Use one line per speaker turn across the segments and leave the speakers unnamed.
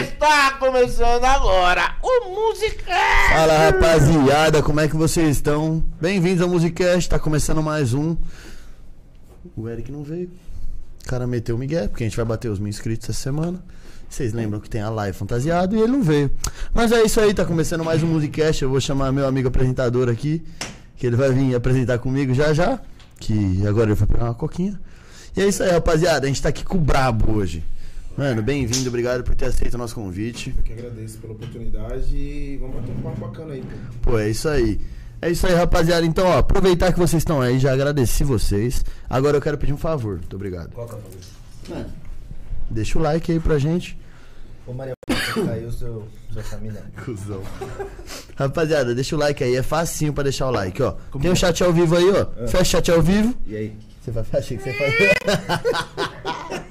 Está começando agora o Musicast!
Fala rapaziada, como é que vocês estão? Bem-vindos ao Musicast, tá começando mais um. O Eric não veio. O cara meteu o Miguel, porque a gente vai bater os mil inscritos essa semana. Vocês lembram que tem a live fantasiado e ele não veio. Mas é isso aí, tá começando mais um Musicast. Eu vou chamar meu amigo apresentador aqui, que ele vai vir apresentar comigo já já. Que agora ele vai pegar uma coquinha. E é isso aí, rapaziada. A gente tá aqui com o Brabo hoje. Mano, bem-vindo, obrigado por ter aceito o nosso convite.
Eu que agradeço pela oportunidade e vamos bater um papo bacana aí. pô.
Pô, é isso aí. É isso aí, rapaziada. Então, ó, aproveitar que vocês estão aí, já agradeci vocês. Agora eu quero pedir um favor. Muito obrigado.
Qual que é o favor?
Deixa o like aí pra gente.
Ô Maria, caiu Tá seu, sua família.
Cusão. Rapaziada, deixa o like aí. É facinho pra deixar o like, ó. Tem um chat ao vivo aí, ó. Fecha o chat ao vivo.
E aí?
Você vai achei que você fazia.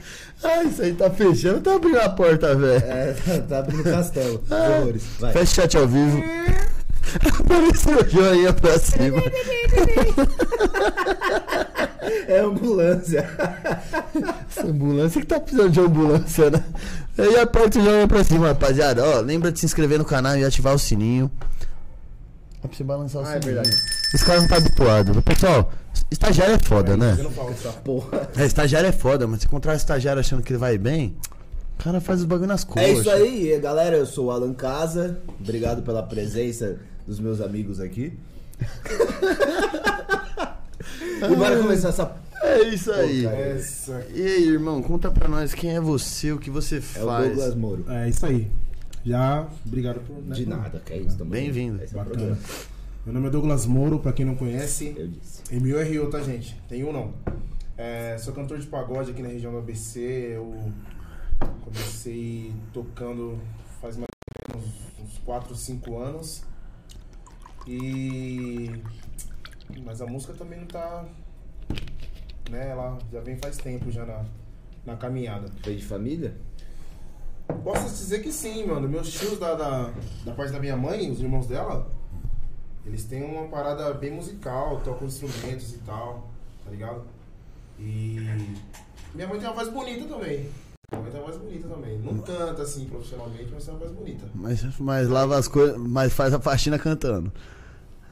ah, isso aí tá fechando, tá abrindo a porta, velho.
É, tá, tá abrindo castelo. de Horrores. Vai.
Fecha o chat ao vivo. Apareceu o joinha pra cima.
É ambulância.
Essa ambulância que tá precisando de ambulância, né? E aperta o joinha pra cima, rapaziada. Ó, lembra de se inscrever no canal e ativar o sininho. É pra você balançar o
Ah, é
sininho.
verdade.
Esse cara não tá habituado. Pessoal, estagiário é foda, né?
Eu não falo tá? só.
Porra.
É, estagiário é foda, mas se encontrar um estagiário achando que ele vai bem, o cara faz os bagulho nas
É
costas.
isso aí, e, galera. Eu sou o Alan Casa. Obrigado pela presença dos meus amigos aqui. e bora começar essa.
É isso aí.
Pô, cara.
Essa.
E aí, irmão, conta pra nós quem é você, o que você
É o
faz.
Douglas Moro.
É isso aí. Já, obrigado por. né,
De
por-
nada, que é isso também.
Bem-vindo.
Esse é o
Bacana.
programa.
Meu nome é Douglas Moro, pra quem não conhece.
Eu disse.
M.O.R.O., tá, gente? Tem um não. É, sou cantor de pagode aqui na região do ABC. Eu comecei tocando faz mais ou menos uns 4, 5 anos. E. Mas a música também não tá. Né, ela já vem faz tempo já na, na caminhada.
Foi de família?
Posso dizer que sim, mano. Meus tios da, da, da parte da minha mãe, os irmãos dela, eles têm uma parada bem musical, tocam instrumentos e tal, tá ligado? E minha mãe tem uma voz bonita também. Minha mãe tem uma voz bonita também. Não canta assim profissionalmente, mas tem uma voz bonita.
Mas, mas lava as coisas, mas faz a faxina cantando.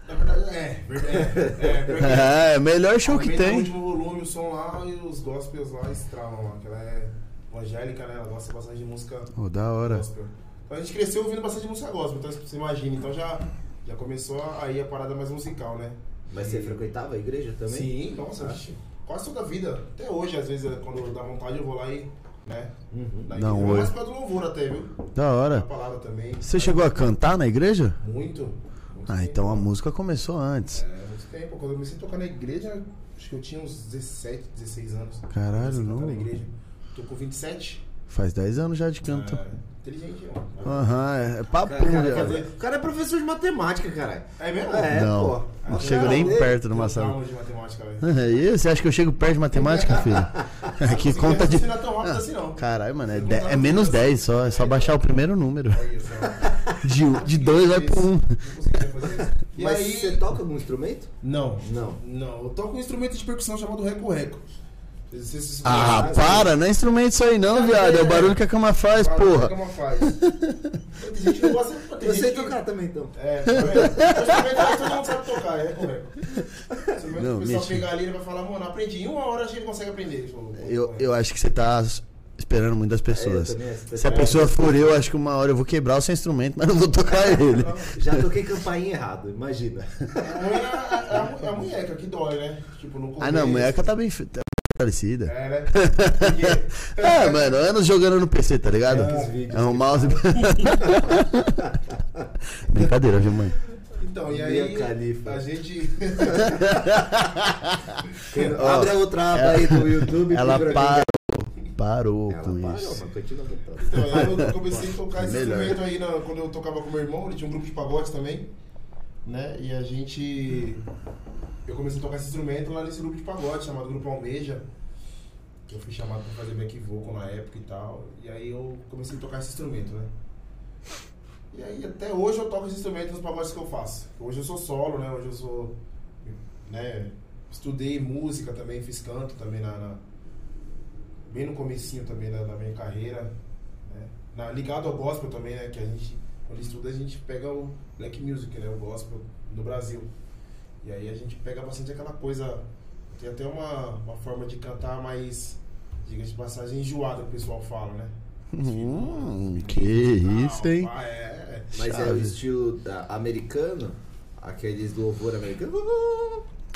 Na verdade, é, verdade. É, é, porque
É, é o melhor show que
aumenta o
tem.
último volume, o som lá e os gospels lá estralam lá. Que ela é evangélica, né? Ela gosta bastante de música
Ô, da hora.
gospel. Então a gente cresceu ouvindo bastante música gospel, então você imagina. Então já, já começou aí a parada mais musical, né?
Mas você frequentava a igreja também?
Sim, nossa, vixe, quase toda a vida. Até hoje, às vezes, quando dá vontade, eu vou lá e. Né?
Uhum.
Na
Não,
igreja.
hoje. É.
Mas pelo louvor até, viu?
Da
A
hora.
palavra também.
Você chegou a cantar na igreja?
Muito. muito
Ah,
tempo.
então a música começou antes.
É, muito tempo. Quando eu comecei a tocar na igreja, acho que eu tinha uns 17, 16 anos.
Caralho,
Comecei a tocar
não.
Na igreja. Tô com 27.
Faz 10 anos já de canto.
É, inteligente, ó.
Aham, é, é papo.
Cara, cara,
já.
cara, o cara é professor de matemática, caralho.
É mesmo?
É,
Não,
pô.
não É, chego nem
Cara,
perto de uma
Tenho
sala.
trauma de matemática, velho.
E você acha que eu chego perto de matemática, filho? Aqui
Você
conta de.
Não é tão rápido assim, não.
Caralho, mano, é, de- é menos 10 só. É só baixar o primeiro número.
Olha isso, ó.
De 2 de dois vai pro 1. Um.
Não conseguia fazer isso. E
Mas
aí-
você toca algum instrumento?
Não,
Não.
Não, eu toco um instrumento de percussão chamado reco-reco. Vocês- vocês-
Ah, para, não é instrumento isso aí não, viado. É o barulho que a cama faz,
Fala,
porra.
como faz. Tem gente que não gosta, tem
Eu
gente
sei
que-
tocar também, então.
É, tá vendo? Instrumento, todo mundo sabe tocar, é reco-reco. Instrumento
Não,
que o pessoal
mentira.
pegar ali, ele vai falar, mano, aprendi. Em uma hora a gente consegue aprender. Ele falou,
Eu, eu acho que você tá s- esperando muito das pessoas.
É, eu também acho que
Se a pessoa for eu, acho que uma hora eu vou quebrar o seu instrumento, mas não vou tocar ele.
Já toquei campainha errado, imagina.
é A mulher- a- é a- a munheca que dói, né? Tipo, no
Ah, não, a
começo.
mulher tá bem fe- tá bem fortalecida.
É, né? Porque-
É, mano, anos jogando no PC, tá ligado?
É,
esses vídeos
É um mouse. Brincadeira, viu, mãe?
Então, e
Mia
aí
Khalifa.
a gente.
Ó,
Abre a outra aba aí do YouTube.
Ela
procura
parou.
quem
Parou
que é. Ela
com
parou,
isso.
mas continua cantando.
Então, eu eu comecei a tocar esse
Melhor.
instrumento aí na- quando eu tocava com meu irmão, ele tinha um grupo de pagodes também, né? E a gente. Eu comecei a tocar esse instrumento lá nesse grupo de pagode chamado Grupo Almeja. que Eu fui chamado pra fazer back vocal na época e tal. E aí eu comecei a tocar esse instrumento, né? E aí até hoje eu toco esse instrumento nos pagodes que eu faço. Hoje eu sou solo, né? Hoje eu sou. né? Estudei música também, fiz canto também na. na- bem no comecinho também da, da minha carreira. né? na- ligado ao gospel também, né? Que a gente, quando estuda, a gente pega o black music, né? O gospel do Brasil. E aí a gente pega bastante aquela coisa. Tem até uma, uma forma de cantar mais, digamos de passagem, enjoada, que o pessoal fala, né?
Hum, que isso, hein?
Ah, é, é.
Mas é o
Chave.
estilo da- americano, aqueles louvor americano.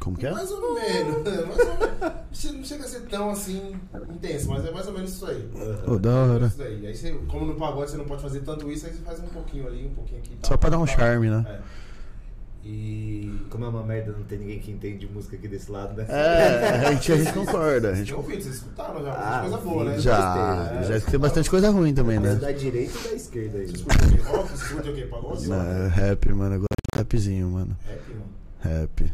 Como que é?
Mais ou menos. é Mais ou menos. Não chega a ser tão assim intenso, mas é mais ou menos isso aí.
Ô, da hora.
Isso daí. Aí você, como no pagode você não pode fazer tanto isso, aí você faz um pouquinho ali, um pouquinho aqui. e
Só
tal,
pra dar um
tal.
charme, né?
É. E.
Como é uma merda, não tem ninguém que entende música aqui desse lado, né?
É, a gente, a gente concorda. A gente...
Eu ouvi, vocês escutaram já,
Ah,
bastante coisa boa, né?
Já, já escutei bastante coisa ruim também,
Mas
né?
da direita ou da esquerda aí?
Vocês curtem o quê? Rock? Vocês curtem o quê? Pagode? É, um
Ah, rap, mano. Eu gosto de rapzinho, mano.
Rap, mano.
Rap.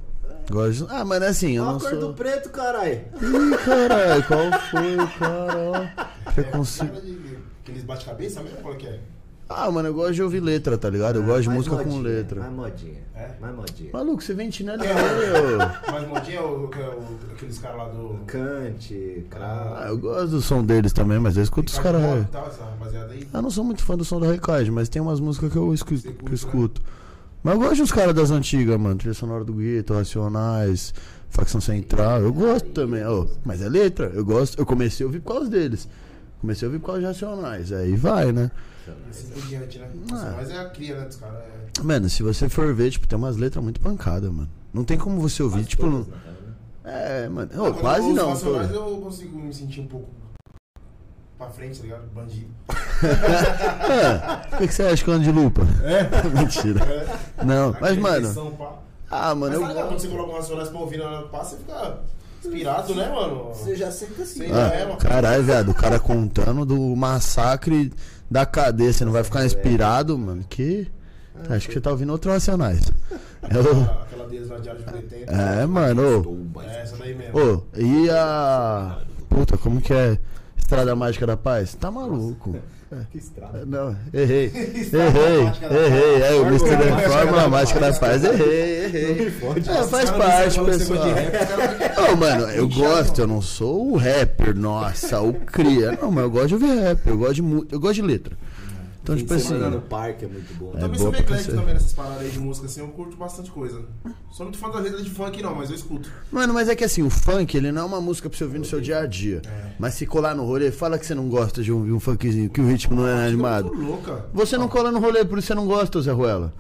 Gosto de... Ah, mas é assim, eu
Olha
não
a cor do
sou...
preto, caralho.
Ih, caralho, qual foi, cara? Ó,
É,
Preconceito.
cara de- Aqueles bate-cabeça mesmo? Qual que é?
Ah, mano, eu gosto de ouvir letra, tá ligado? Eu gosto de
Mais
música com
É, modinha, né?
letra.
Mais modinha.
É?
Mais modinha.
Maluco, você vem chinelo
É.
eu...
Mas modinha é o, é o- aqueles caras lá do.
Cante, cravo.
Ah, eu gosto do som deles também, mas eu escuto os caras...
Ricardo Bob e tal, essa rapaziada aí.
Eu não sou muito fã do som da Recard, mas tem umas músicas que eu, escu- que eu escuto. Mas eu gosto dos caras das antigas, mano. Trilha sonora do Gueto, Racionais, Facção Central. Eu gosto também. Ô, mas é letra. Eu gosto. Eu comecei a ouvir por causa deles. Comecei a ouvir por causa de Racionais. Aí vai, né?
E assim por diante, né?
Ah.
Mas é a cria, né, dos caras. É...
Mano, se você for ver, tipo, tem umas letras muito pancada, mano. Não tem como você ouvir, tipo. não-
Todas, na real, né?
É, mano. Ô,
Quando eu
quase
ouço
não.
Racionais,
pô.
eu consigo me sentir um pouco pra frente, tá ligado? Bandido.
Ah, Por que que você acha que eu ando de lupa? Mentira.
É.
Não, mas,
Aquela
mano.
pressão, pá.
Ah, mano,
Mas
eu
tá ligado, quando
gosto.
você coloca um racionais pra ouvir na hora passa, você fica inspirado, né, mano?
Você já senta assim.
Sim.
né?
É,
Ah,
mano.
caralho, viado, o cara contando do massacre da cadeia, você não vai ficar inspirado, mano? Que. Acho que você tá ouvindo outro Racionais. Eu-
Aquela, aquela deles lá, Diário de um Detento.
É, mano.
Ou
É,
mais-
essa daí
Ô,
mesmo.
ô, e a. Puta, como que é? Estrada Mágica da Paz? Tá maluco.
É,
É,
Que estrada.
Não, errei. Errei, errei. É, eu misturei Fórmula Mágica da Paz. Errei, errei. É, faz parte, pessoal. Ô, mano, eu gosto, eu não sou o rapper, nossa, o cria. Não, mas eu gosto de ouvir rap, eu gosto de, mu- eu gosto de letra. Então,
Fim
tipo
de
assim.
semana no parque é muito bom.
Eu
É
também
boa pra
sou meio eclético
você.
também nessas paradas aí de música, assim, eu curto bastante coisa. Sou muito fã das letras de funk, não, mas eu escuto.
Mano, mas é que assim, o funk, ele não é uma música pra você ouvir no seu dia a dia. Mas se colar no rolê, fala que você não gosta de ouvir um funkzinho, que o ritmo não é
Tô
animado.
louca.
Você não cola no rolê, por isso você não gosta, Zé Ruela.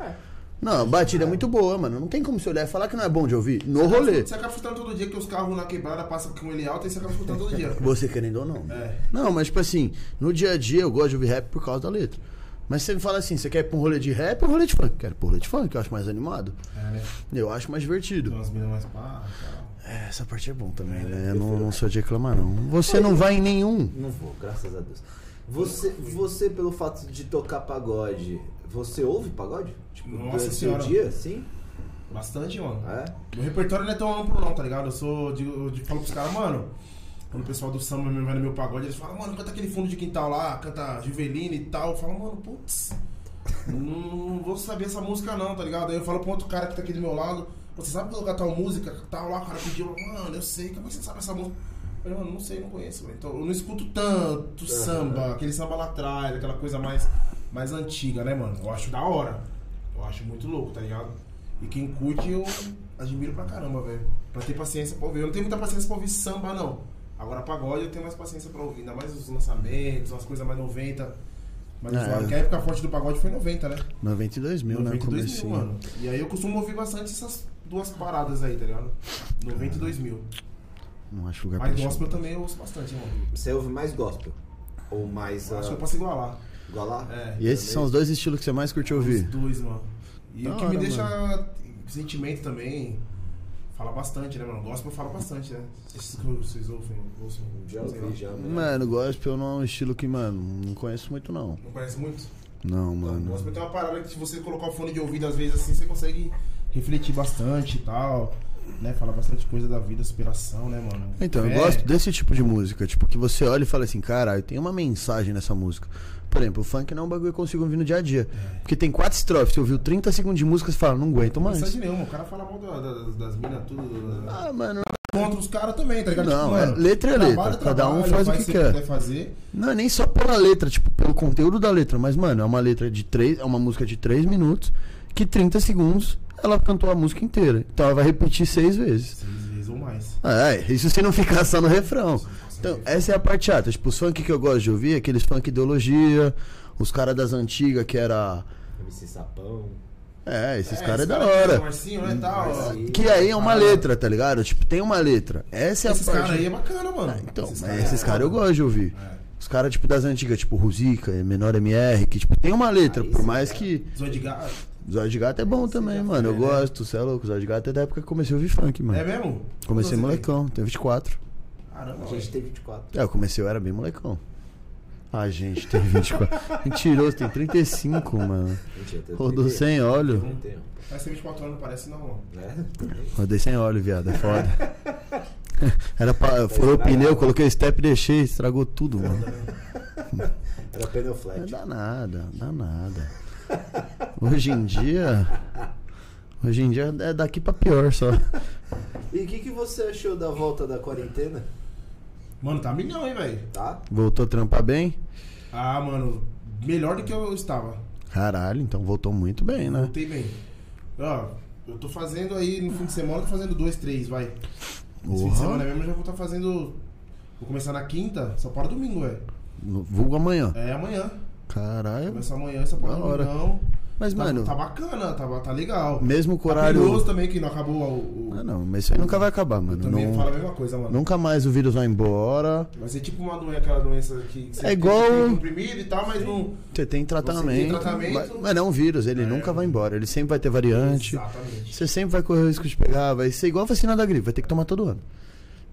Não, a batida é muito boa, mano. Não tem como você olhar e falar que não é bom de ouvir no rolê.
Você acaba escutando todo dia que os carros na quebrada passam com ele alto e você acaba escutando todo dia.
Você querendo ou não.
É.
Não, mas tipo assim, no dia a dia eu gosto de ouvir rap por causa da letra. Mas você me fala assim, você quer ir pra um rolê de rap ou um rolê de funk? Quero ir pra um rolê de funk, eu acho mais animado.
É, né?
Eu acho mais
Tem
divertido.
umas minas mais pá e tal.
É, essa parte é bom também, né? Eu não, não sou de reclamar, não. Você não vai em nenhum.
Não vou, graças a Deus. Você, você, pelo fato de tocar pagode, você ouve pagode? Tipo,
Nossa
durante
senhora.
o dia, sim?
Bastante, mano.
É?
Meu repertório não é tão amplo não, tá ligado? Eu sou de, eu de- falo pros caras, mano. Quando o pessoal do samba mesmo vai no meu pagode, eles falam, mano, canta aquele fundo de quintal lá, canta Juvelino e tal. Eu falo, mano, putz, não, não vou saber essa música não, tá ligado? Aí eu falo pro outro cara que tá aqui do meu lado, você sabe colocar tal música, tal lá, o cara pediu, mano, eu sei, como é que você sabe essa música? Eu falei, mano, não sei, não conheço, mano. Então, eu não escuto tanto samba, aquele samba lá atrás, aquela coisa mais, mais antiga, né, mano? Eu acho da hora. Eu acho muito louco, tá ligado? E quem curte, eu admiro pra caramba, velho. Pra ter paciência pra ouvir. Eu não tenho muita paciência pra ouvir samba, não. Agora pagode eu tenho mais paciência pra ouvir. Ainda mais os lançamentos, umas coisas mais 90. Mas
É.
zoado, que a época forte do pagode foi 90, né?
92 mil, né?
92 mil,
Comecinho.
mano. E aí eu costumo ouvir bastante essas duas paradas aí, tá ligado? 92 mil.
Não acho lugar pra
Mas
isso.
gospel também eu ouço bastante, mano.
Você ouve mais gospel? Ou mais.
Acho que eu
Uh,
posso igualar.
igual lá?
É.
é E esses são os dois estilos que você mais curte
Os
ouvir.
dois, mano. E
Da
o que
hora,
me deixa sentimento também. Fala bastante, né, mano? Gospel fala bastante, né? Esses que vocês ouvem, ouçam.
Já
sei lá.
ouvi, já. né?
Mano, gospel não é um estilo que, mano, não conheço muito, não.
Não conhece muito? Então,
Não, mano.
Gospel tem uma parada que se você colocar o fone de ouvido, às vezes assim, você consegue refletir bastante e tal. Né? Falar bastante coisa da vida, superação, né, mano?
Então, eu
Fé.
gosto desse tipo de música, tipo, que você olha e fala assim, caralho, tem uma mensagem nessa música. Por exemplo, o funk não é um bagulho que eu consigo ouvir no dia a dia. Porque tem quatro estrofes, você ouviu 30 segundos de música, você fala, não aguento
Não tem
mais.
mensagem nenhuma. O cara fala mal da- da- das, das minas, tudo. da-
Ah, mano,
contra os caras também, tá ligado?
Não, é letra é letra, cada um faz o que quer.
Vai fazer.
Não é nem só pela letra, tipo, pelo conteúdo da letra, mas, mano, é uma letra de três, é uma música de três minutos, que 30 segundos ela cantou a música inteira. Então ela vai repetir seis vezes.
Seis vezes ou mais.
É, isso se não ficar só no refrão. Então, essa é a parte chata. Tipo, os funk que eu gosto de ouvir, é aqueles funk ideologia, os caras das antigas que era.
MC Sapão.
É, esses
esse
caras é da
cara aqui,
hora.
Marcinho, né, tal, ó.
Marcinho.
Que aí é uma
Ah.
letra, tá ligado? Tipo, tem uma letra. Essa é a
Esses
parte.
caras aí é bacana, mano.
Então, mas
caras
esses
é
caras eu
foda.
gosto de ouvir.
É.
Os caras, tipo, das antigas, tipo, Ruzica, Menor MR, que, tipo, tem uma
Ah,
letra,
Aí
por
sim,
é.
mais
cara.
que.
Zóio de gato.
Zóio de Gato é bom também, mano. Eu
né?
gosto, cê é louco. Zóio de Gato é da época que eu comecei a ouvir funk, mano.
É mesmo?
comecei
Quantos anos você
molecão, tenho 24.
tem? Caramba,
A
velho.
gente tem 24.
É, eu comecei, eu era bem molecão. A gente, tem 24. Mentiroso, tem 35, mano.
Mentira, eu tenho
Rodou
31.
sem óleo.
Não tenho,
Parece ter 24 anos, parece não, mano.
um né?
Rodei sem óleo, viado, é foda. Era pra, furou o pneu, coloquei step, deixei, estragou tudo, mano.
Era pneu
É
flat.
danada, danada. Hoje em dia. Hoje em dia é daqui pra pior só.
E o que, que você achou da volta da quarentena?
Mano, tá milhão, hein, velho.
Tá?
Voltou a trampar bem?
Ah, mano, melhor do que eu estava.
Caralho, então voltou muito bem, né?
Voltei bem. Ó, eu tô fazendo aí no fim de semana, eu tô fazendo dois, três, vai. Esse fim de semana
Porra,
mesmo eu já vou estar fazendo. Vou começar na quinta, só para domingo, velho.
vulgo amanhã.
É amanhã.
Caralho.
Começa amanhã, só para
Da hora.
domingão.
Mas,
Tá,
mano,
tá bacana, tá, ba- tá legal.
mesmo com o
Tá perigoso
horário.
também que não acabou o. o-
Ah, não, mas isso aí nunca vai acabar,
eu
mano.
também
Não-
falo a mesma coisa, mano.
nunca mais o vírus vai embora.
Vai ser tipo uma doença, aquela doença que, que
É igual-
tem comprimido e tal, mas não.
Você tem tratamento.
tratamento.
vai- Mas não é um vírus, ele
É.
nunca vai embora. Ele sempre vai ter variante.
Exatamente.
Você sempre vai correr o risco de pegar, vai ser igual a vacina da gripe, vai ter que tomar todo ano.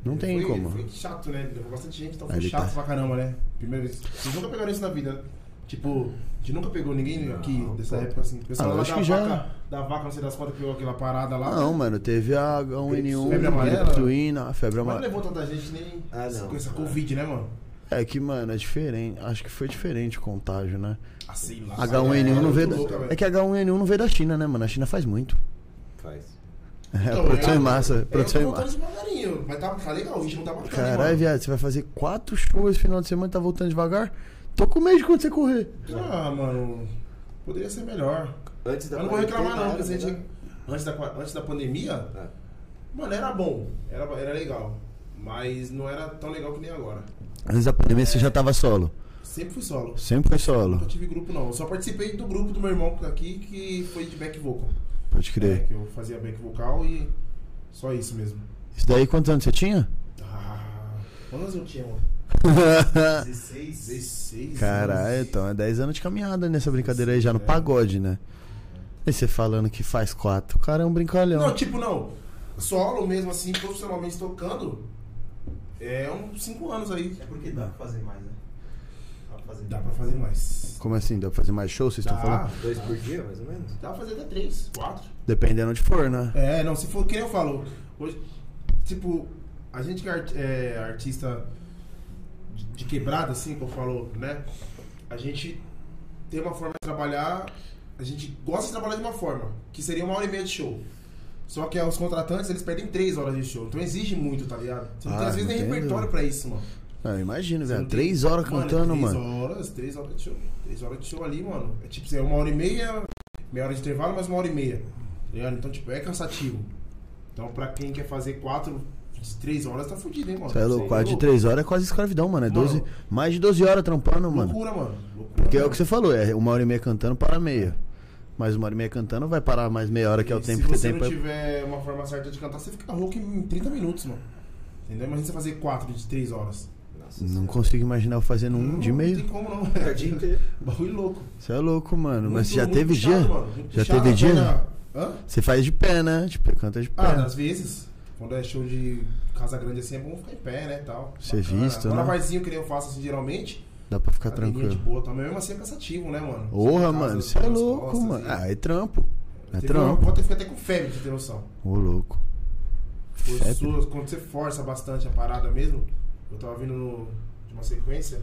Não tem
Foi-
como.
Foi chato, né? Levou bastante gente, então
Aí
foi
ele
chato
tá-
pra caramba, né? Primeira vez. Vocês nunca pegaram isso na vida, né? Tipo, a gente nunca pegou ninguém aqui
Não,
dessa
pô.
época assim. O pessoal
Ah,
lá
acho
da,
que já-
vaca, da vaca, não sei das quantas, pegou aquela parada lá.
Não, mano, teve a H1N1,
Febre amarela?
Pituína, a febre
Mas não
amarela.
levou tanta gente nem
Ah, não.
com essa Covid, né, mano?
É que, mano, é diferente. Acho que foi diferente o contágio, né?
Ah, sei lá.
H1N1 não veio
Muito louca,
da...
velho.
É que H1N1 não veio da China, né, mano? A China faz muito.
Faz.
É,
Então,
produção
é,
em massa,
é,
produção em
Eu tô voltando
massa.
devagarinho, mas tá, tá legal, o ritmo tá bacana. hein,
Caralho, viado, você vai fazer quatro shows esse final de semana e tá voltando devagar? Tô com medo de quando você correr.
mano. Ah, mano, poderia ser melhor.
Antes da
Eu não vou
quarentena,
reclamar, não,
era
porque a gente,
melhor?
antes, da, antes da pandemia,
Ah,
Mano, era bom, era, era legal. Mas não era tão legal que nem agora.
Antes da pandemia você já tava solo.
Sempre fui solo.
Sempre foi
Nunca
solo.
tive grupo, não. Eu só participei do grupo do meu irmão aqui, que foi de back vocal.
Pode
É,
crer.
que eu fazia back vocal e só isso mesmo.
Isso daí quantos anos você tinha?
Ah, quantos anos eu tinha, mano? 16. 16.
Caralho, então é 10 anos de caminhada nessa brincadeira aí já no
É.
pagode, né? E você falando que faz quatro, o cara é um brincalhão.
Não, tipo, não. Solo mesmo, assim, profissionalmente tocando, é uns 5 anos aí.
É porque dá pra fazer mais, né? Dá pra fazer
Dá pra fazer mais.
Como assim? Dá pra fazer mais show, vocês estão
Dá,
falando?
dois por dia, mais ou menos?
dá pra fazer até 3, 4.
Dependendo onde for, né?
É, não, se for que nem eu falo. Hoje, tipo, a gente que é, art- é artista de, de quebrada, assim, como eu falo, né? A gente tem uma forma de trabalhar. A gente gosta de trabalhar de uma forma, que seria uma hora e meia de show. Só que ah, os contratantes, eles perdem três horas de show. Então exige muito, tá ligado? Você não
Ah,
tem, às vezes, nem
entendo.
repertório pra isso, mano.
Não, imagino,
Você
velho.
não tem-
Três horas cantando,
três
mano.
horas, três horas de show. Três horas de show ali, mano. É tipo, assim, é uma hora e meia, meia hora de intervalo, mais uma hora e meia. Tá ligado? Então, tipo, é cansativo. Então, pra quem quer fazer quatro, de três horas, tá fudido, hein, mano.
Você é louco, quase de
louco.
três horas é quase escravidão, mano. É
Mano.
12, mais de 12 horas trampando, mano.
Loucura, mano. Loucura.
Porque é o que você falou, é uma hora e meia cantando, para meia. Mais uma hora e meia cantando, vai parar mais meia hora, que é o
E
tempo
Se
que
você
você tem
não
pra.
tiver uma forma certa de cantar, você fica rouco em 30 minutos, mano. Entendeu? Imagina você fazer quatro de três horas.
Nossa
Não
senhora.
consigo imaginar eu fazendo um de
Não
meia.
tem como, não.
Fica o dia inteiro.
Bagulho louco.
Você é louco, mano. Mas
Muito-
já
muito
teve
puxado,
dia?
mano. Muito
Já
puxado,
teve dia?
já- Hã?
Você faz de pé, né? Tipo, canta de pé.
Ah, às vezes, quando é show de casa grande assim, é bom ficar em pé, né, tal.
Ser
Bacana.
visto,
Agora
né?
barzinho que nem eu faço assim, geralmente,
Dá pra ficar
academia
tranquilo.
de boa, também mesmo assim é cansativo, né, mano?
Porra,
Em casa,
mano,
nas
você é
costas,
louco,
assim.
mano. Ah, é trampo. É
Teve uma
trampo.
conta, eu fiquei até com febre, pra você ter noção.
Ô, louco.
Por
Febre?
suas- quando você força bastante a parada mesmo, eu tava vindo no- de uma sequência,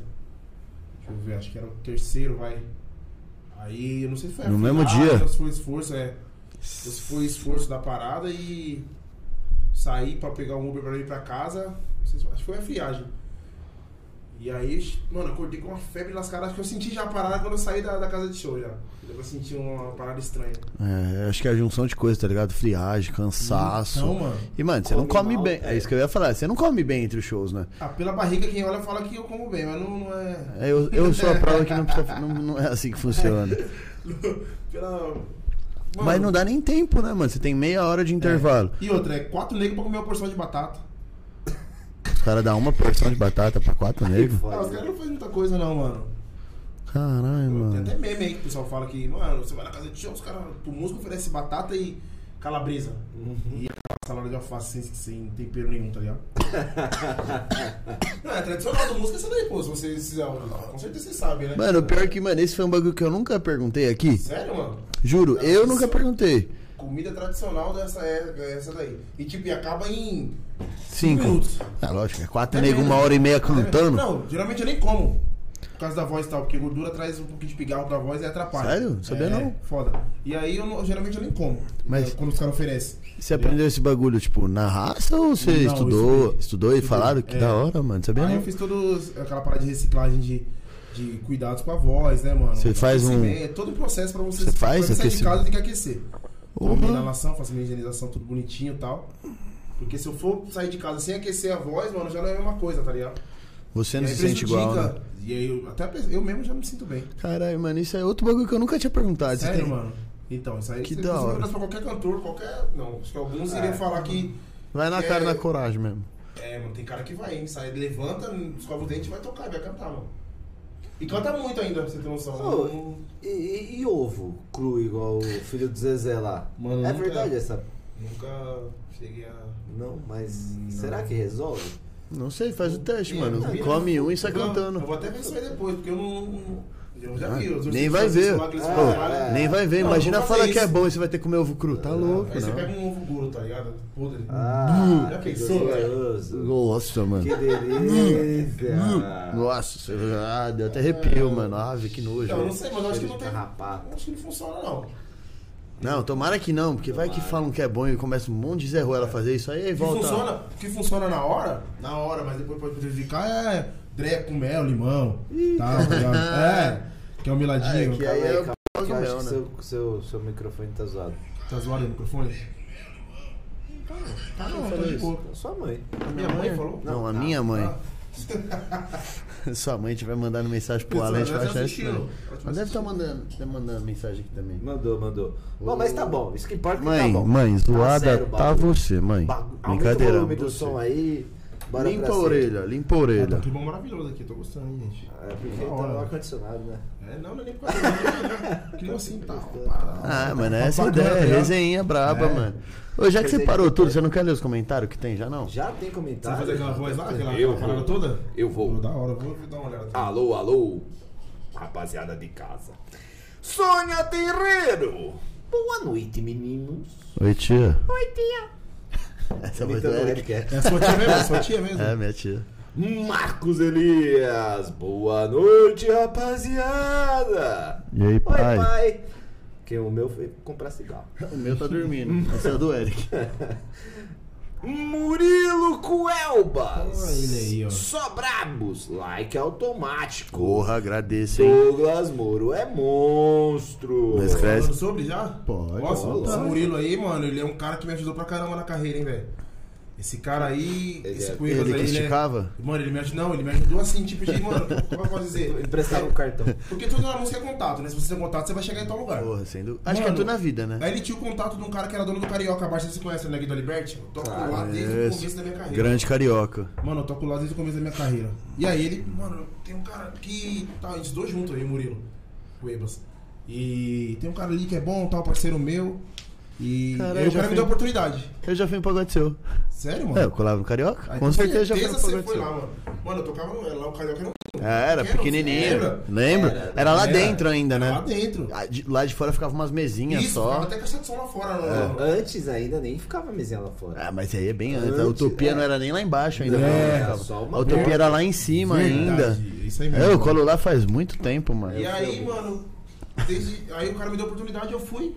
deixa eu ver, acho que era o terceiro, vai. Aí, eu não sei se foi a
No mesmo
final,
dia?
se foi o esforço, é. Esse foi o esforço da parada e. saí pra pegar um Uber pra ir pra casa. Não sei se, acho que foi a friagem. E aí, mano, eu acordei com uma febre lascada. Acho que eu senti já a parada quando eu saí da, da casa de show já. Eu senti uma parada estranha.
É, acho que é a junção de coisas, tá ligado? Friagem, cansaço.
Então, mano.
E, mano, você não
Come
come
mal,
bem. É isso que eu ia falar. Você não come bem entre os shows, né?
Ah, pela barriga, quem olha fala que eu como bem, mas não, não é.
É, Eu, eu sou a prova que não, precisa, não, não é assim que funciona.
Pela.
Mas não dá nem tempo, né, mano? Você tem meia hora
É.
de intervalo.
E outra, é quatro negros pra comer uma porção de batata.
O cara dá uma porção de batata pra quatro negros.
Ah, os caras
Foda.
não fazem muita coisa, não, mano.
Caralho,
Tem
mano.
até meme aí que o pessoal fala que, mano, você vai na casa de show, os caras, pro músico oferece batata e calabresa.
Uhum.
E aquela salada de alface sem, sem tempero nenhum, tá ligado? não, é tradicional do músico é essa daí, pô. Se vocês. se- Com certeza vocês sabem, né?
Mano, o pior que, mano, esse foi um bagulho que eu nunca perguntei aqui.
Sério, mano?
Juro, eu nunca perguntei.
Comida tradicional dessa é essa daí. E tipo, e acaba em
Cinco.
minutos.
É lógico, é quatro
É
negros,
mesmo.
uma hora e meia cantando.
Não, geralmente eu nem como. Por causa da voz e tal, porque gordura traz um pouquinho de pigarro pra voz e atrapalha.
Sério? Sabia
é,
não.
Foda. E aí eu não- geralmente eu nem como.
Mas-
né, Quando os caras oferecem.
Você aprendeu esse bagulho, tipo, na raça ou você
Não, eu
estudou?
estudei.
Estudou e
Estudei,
falaram que
é.
da hora, mano. Sabia
Aí eu
não?
fiz toda aquela parada de reciclagem de, de cuidados com a voz, né, mano?
Você faz um-
Aquecimento, É todo um processo pra você,
Você
pra
faz
você sair de
aquecimento?
casa tem que aquecer. Então,
Porra.
minha inalação, faço minha higienização, tudo bonitinho e tal. Porque se eu for sair de casa sem aquecer a voz, mano, já não é a mesma coisa, tá ligado?
Você
E
não
aí
se sente igual,
prejudica.
né?
E aí eu, até pe- eu mesmo já me sinto bem.
Caralho, mano, isso é outro bagulho que eu nunca tinha perguntado. Ah, Você
Sério,
tem-
mano? Então, isso aí
Que
você
da
você
hora. É.
pergunta pra qualquer cantor, qualquer. Não, acho que alguns iriam falar que.
Vai na
É.
cara, na coragem mesmo.
É, mano, tem cara que vai, hein? Sai, levanta, escova o dente e vai tocar, vai cantar, mano. E canta muito ainda, pra você ter noção. né?
Ô,
Não-
E, e- e ovo cru, igual o filho do Zezé lá?
Mano,
é
nunca-
verdade essa.
Nunca cheguei a.
Não, mas será que resolve?
Não sei, faz o teste,
Ih,
mano.
não, eu-
Come um e sai
Eu vou- Eu
cantando.
vou até ver isso aí depois, porque eu não. não- Eu já
Ah,
vi. os
nem
ursinhos
vai ver.
lá que eles
Ah,
falaram,
é.
né?
Nem vai ver,
Não,
imagina
eu vou fazer
falar que é
isso. É,
bom e você vai ter que comer ovo cru. Tá louco,
Aí você pega
não.
um ovo duro, tá ligado? Podre. Já
Ah, que
pensou,
gostoso.
Nossa, mano.
Que delícia.
Hum.
Nossa, você- ah, deu até arrepio, mano. Ave, que nojo.
Não, eu não
velho.
sei, mas eu acho que não tem.
Carrapato.
Acho que não funciona, não.
Não, tomara que não, porque vai que
Tomara.
falam que é bom e começa um monte de Zé Ruela a fazer isso aí e
O que funciona,
volta.
o que funciona na hora, na hora, mas depois pode prejudicar é dreia com mel, limão, tal, tá ligado? É, que é um miladinho.
É, né? que
Calma
aí
aí,
eu-
calma aí, que eu acho que seu, seu, seu microfone tá zoado.
Tá zoado aí o microfone? Tá não, tá de boa.
Então, Sua mãe.
Minha mãe falou?
Não, a minha mãe. Sua mãe vai mandando mensagem pro Alan, a gente vai achar isso.
Assistindo.
Mas deve estar mandando, deve mandando mensagem aqui também.
Mandou, mandou. Bom, mas tá bom. Isso que importa que
Mãe,
tá bom.
mãe,
Tá
zoada
sério o
tá,
bagulho.
você, mãe.
Bagu- Aumenta o
Brincadeira.
volume do som aí. Bora
Limpa
pra
a
cima. Tá
orelha, limpa a orelha.
Que Tá bom maravilhoso aqui, tô gostando, hein, gente.
É porque
Da
tá
hora.
no ar-condicionado, né?
É, não, não é nem por causa disso. Criou assim, tá. pá.
Ah, mano, essa é a
Bacana,
ideia,
né?
resenha braba,
É.
mano. Ô, já que você
Resenha
parou
de-
tudo, você não quer ler os comentários que tem já, não?
Já tem
Você vai
comentário?
fazer aquela voz lá, aquela,
Eu
aquela
vou.
parada toda?
Eu vou.
Da hora, eu vou dar uma olhada.
Ah.
Alô, alô, rapaziada de casa. Sônia Terreiro!
Boa noite, meninos.
Oi, tia. Oi, tia. Essa voz do
Imitando o
Eric.
Eric, é.
É a sua tia mesmo, é a sua tia mesmo.
É, minha tia.
Marcos Elias! Boa noite, rapaziada!
E aí,
Oi,
pai?
pai. Porque o meu foi comprar cigarro.
O meu tá dormindo. Essa é a do Eric.
Murilo Coelbas!
Olha ele aí, ó.
Só brabos! Like automático!
Porra, agradeço, hein?
Douglas Moro é monstro!
Mas cresce.
Falando sobre já?
Pode,
Nossa,
pode.
esse Murilo aí, mano, ele é um cara que me ajudou pra caramba na carreira, hein, velho. Esse cara aí, esse
é-
Cuevas
Ele que
aí, né?
esticava?
Mano, ele me ajudou, não, ele me ajudou assim, tipo de, mano, como é que eu posso dizer? É,
Emprestava o cartão.
Porque toda na música é contato, né? Se você tem contato, você vai chegar em tal lugar.
Porra, sendo. Acho que
Mano,
é tudo na vida, né?
Aí ele tinha o contato de um cara que era dono do Carioca Abaixo, você conhece, né, Guido Aliberti? Eu toco lá um desde o começo da minha carreira.
É, Grande carioca.
Mano, eu toco lá desde o começo da minha carreira. E aí ele, mano, tem um cara que. Tá, a gente estudou junto aí, Murilo. O Ebas. E tem um cara ali que é bom, tal, parceiro meu. E
Caralho,
aí o
já
cara
fui-
me deu a oportunidade.
Eu já fui em pagode seu.
Sério,
É, eu
mano?
colava no carioca?
Aí,
Com certeza já fui em
você
pagode
foi lá,
seu.
mano. Mano, eu tocava no, lá o Carioca era um-
É, Era
Lembra?
pequenininho.
Lembra?
Lembra? Era lá
Era.
dentro ainda, né?
lá dentro.
Ah, de- Lá de fora ficava umas mesinhas
Isso,
só. É.
ficava até caixa de som lá fora, mano.
É. Antes ainda nem ficava a mesinha lá fora.
Ah, mas aí é bem antes. A
Antes,
utopia
é.
não era nem lá embaixo ainda.
Não,
não,
era
ficava.
só uma
a utopia
porta.
era lá em cima ainda.
É, Verdade, Isso aí mesmo.
É, eu colo lá faz muito tempo, mano.
E aí, mano, desde. Aí o cara me deu a oportunidade, eu fui.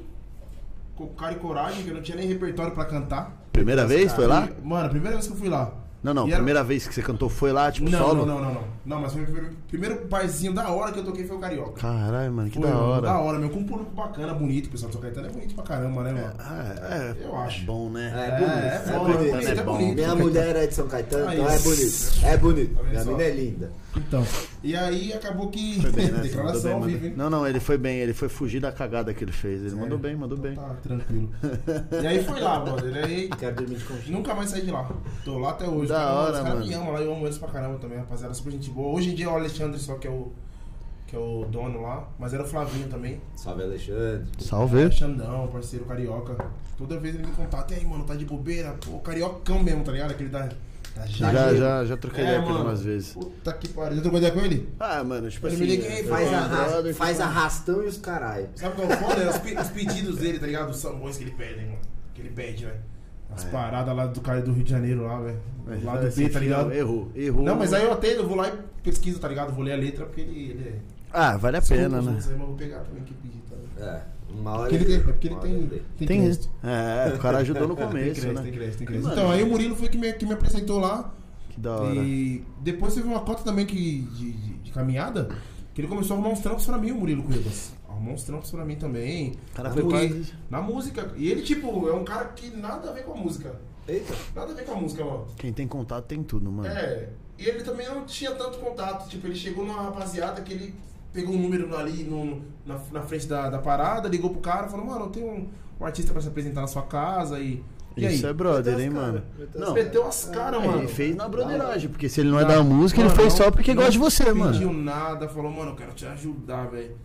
Com cara e coragem, que eu não tinha nem repertório pra cantar.
Primeira vez? Foi lá?
Mano, a primeira vez que eu fui lá.
Não, não.
E era-
Primeira vez que você cantou foi lá, tipo,
Não,
solo?
não, não, não, não. Não, mas foi o primeiro, primeiro barzinho da hora que eu toquei foi o Carioca.
Caralho, mano, que
Foi,
da
mano,
hora.
Da hora, meu. Com um público bacana, bonito. O pessoal do São Caetano é bonito pra caramba, né, mano?
Ah, é,
Eu acho.
Bom, né?
É bonito, é
É, é bom,
bonito.
é
É bom.
bonito.
Minha mulher é de São Caetano,
Ah,
então é
isso.
bonito. É bonito.
Tá vendo
Minha
só?
mina é linda.
Então. E aí acabou que.
Foi bem, né? Você mandou bem,
Declaração ao
mandou-
vivo, hein?
Não, não, ele foi bem, ele foi fugir da cagada que ele fez. Ele mandou bem, mandou bem.
Tá, tranquilo. E aí foi lá, brother. E aí
Quero dormir de conchinha.
Nunca mais saí de lá. Tô lá até hoje.
Da
Cara,
hora,
Os caras
mano.
me amam lá, eu amo eles pra caramba também, rapaziada. Super gente boa. Hoje em dia é o Alexandre só que é o, que é o dono lá, mas era o Flavinho também.
Salve, Alexandre.
Salve.
Xandão, parceiro carioca. Toda vez ele me contata, e aí, mano, tá de bobeira? Pô, cariocão mesmo, tá ligado? Aquele da.
Tá
da
Já,
Jaque.
já, já troquei
É,
ideia com ele
mano.
umas vezes.
Puta que pariu. Já trocou ideia com ele?
Ah, mano, tipo
Eu
assim.
me liguei,
é,
Faz,
foi um
arra-
brother que-
faz arrastão e os caralho.
Sabe qual é o foda? É os, pe- os pedidos dele, tá ligado? Os sambões que ele pede, hein, mano. Que ele pede, velho.
É.
As paradas lá do cara do Rio de Janeiro lá, velho.
Mas
Lá
fala
do
assim,
B, tá ligado?
não, Errou, errou.
Não, mas aí eu atendo, eu vou lá e pesquiso, tá ligado? Vou ler a letra, porque ele, ele é...
Ah, vale a pena,
Desculpa,
né?
Mas aí eu vou pegar também que pedir, tá ligado?
É, uma hora.
Porque ele tem, é porque
uma
ele
hora
tem,
dele.
tem,
Tem
crédito.
isso. É, o cara ajudou no
Tem
começo,
crédito,
né?
tem crédito, tem crédito.
Mano.
Então, aí o Murilo foi que me, que me apresentou lá.
Que da hora.
E depois teve uma cota também que, de, de- de caminhada, que ele começou a arrumar uns trampos pra mim, o Murilo Cuevas. Arrumou uns trampos pra mim também.
O cara
Na
foi
mui-
quase-
Na música. E ele, tipo, é um cara que nada a ver com a música.
Eita.
Nada a ver com a música, mano.
Quem tem contato tem tudo, mano.
É, e ele também não tinha tanto contato. Tipo, ele chegou numa rapaziada que ele pegou um número ali no, na, na frente da, da parada, ligou pro cara, falou: Mano, tem um, um artista pra se apresentar na sua casa. E, e aí?
Isso é brother, hein,
Meteu as
mano.
cara, meteu as
Não,
cara.
Meteu as caras,
é,
mano.
ele fez na broderagem, porque se ele não
Não
é da música, ele
mano,
fez
não-
só porque
não
gosta de você,
pediu um
mano.
nada, falou: Mano, eu quero te ajudar, velho.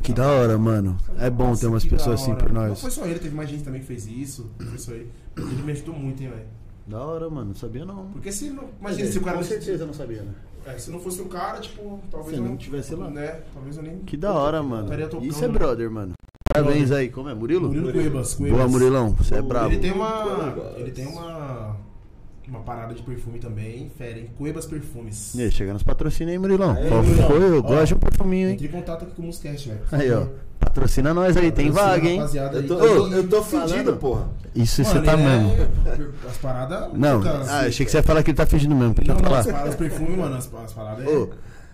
Que da hora, mano. É bom
Nossa,
ter umas
que da
pessoas assim
hora.
por
Não
nós.
foi só ele, teve mais gente também que fez isso. Não foi só ele. Mas ele me ajudou muito, hein, velho.
Da hora, mano. Não sabia não.
Porque se não. Imagina se o cara.
É, Com
não-
certeza não sabia, né?
É, se não fosse o cara, tipo, talvez
Se
eu
não tivesse lá.
Né? Talvez eu nem.
Que da hora, mano.
Estaria tocando,
Isso é
né?
brother, mano. Parabéns aí. Como é? Murilo?
Murilo Cuevas, Cuevas.
Boa, Murilão. Você é
Ele
brabo.
Ele tem uma.
Cuevas.
Ele tem uma. Uma parada de perfume também, fera, hein? Cuevas Perfumes.
E aí, chega nos patrocínios aí, Murilão.
Aí,
Qual
Murilão.
foi? Eu
Ó,
gosto de um perfuminho, hein?
Entre em contato aqui com o Muscast, velho.
Aí, ó. Patrocina nós aí. Tem vaga, hein?
Rapaziada,
Eu tô,
aí.
eu tô, eu tô
Mano,
fedido, porra.
Isso você
ele
tá
é-
mesmo.
As paradas.
Não,
cara,
ah,
assim,
achei que você ia falar que ele tá fingindo mesmo, porque
Não,
eu ia
não, as
falar.
paradas perfume, mano, as, as paradas. é-
Ô,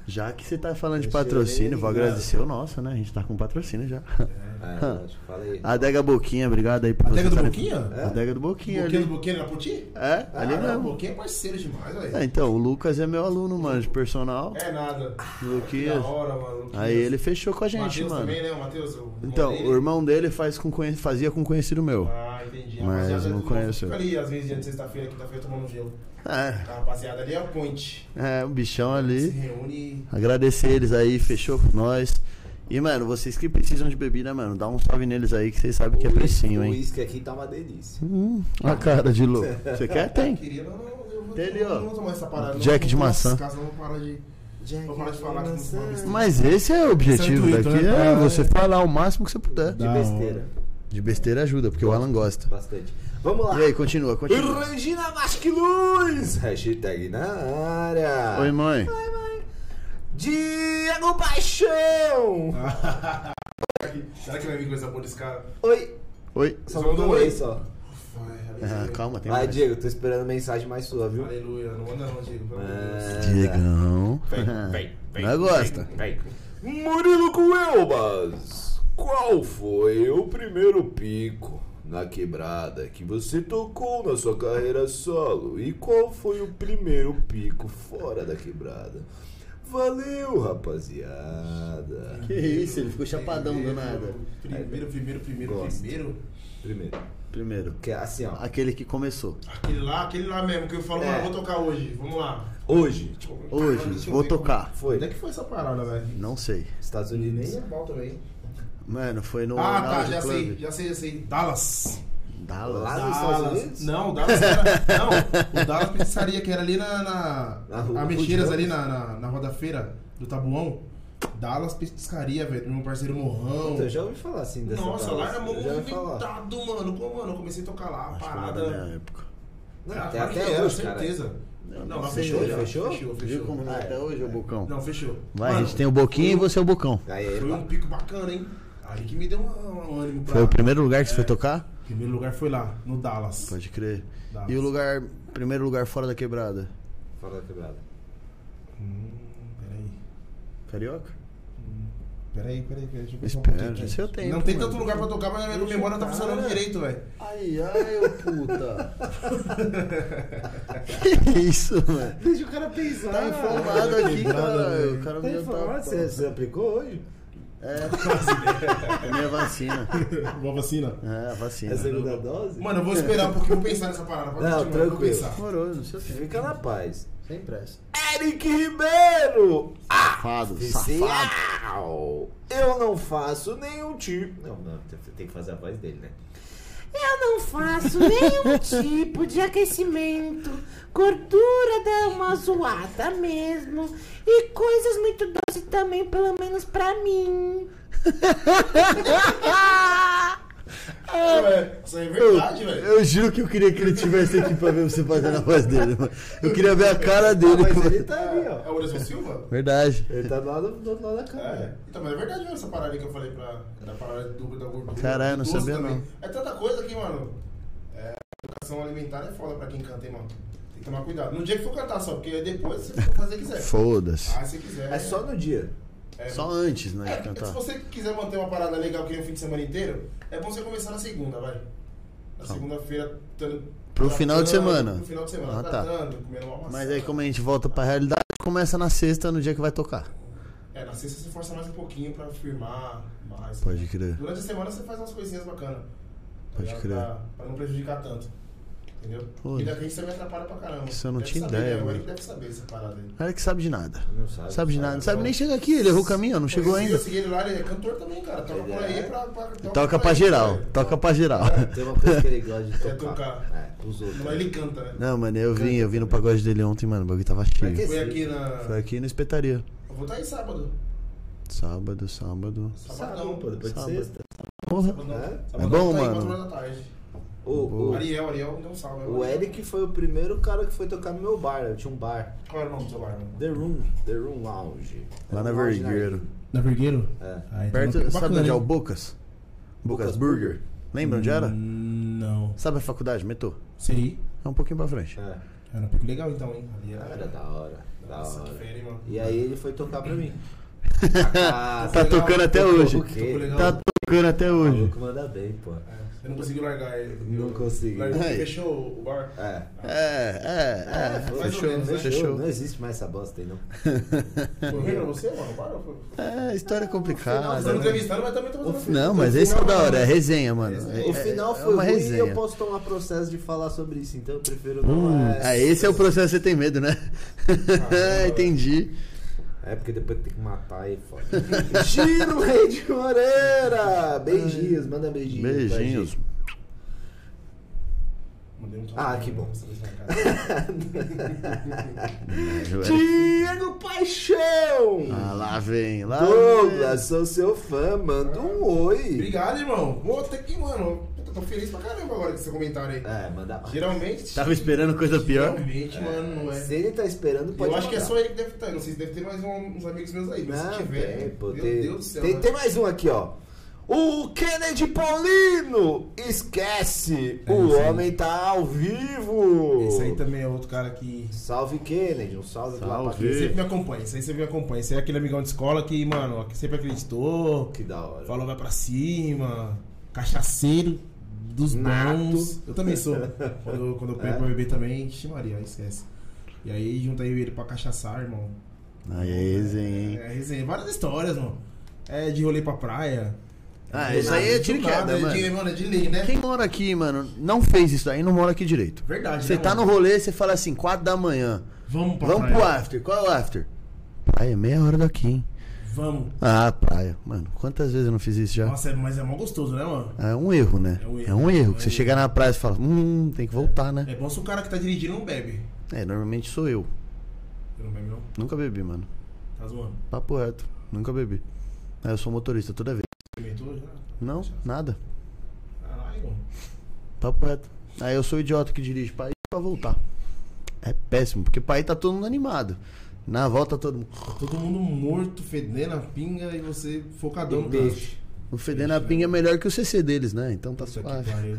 já que você tá falando de patrocínio, vou agradecer o nosso, né? A gente tá com patrocínio já.
É, lógico, fala aí.
A Adega Boquinha, obrigado aí por
Adega do
vocês
Boquinha? É.
estarem- A Adega do Boquinha
Boquinha do
é ali.
Boquinha na Poti?
É, ali
não,
mesmo.
Boquinha é parceiro demais, velho.
É, então, o Lucas é meu aluno, mano, de personal.
É nada. Que
Luquias.
da hora, mano.
Aí ele fechou com a gente,
Matheus
mano.
também, né? O Matheus. o
Então,
irmão
o
dele.
irmão dele faz com conhe- fazia com um conhecido meu.
Ah, entendi. A
Mas
rapaziada
não
do-
conheço.
Fica ali, às vezes, dia de sexta-feira, quinta-feira, tomando gelo.
É,
A rapaziada ali é o point.
é, o bichão
Se
ali.
reúne.
Agradecer eles aí, fechou com nós. E, mano, vocês que precisam de bebida, mano, dá um salve neles aí que vocês sabem que é
O
precinho,
uísque- O
hein?
uísque aqui tá uma delícia.
Hum, a cara de louco. Você quer? Tem.
Queria, não, não, eu vou,
Tem ali,
eu
ó.
não vou tomar essa parada.
Jack
não,
de
não,
maçã.
Caso, não vou parar de. Vou parar de falar que não fuma besteira.
Mas esse é o objetivo
Esse é o
daqui,
intuito, né?
é você falar o máximo que você puder.
De besteira.
De besteira ajuda, porque o Alan gosta.
Bastante. Vamos lá.
E aí, continua, continua.
Regina Vasquiluz!
Hashtag na área.
Oi, mãe.
Diego Paixão.
Ah.
Será que vai vir coisa boa desse cara?
Oi!
Oi.
Só
Só mandou
mandou um oi
oi.
só.
Ah,
Ai,
calma, tem
Vai,
mais.
Diego, tô esperando mensagem mais sua, viu?
Aleluia. Não anda não, Diego. pelo amor de Deus.
É,
Diegão. Não gosta.
Murilo Coelbas. Qual foi o primeiro pico na quebrada que você tocou na sua carreira solo? E qual foi o primeiro pico fora da quebrada? Valeu, rapaziada.
Que isso, ele ficou chapadão do nada.
Primeiro, primeiro, primeiro,
Gosto.
primeiro.
Primeiro.
Primeiro,
que é assim, ó.
aquele que começou.
Aquele lá, aquele lá mesmo que eu falo, mano, vou tocar hoje. Vamos lá.
Hoje, tipo,
É. Hoje,
Deixa eu
vou
ver como-
tocar.
Foi. né?
Onde é que foi essa parada, velho?
Não sei.
Estados
Nem
Unidos.
é mal também.
Mano, foi
Então,
no
Ah, tá,
Ronaldo
já
Club.
sei, já sei, já sei. Dallas.
Dallas.
Lá nos Estados Unidos?
Não, o Dallas era. Não, o Dallas Pizzaria, que era ali na. na,
Na rua
a Mexeiras,
Rua de
ali na, na, na Roda Feira do Tabuão. Dallas Pizzaria, velho. do Meu parceiro Morrão.
Então, eu já ouvi falar assim dessa
Nossa,
parada.
lá era
Eu já ouvi falar.
movimentado, mano. Como, mano, eu comecei a tocar lá,
Acho que não era da
parada.
minha época.
Não,
Ah,
né? até,
claro que
até
era,
hoje, cara.
certeza. Não,
não
lá
sei,
fechou,
né?
já.
Fechou?
Fechou,
Viu
fechou.
como não é até hoje, o Bocão?
Não, fechou.
Vai, a
Mano,
um
um
gente tem o Boquinha e você é o Bocão.
Aí,
Foi um
pá.
pico bacana, hein? Ali que me deu um, um ânimo pra.
Foi o primeiro lugar que você
É.
foi tocar?
Primeiro lugar foi lá, no Dallas.
Pode crer.
Dallas.
E o lugar, primeiro lugar fora da quebrada?
Fora da quebrada.
Hum, peraí.
Carioca?
Hum, Peraí, peraí, peraí. Deixa eu pensar
Espera,
um pouquinho.
esse eu tenho,
Não tem
mano.
tanto lugar pra tocar, mas a minha
Deixa
memória
o
tá
cara.
funcionando direito, velho.
Ai, ai, ô puta. que isso, mano?
Deixa o cara pensar.
Ah,
Tá informado aqui,
quebrada,
cara.
velho.
O cara
Tá
me
informado? Você, você aplicou hoje?
É, minha vacina.
Boa vacina.
É, a vacina.
É a segunda dose?
Mano, eu vou esperar um pouquinho, vou pensar nessa parada. Pode
Não,
continuar, eu vou
tranquilo.
pensar.
Demorou, não sei o que.
Fica na paz.
Sem pressa.
Eric Ribeiro!
Safado, safado.
Oficial! Eu não faço nenhum tipo. Não, não, tem- tem que fazer a voz dele, né?
Eu não faço nenhum tipo de aquecimento. Gordura dá uma zoada mesmo. E coisas muito doces também, pelo menos pra mim.
Ué, Isso aí é verdade, velho.
Eu juro que eu queria que ele tivesse aqui pra ver você fazendo a voz dele, mano. Eu queria ver a cara dele.
Mas ele
mano.
tá ali,
É
ó.
o Anderson Silva?
Verdade.
Ele tá do lado, do outro lado da
É.
câmera.
Então, mas é verdade mesmo essa parada aí que eu falei pra. Da parada do, da gordura.
Caralho, não
Doce
sabia
também.
não.
É tanta coisa aqui, mano. É, educação alimentar é foda pra quem canta, hein, mano. Tem que tomar cuidado. No dia que for cantar só, porque depois você for fazer o que quiser.
Foda-se.
Ah, se quiser.
É só no dia.
É,
Só antes, né,
É,
de
se
cantar.
você quiser manter uma parada legal que nem o fim de semana inteiro, é bom você começar na segunda, vai. Na segunda-feira, tando-
Tá. Pro final de
tratando,
semana.
Pro final de semana,
Ah, tá.
tratando, comendo uma maçã.
Mas aí como a gente volta pra realidade, começa na sexta, no dia que vai tocar.
É, na sexta você força mais um pouquinho pra firmar mais.
Pode crer.
Durante a semana você faz umas coisinhas bacanas. tá
Pode
ligado?
crer.
Pra, pra não prejudicar tanto. Entendeu?
Pô,
e daqui você me atrapalha pra caramba.
isso eu não
Deve
tinha
saber,
ideia,
né? O
mano.
Eric deve saber essa parada aí.
O cara que sabe de nada.
Não sabe.
Sabe de nada. Não sabe
não.
nem chegar aqui, ele errou o caminho, não chegou
Eu segui-
ainda.
Eu segui ele lá, ele é cantor também, cara. Toca
Ele
por aí
é.
pra. pra né? toca
Toca
por
pra
aí,
geral.
velho.
Toca pra geral.
Tem uma coisa que ele gosta de
É
tocar.
tocar.
É, pros outros.
Não, ele canta, né?
Não, mano, eu vim, eu vim no pagode dele ontem, mano. O bagulho tava cheio.
Foi aqui na.
Foi aqui no espetaria.
Eu vou estar aí sábado.
Sábado, sábado.
Sabadão,
Sabadão.
pô, depois
Sábado.
de sexta.
Porra.
Sabadão.
É?
Sabadão
É bom,
tá aí,
mano.
quatro horas da tarde.
O, o,
Ariel, Ariel, não salve.
o Eric foi o primeiro cara que foi tocar no meu bar. Eu tinha um bar.
Qual era o nome do seu bar, mano?
The Room. The Room Lounge.
Lá na
Era um lounge
Vergueiro.
Navegueiro?
É.
Ah, então
Perto, sabe onde é o Bocas? Bocas
Bocas
Burger. Lembra onde era?
Não.
Sabe a faculdade, Metô?
Sei.
É um pouquinho pra frente.
É.
Era um pico legal então, hein? Ali
Ah, Era da hora. Da
Nossa, que
hora.
feira, hein, mano.
E aí ele foi tocar pra mim.
Tá
tá
tocando até hoje.
O
Pico
quê?
legal.
Tá tocando até
O
hoje.
maluco manda bem, pô.
Eu É, não consegui largar ele.
Não
Eu-
consegui.
Largou,
Aí.
fechou o bar.
É.
É, é, é.
foi-
mais ou
Fechou,
menos, né?
fechou.
Não existe mais essa bosta aí, não.
Foi ruim pra você, mano? O bar ou foi?
É, história
Você
complicada.
tá me
né?
entrevistando, mas também tô fazendo uma
Não,
pergunta.
mas esse é o da hora, é resenha, mano.
Resenha.
É-
O final
é- é
foi
uma
ruim e
resenha.
eu posso tomar processo de falar sobre isso, então eu prefiro
Hum,
não.
é, esse é o processo que você tem medo, né?
Ah,
Entendi.
É porque depois tem que matar e foda. Giro Rei de Moreira! Beijinhos, manda beijinhos. pra
Beijinhos.
gente.
Mandei um
Ah, que bom. Diego Paixão!
Ah, lá vem, lá
Douglas, sou seu fã, manda um oi.
Obrigado, irmão. Vou ter que, mano. Puta, tô feliz pra caramba agora com esse comentário aí.
É, manda
Geralmente.
Tava esperando coisa pior.
Geralmente, mano, não é.
Se ele tá esperando, pode
eu acho que é
mandar.
só ele que deve estar. Não sei se deve ter mais um- uns amigos meus aí. Mas
Não,
se tiver.
tem, pô,
meu
tem,
Deus do céu.
tem,
né?
tem mais um aqui, ó. O Kennedy Paulino! Esquece! o
esse aí.
homem tá ao vivo!
É, Esse aí também é outro cara que.
Salve, Kennedy! Um salve, aqui lá pra é
Salve.
quem-
Sempre me acompanha. Esse aí sempre me acompanha. Esse é aquele amigão de escola que, mano, que sempre acreditou.
Que da hora.
Falou vai pra cima. Cachaceiro dos
Nato.
bons. Eu também sou. quando, eu- quando eu pego
É?
pra beber também, ixi Maria, esquece. E aí junta aí ele pra cachaçar, irmão.
Aí é resenha, hein?
É, resenha. Várias histórias, mano. É de rolê pra praia.
Ah, isso aí é tiro
Do
e
nada,
queda,
é de,
mano.
mano, é de lei, né?
Quem mora aqui, mano, não fez isso daí, não mora aqui direito.
Verdade,
Você
né,
tá no
mano?
rolê, você fala assim, 4 da manhã.
Vamos pra
Vamos
praia.
pro after. Qual é o after? Praia, meia hora daqui, hein?
Vamos.
Ah, praia. Mano, quantas vezes eu não fiz isso já?
Nossa, é- mas é mó gostoso, né, mano?
É um erro, né?
É um erro.
É um erro. Que
É
você
um
chega na praia e fala, hum, tem que voltar, né?
É bom se o cara que tá dirigindo não bebe.
É, normalmente sou eu.
Eu não bebe, não.
Nunca bebi, mano.
Tá zoando.
Papo reto. Nunca bebi. Ah, eu sou motorista toda vez.
Experimentou já?
Não, nada.
Caralho, mano.
Papo reto. Tá Aí eu sou o idiota que dirige pra ir e pra voltar. É péssimo, porque pra ir tá todo mundo animado. Na volta tá todo mundo.
Todo mundo morto, fedendo a pinga e você focadão.
E
no
peixe.
O Fedendo a Pinga é melhor que o CC deles, né? Então tá
Puta que
suave.
pariu. É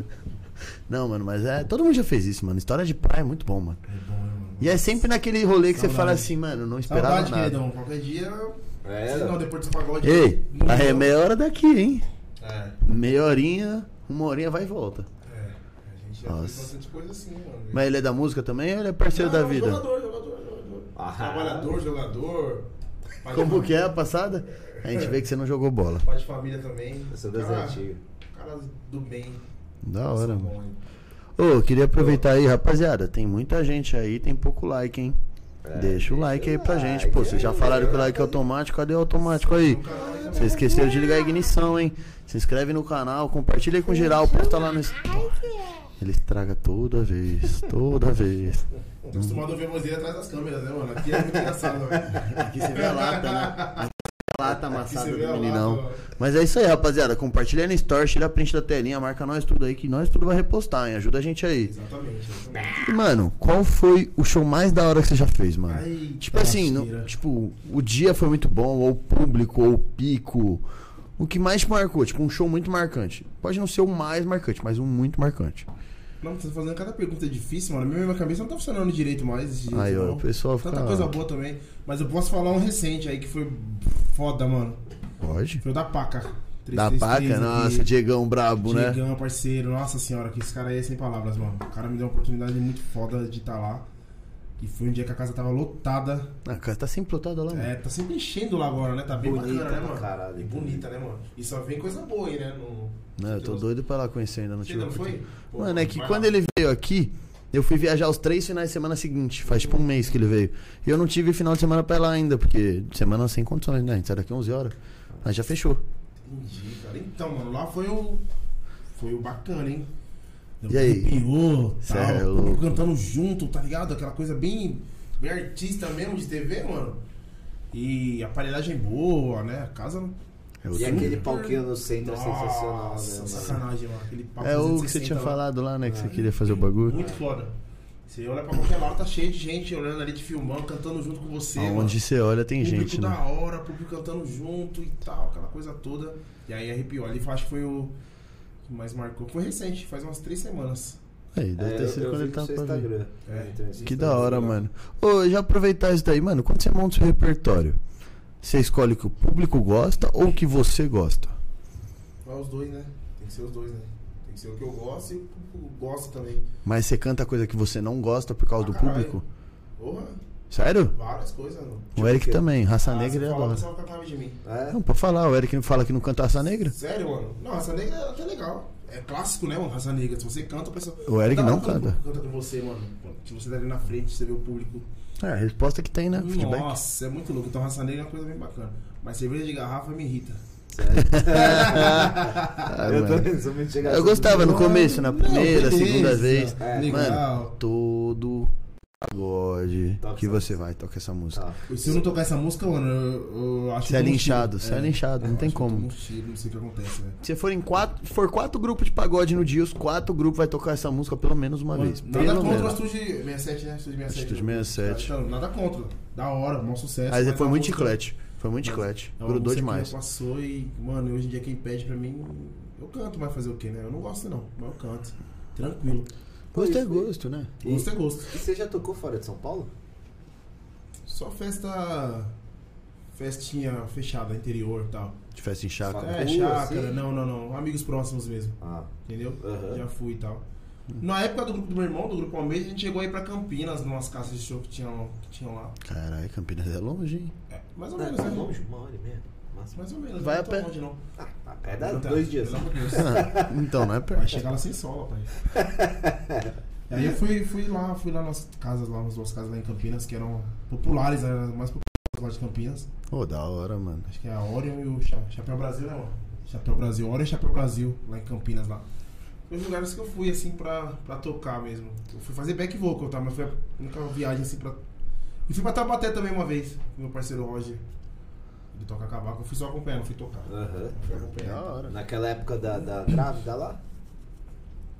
Não, mano, mas é. Todo mundo já fez isso, mano. História de praia é muito bom, mano.
É bom, né, mano?
E é sempre naquele rolê que você
Saudade.
fala assim, mano, não esperava
Saudade,
nada.
queridão. Qualquer dia.
É.
Se não, depois desse pagode.
Ei,
não
a é
deu.
meia hora daqui, hein?
É.
Meia horinha, uma horinha vai e volta.
É, a gente já
Nossa.
fez bastante coisa assim, mano.
Mas ele é da música também ou ele é parceiro
Não,
da vida?
Jogador, jogador, jogador.
Ah.
Trabalhador, jogador. pai de
Como
família-
que é a passada? A gente vê que você não jogou bola.
Pai de família também. Tá
Essa das
Cara,
antigas.
Cara do bem.
Da hora,
São
mano.
bom, hein?
Ô, queria aproveitar aí, rapaziada. Tem muita gente aí, tem pouco like, hein? É, deixa o like aí pra gente. Pô, vocês já falaram que o like é automático. Cadê o automático
É um
aí? Vocês esqueceram de ligar a ignição, hein? Se inscreve no canal, compartilha aí com geral, posta lá no. Ele estraga toda vez, toda vez.
Tô acostumado a ouvir a vozinha atrás das câmeras, né, mano? Aqui é muito engraçado, né? velho.
Aqui você vê a lata, né? Aqui você vê a lata
Aqui
amassada
você
do
vê a
meninão.
lata, ó.
Mas é isso aí, rapaziada. Compartilha aí no Story, tira a print da telinha, marca nós tudo aí, que nós tudo vai repostar, hein? Ajuda a gente aí.
Exatamente, exatamente.
E, mano, qual foi o show mais da hora que você já fez, mano?
Ai,
tipo assim, no-
tira.
tipo, o dia foi muito bom, ou o público, ou o pico. O que mais te marcou? Tipo, um show muito marcante. Pode não ser o mais marcante, mas um muito marcante.
Não, você tá fazendo cada pergunta difícil, mano. Minha, minha cabeça não tá funcionando direito mais. esses dias,
Aí, ó,
não.
o pessoal fica-
Tanta coisa boa também. Mas eu posso falar um recente aí que foi foda, mano.
Pode.
Foi o da Paca.
Da
333
paca,
aqui.
nossa, Diegão brabo, né?
Diegão, parceiro, nossa senhora, que esse cara aí é sem palavras, mano. O cara me deu uma oportunidade muito foda de estar lá. E foi um dia que a casa tava lotada.
A casa tá sempre lotada lá, mano.
É, tá sempre enchendo lá agora, né? Tá bem
Bonita
bacana, né,
pra
mano?
caralho,
E
então.
bonita, né, mano? E só vem coisa boa aí, né? No...
Não, eu tô doido pra lá conhecer ainda, não
Você
tive.
ainda não foi? Pô,
Mano, é que
vai
quando
lá.
ele veio aqui, eu fui viajar os três finais de semana seguinte. Faz tipo um mês que ele veio. E eu não tive final de semana pra ir lá ainda, porque semana sem condições, né? A gente sai daqui 11 horas. Mas já fechou.
Entendi, cara. Então, mano, lá foi o. Foi o bacana, hein?
E aí?
Piou,
Cê
tal,
é
todo mundo
louco.
cantando junto, tá ligado? Aquela coisa bem, bem artista mesmo de TV, mano. E aparelhagem boa, né? A casa.
É,
E
outro
aquele
mundo.
palquinho no centro é sensacional, né?
Nossa,
mano?
sacanagem, mano. Aquele papo
é o que você
360
tinha
lá.
falado lá, né? Que você queria fazer o bagulho.
Muito foda. Você olha pra qualquer lado, tá cheio de gente olhando ali, te filmando, cantando junto com você. mano.
Onde você olha tem
público
gente,
da
né?
hora, público cantando junto e tal, aquela coisa toda. E aí arrepiou. Ali acho que foi o que mais marcou. Foi recente, faz umas três semanas.
Aí,
É,
deve ter
eu-
sido
eu
quando
vi
ele
no
tava
seu
pra vir.
Instagram.
É.
Então, esse
Que
Instagram
da hora,
legal.
mano. Ô, já aproveitar isso daí, mano. Quando você monta o seu repertório, você escolhe o que o público gosta ou o que você gosta?
Mas os dois, né? Tem que ser os dois, né? Tem que ser o que eu gosto e o que eu gosto também.
Mas você canta coisa que você não gosta por causa
Ah,
do
caralho.
público?
Porra,
Sério?
várias coisas, mano.
o Eric
quê?
também, raça
Ah,
negra é ele
você fala, o
adora.
pessoal cantava de mim.
É?
Não, pode falar, o Eric não fala que não canta raça negra.
Sério, mano? Não, Raça Negra é até legal. É clássico, né, mano? Raça Negra. Se você canta, o pessoal.
O Eric
Dá
não
pra-
canta.
Canta com você, mano. Se você tá ali na frente, você vê o público.
É, a resposta que tem, né? Feedback.
Nossa, é muito louco. Então, Raça Negra é uma coisa bem bacana. Mas cerveja de garrafa me irrita.
Ah,
eu,
mano.
tô, se eu, me chegar
Eu
assim,
gostava no
Não,
começo, na
não,
primeira,
beleza.
segunda vez.
É,
Mano,
legal.
todo pagode
Toca
que
essa
você vai toca essa música.
Tá.
Se eu não tocar essa música, mano, eu, eu acho
Você é
que eu tomo
linchado,
tiro.
você é linchado, não
eu
tem
acho que eu
como.
tomo tiro, não sei o que acontece, velho.
Se for em quatro, for quatro grupos de pagode no dia, os quatro grupos vai tocar essa música pelo menos uma vez.
Nada
Pelo
contra o
menos.
Atitude 67, né? Atitude 67.
Atitude 67.
Então, nada contra. Da hora, maior sucesso.
Aí
mas tá
foi
a
muito
música-
chiclete. Foi muito chiclete.
é uma
Grudou
música que
demais.
já passou e, mano, hoje em dia quem pede pra mim, eu canto, mas fazer o quê, né? Eu não gosto, não, mas eu canto. Tranquilo.
Gosto é gosto, né?
Gosto é gosto.
E você já tocou fora de São Paulo?
Só festa. Festinha fechada, interior e tal.
De festa em chácara.
Na
É,
rua,
chácara,
assim?
não, não, não. Amigos próximos mesmo.
Ah,
Entendeu?
Aham. Hum.
Já fui e tal. Na época do grupo do meu irmão, do grupo Almeida, a gente chegou aí pra Campinas, numas casas de show que tinham, que tinham lá.
Caralho, Campinas é longe, hein?
É, mais ou
não,
menos,
tá
né?
longe, uma hora e meia. Máximo.
Mais ou menos.
Vai
não
a
tá
pé.
longe, não.
Ah, é dá
Não tá,
dois dias.
pelo amor de Deus.
Então, não é
Vai
perto.
chegar lá sem sola, pai. E aí eu fui, fui lá, fui lá nas casas, lá nas duas casas lá em Campinas, que eram populares, né, as mais populares lá de Campinas.
Ô, da hora, mano.
Acho que é a Orion e o Cha- Chapéu Brasil, né, mano? Chapéu Brasil, Orion e Chapéu Brasil, lá em Campinas, lá. Foi os lugares que eu fui, assim, pra, pra tocar mesmo. Eu fui fazer back vocal, tá? Mas foi a única viagem, assim, pra... E fui pra Tabaté também uma vez, com meu parceiro Roger. Ele toca cavaco, eu fui só acompanhar, não fui tocar.
Aham.
Fui acompanhar.
Da É hora.
Naquela época da, da grávida lá?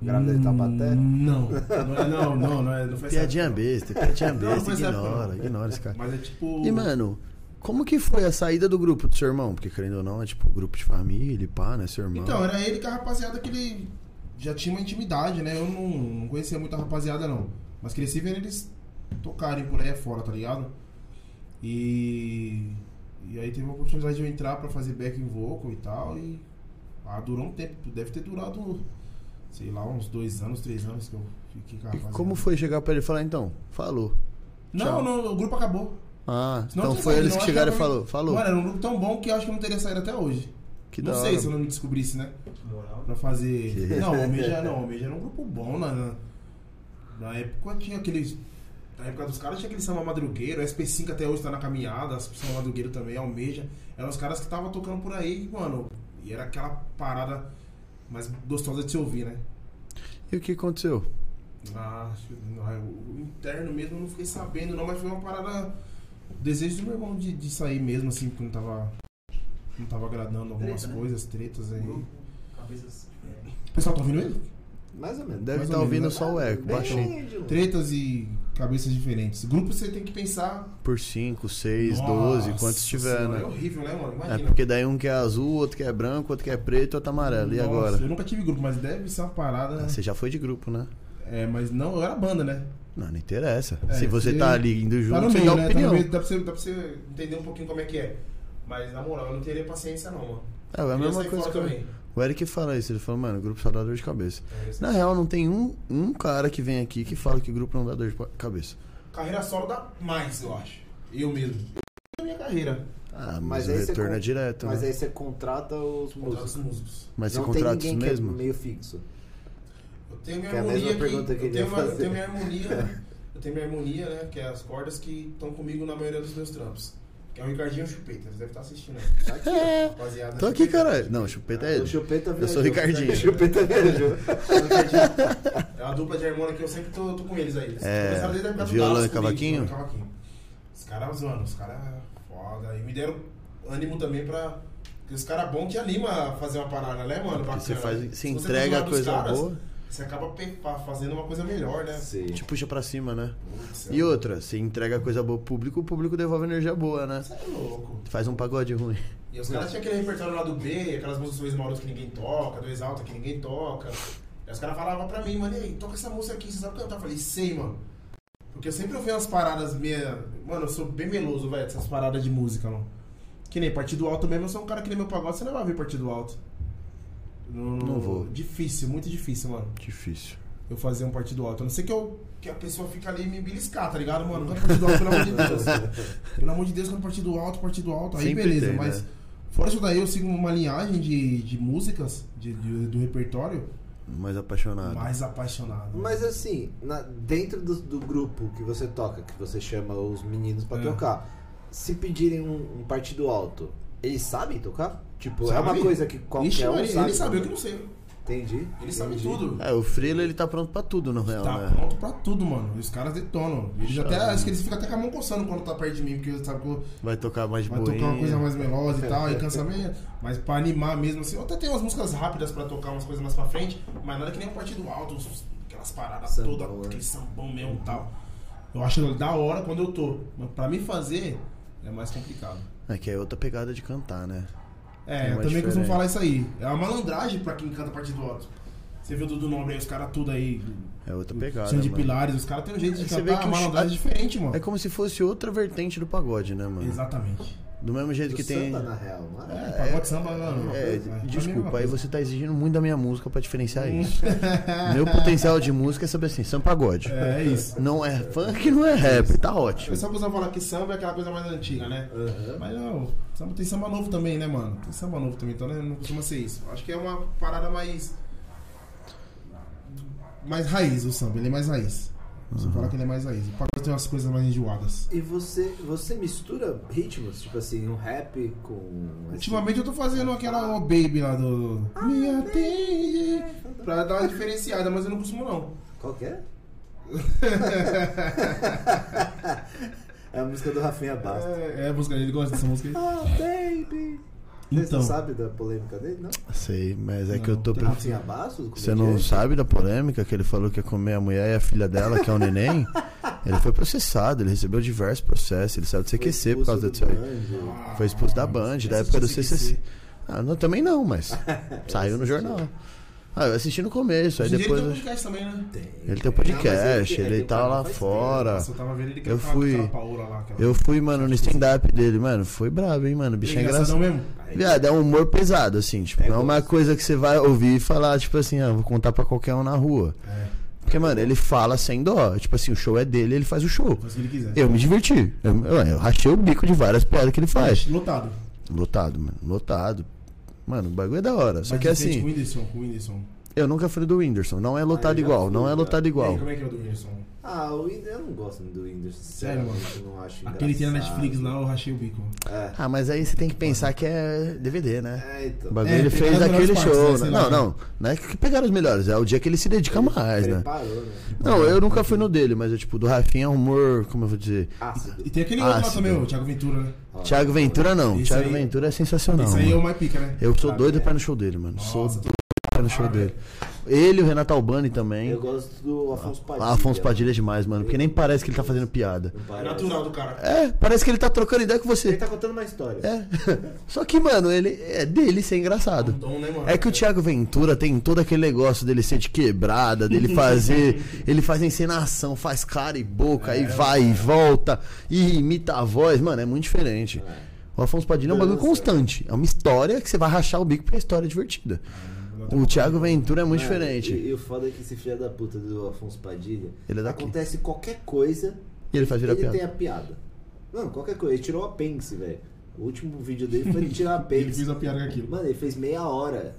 Grávida de Tabaté?
Hum, Não, não, é- não, não, não, é- não foi essa
Piadinha
época, não.
besta, piadinha
Não,
besta.
mas é-
Ignora, ignora esse cara.
Mas é tipo.
E, mano, Como que foi a saída do grupo do seu irmão? Porque querendo ou não, é tipo grupo de família, e pá, né? Seu irmão.
Então, era ele com a rapaziada que ele já tinha uma intimidade, né? Eu não, não conhecia muito a rapaziada, não. Mas cresci vendo eles tocarem por aí fora, tá ligado? E. E aí teve uma oportunidade de eu entrar pra fazer back vocal e tal. E. Ah, durou um tempo. Deve ter durado, sei lá, uns dois anos, três anos que eu fiquei com a
E
rapaziada.
como foi chegar pra ele e falar, então? Falou.
Não,
Tchau.
não, o grupo acabou.
Ah,
Senão
então
eu tinha
foi
saído,
eles
não,
que
acho
chegaram e
era um-
falou. Falou.
Mano, era um grupo tão bom que eu acho que eu não teria saído até hoje.
Que
não
da
sei
hora.
se eu não me descobrisse, né?
Moral.
Pra fazer. Não, o Almeja não, o Almeja era um grupo bom, na- na, na época tinha aqueles. Na época dos caras tinha aquele samba madrugueiro, SP5 até hoje tá na caminhada, samba madrugueiro também, Almeja. Eram os caras que estavam tocando por aí, mano. E era aquela parada mais gostosa de se ouvir, né?
E o que aconteceu?
Ah, acho que- ah, o o interno mesmo eu não fiquei sabendo, não, mas foi uma parada. o Desejo do meu irmão de, de sair mesmo, assim, porque não tava. Não tava agradando algumas
Treta, né?
coisas, tretas aí.
Grupo, cabeças diferentes.
Pessoal, tá ouvindo ele?
Mais ou menos.
Deve
Mais
estar
ou
ouvindo
menos, né?
só o eco,
Bem
baixinho.
de longe.
Tretas e cabeças diferentes. Grupo você tem que pensar.
Por 5, 6,
Nossa
12, quantos tiver,
senhora, É
né?
horrível, né, mano?
É
Imagina.
porque daí um que é azul, outro que é branco, outro que é preto, outro amarelo. E
Nossa,
agora?
Eu nunca tive grupo, mas deve ser uma parada.
Ah, Você já foi de grupo, né?
É, mas não, eu era banda, né?
Não, não interessa.
É,
Se você
você-
tá ali indo
tá
junto,
no
você
meio,
dá
né? Tá no
opinião.
meio, dá, pra você, dá pra você entender um pouquinho como é que é. Mas na moral, eu não teria paciência, não, mano.
É, é a
Eu
mesma
saí
coisa
fora
que eu-
também.
o Eric fala isso. Ele fala, mano, grupo só dá dor de cabeça.
É isso.
Na real, não tem um, um cara que vem aqui que fala que grupo não dá dor de pa- cabeça.
É, Carreira solo dá mais, eu acho. Eu mesmo. Eu minha carreira.
Ah, mas,
Mas
o
aí você
retorno
con-
é direto,
Mas
né?
aí você contrata os
Contrato dos
músicos.
músicos.
Mas você
não
contrata
tem
isso
ninguém que é
mesmo?
meio fixo.
Eu tenho minha
Que é a
harmonia.
mesma pergunta que
eu,
ele
tenho
ia
uma- eu
fazer.
tenho minha harmonia. eu tenho minha harmonia, né? Que é as cordas que estão comigo na maioria dos meus trampos. Que é o Ricardinho Chupeta. Vocês devem estar assistindo aí.
Tá aqui.
Rapaziada.
Tô Então aqui, caralho. Não, chupeta é
Ah, O
ele.
Chupeta viajou.
Eu sou o Ricardinho.
Chupeta viajou.
É a dupla de harmônica que eu sempre tô, tô com eles aí. Eles
É,
começaram desde a época do
violão
Dallas
e
comigo,
cavaquinho?
violão e cavaquinho. Os caras, mano, os caras foda. E me deram ânimo também pra. Porque os caras bons te anima a fazer uma parada, né, mano?
Porque
Bacana.
você, faz, você
Se você
entrega a
acostumar
coisa
dos caras,
boa,
Você acaba pe- fa- fazendo uma coisa melhor, né?
Sim.
te puxa pra cima, né?
Putz, é
E outra, você entrega coisa boa pro público, o público devolve energia boa, né?
Você é louco.
Faz um pagode ruim.
E os caras tinham aquele repertório lá do B, aquelas músicas do Esmauro que ninguém toca, do Exalta que ninguém toca. E os caras falavam pra mim, mano, e aí, toca essa música aqui, você sabe cantar? Eu falei, sei, mano. Porque eu sempre ouvi umas paradas meia. Mano, eu sou bem meloso, velho, dessas paradas de música, mano. Que nem partido alto mesmo, eu sou um cara que nem meu pagode, você não vai ver partido alto. Não,
Não vou.
Difícil, muito difícil, mano.
Difícil.
Eu fazer um partido alto. A não ser que eu. Que a pessoa fica ali e me beliscar, tá ligado, mano? Canta partido alto, pelo amor de Deus. pelo amor de Deus, canta partido alto, partido alto. Aí
Sempre
beleza,
tem,
mas.
né?
Fora isso daí, eu sigo uma linhagem de, de músicas de, de- do repertório
Mais apaixonado.
mais apaixonado.
Mas assim, na- dentro do, do grupo que você toca, que você chama os meninos pra
É.
tocar, se pedirem um, um partido alto, eles sabem tocar? Tipo, é
Sabe?
uma coisa que qualquer
Ixi,
um
Maria,
sabe.
ele sabe, eu que
tocar.
não sei.
Entendi.
Ele
entendi.
sabe tudo.
É, o Freela ele tá pronto pra tudo, no real,
Tá
né?
pronto pra tudo, mano. E os caras detonam. Eles até, acho que eles ficam até com a mão coçando quando tá perto de mim, porque sabe que eu-
Vai tocar mais
Tipo, vai
boinha.
tocar uma coisa mais melosa e tal, e cansa meio. Mas pra animar mesmo, assim, eu até tenho umas músicas rápidas pra tocar umas coisas mais pra frente, mas nada que nem um partido alto, uns- aquelas paradas
Sambão,
todas,
né?
aquele sambão mesmo e tal. Eu acho da hora quando eu tô. Mas pra me fazer, é mais complicado.
É que é outra pegada de cantar, né?
É,
É
eu
mais
também costumo
diferente.
falar isso aí. É uma malandragem pra quem canta partido alto. Você viu o Dudu Nobre aí, os caras tudo aí.
É outra pegada,
São de
mano.
pilares, os caras têm um jeito de
Você vê
cantar
que
uma
o ch-
malandragem diferente, mano.
É como se fosse outra vertente do pagode, né, mano?
Exatamente.
Do mesmo jeito
Do
que tem.
samba, né? na real, mano.
É, pagode samba, mano.
É,
pra mim a mesma
desculpa, aí
coisa.
você tá exigindo muito da minha música pra diferenciar
Hum.
isso. Meu potencial de música é saber assim, samba pagode.
É isso.
Não é funk, não é rap, tá
Eu
ótimo.
só costuma falar que samba é aquela coisa mais antiga, né?
Aham.
Mas não, samba tem samba novo também, né, mano? Tem samba novo também, então né, não costuma ser isso. Acho que é uma parada mais. Mais raiz o samba, ele é mais raiz.
Uhum.
Você fala que ele é mais raiz. O pagode tem umas coisas mais enjoadas.
E você, você mistura ritmos, tipo assim, um rap com.
Ultimamente eu tô fazendo aquela oh, baby lá do. Me atende! Pra dar uma diferenciada, mas eu não costumo não.
Qualquer? é a música do Rafinha
Tá.
Bastos.
É, é a música, ele gosta dessa música aí.
Ah, baby! Você
Então.
sabe da polêmica dele, não?
Sei, mas é que eu
Não,
tô.
tá.
pre-
Rafinha Bastos?
Você não
comediante?
sabe da polêmica que ele falou que ia comer a mulher e a filha dela, que é o neném? Ele foi processado, ele recebeu diversos processos, ele saiu do CQC por causa disso aí. Foi expulso
Ah,
da Band,
é
da época do CCC. Ah, não, também não, mas saiu no jornal. Ah, eu assisti no começo, aí
Hoje em dia
depois.
ele tem um
eu-
podcast também, né?
Ele tem um
Ah, mas
podcast,
ele-
ele,
ele
um
tá
tá
lá
faz tempo,
fora.
Nossa, eu tava vendo ele que
Eu
ele tava com
fui-
aquela Paola lá, aquela-
Eu fui, mano, no stand-up dele, mano. Foi brabo, hein, mano. O bicho é engraçado.
Engraçadão mesmo.
Viado, é um humor pesado, assim, tipo,
É
não é uma
gosto.
coisa que você vai ouvir e falar, tipo assim, ah, vou contar pra qualquer um na rua.
É.
Porque, mano, ele fala sem dó. Tipo assim, o show é dele, ele faz o show.
Faz o que ele quiser.
Eu me diverti. Eu, eu- eu rachei o bico de várias piadas que ele faz.
Lotado.
Lotado, mano. Lotado. Mano, o bagulho é da hora. Só
Bate
que
de frente Com o
assim,
Whindersson, com o Whindersson.
eu nunca fui do Whindersson. Não é
Ah,
lotado
eu já
igual,
fui,
não é
já.
lotado
E aí,
igual.
como é que é o do Whindersson?
Ah, o Whindersson, eu não gosto do Whindersson,
Sério,
sinceramente.
mano?
Eu não acho engraçado.
Aquele que tem na Netflix lá, eu rachei o bico.
É,
Ah, mas aí você tem que pensar que é DVD, né?
é então.
O bagulho
É,
ele
tem
fez
as melhores
aquele
partes,
show.
né,
né?
sei lá,
Não,
né?
não. Não é que pegaram os melhores, é o dia que ele se dedica mais, né?
Preparou, né?
Não, eu nunca fui no dele, mas eu, tipo, do Rafinha é um humor, como eu vou dizer?
Ácido.
E tem aquele
Ah,
outro lá
sim,
também,
tem.
o Thiago Ventura, né?
Ó,
Thiago Ventura não.
Esse
Thiago
aí-
Ventura é sensacional.
Esse aí é o
mano.
mais pica, né?
Eu sou
Pra
doido
mim é.
pra ir no show dele, mano. Sou
Nossa,
doido pra ir no show dele. Ele e o Renato Albani
Eu
também.
gosto do Afonso Padilha.
Ah, Afonso Padilha é demais, mano, porque nem parece que ele tá fazendo piada.
Não
é
parece.
natural do cara.
É, parece que ele tá trocando ideia com
Ele
você.
tá contando uma história.
É. Só que, mano, ele é dele ser
É
engraçado.
um dom, né, mano?
É que o Thiago Ventura tem todo aquele negócio dele ser de quebrada, dele fazer. ele faz encenação, faz cara e boca, aí vai e volta, e imita a voz, mano, é muito diferente. O Afonso Padilha é um bagulho
Dança.
constante. É uma história que você vai rachar o bico porque a história é divertida. O Thiago Ventura é muito
Mano,
diferente.
E, e o foda é que esse filho da puta do Afonso Padilha.
Ele é daqui.
acontece qualquer coisa,
E ele faz virar
ele tem
piada.
a piada. Mano, qualquer coisa. Ele tirou a pence, velho. O último vídeo dele foi ele tirar a pence.
Ele fez a piada com aquilo.
Mano, ele fez meia hora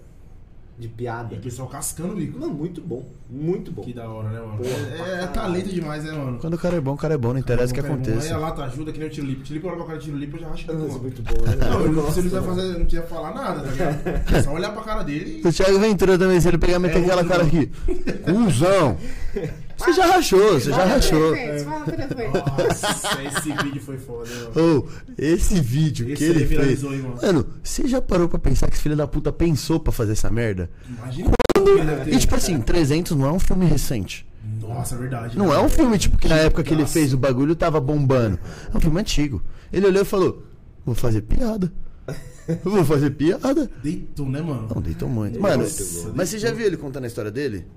de piada.
E o pessoal cascando o bico.
Mano, muito bom. Muito bom.
Que da hora, né, mano?
Porra, pra
É, é
caralho.
talento demais, né, mano?
Quando o cara é bom, o cara é bom, não interessa o que
Cara, bom, Aí a
aconteça.
lata ajuda, que nem o tiro lipo. Tiro lipo, eu olho pra cara do tiro lipo, eu já racho
Nossa,
o bico.
muito bom, né?
Não,
Eu
eu não
gosto,
precisa
mano.
fazer, não precisa falar nada, tá ligado? É só olhar pra cara dele
O Thiago Ventura também, se ele pegar e meter
É
aquela
outro
cara
bom.
aqui. Cusão! Você já rachou, você já
Ah,
rachou.
Fala três
e.
vezes.
Nossa, esse vídeo foi foda, né, mano?
Ô, esse vídeo que
Esse
ele
aí
fez.
viralizou, hein, mano?
Mano, você já parou pra pensar que esse filho da puta pensou pra fazer essa merda?
Imagina o que ele deve
E
ter.
tipo assim, 300 não é um filme recente.
Nossa, é verdade.
Não
né?
é um filme, tipo, que na época que ele
Nossa.
fez o bagulho tava bombando. É um filme antigo. Ele olhou e falou: Vou fazer piada. Vou fazer piada.
Deitou, né, mano?
Não, deitou muito. Mano,
Nossa,
mas você já viu ele contando a história dele?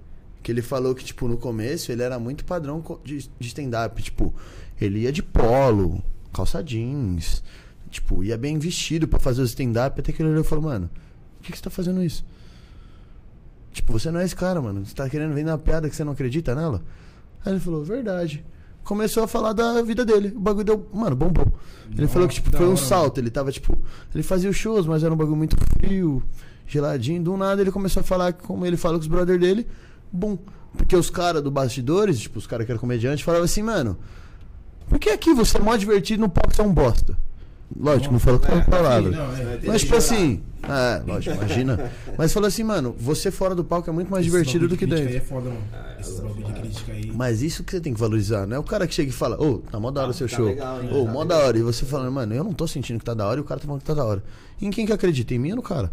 Que ele falou que, tipo, no começo ele era muito padrão co- de, de stand-up. Tipo, ele ia de polo, calça jeans, tipo, ia bem vestido pra fazer o stand-up. Até que ele olhou e falou, mano, por que, que você tá fazendo isso? Tipo, você não é esse cara, mano. Você tá querendo vender uma piada que você não acredita nela? Aí ele falou, verdade. Começou a falar da vida dele. O bagulho deu. Mano, bombou. Ele
Nossa,
falou que tipo,
da
foi um
hora,
salto. Ele tava, tipo. Ele fazia os shows, mas era um bagulho muito frio, geladinho. Do nada ele começou a falar como ele fala com os brother dele. Bom. Porque os caras do bastidores, tipo, os caras que eram comediantes, falavam assim, mano. Por que aqui você é mó divertido no palco você é um bosta? Lógico, não falou com a palavra.
Não, é.
Mas, tipo assim, é, lógico, imagina. Mas falou assim, mano, você fora do palco é muito mais
Esse
divertido do
bagulho
que
de crítica
dentro.
Aí é foda, mano. Esses bagulho de crítica aí.
Mas isso que você tem que valorizar, não é o cara que chega e fala, ô, tá mó da hora o seu
tá
show.
legal, hein?
Ô,
Tá
mó
legal.
da hora. E você falando, mano, eu não tô sentindo que tá da hora e o cara tá falando que tá da hora. Em quem que acredita? Em mim ou no cara?